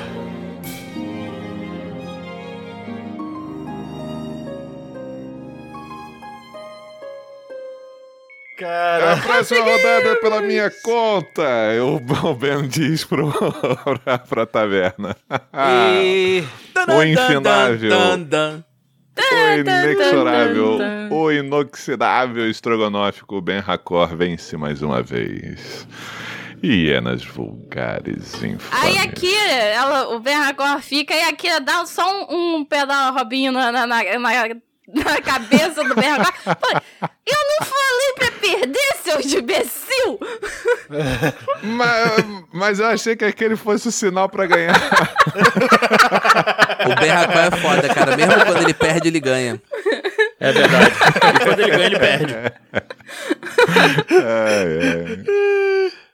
Speaker 2: É A próxima rodada é pela minha conta, o o Ben diz pro, pra, pra taverna.
Speaker 5: E.
Speaker 2: O infinável.
Speaker 1: Tan, tan,
Speaker 2: o inexorável,
Speaker 4: tan, tan.
Speaker 2: o inoxidável estrogonófico Ben Racor vence mais uma vez. Hienas vulgares infames.
Speaker 4: Aí a Kira, ela, o Bernagor fica e a Kira dá só um, um pedal robinho na, na, na, na- na cabeça do Bernagor. Pô, Eu não falei pra perder, seus imbecil!
Speaker 2: Mas, mas eu achei que aquele fosse o sinal pra ganhar.
Speaker 1: O Ben Racó é foda, cara. Mesmo quando ele perde, ele ganha.
Speaker 3: É verdade. E quando ele ganha, ele perde.
Speaker 2: É, é.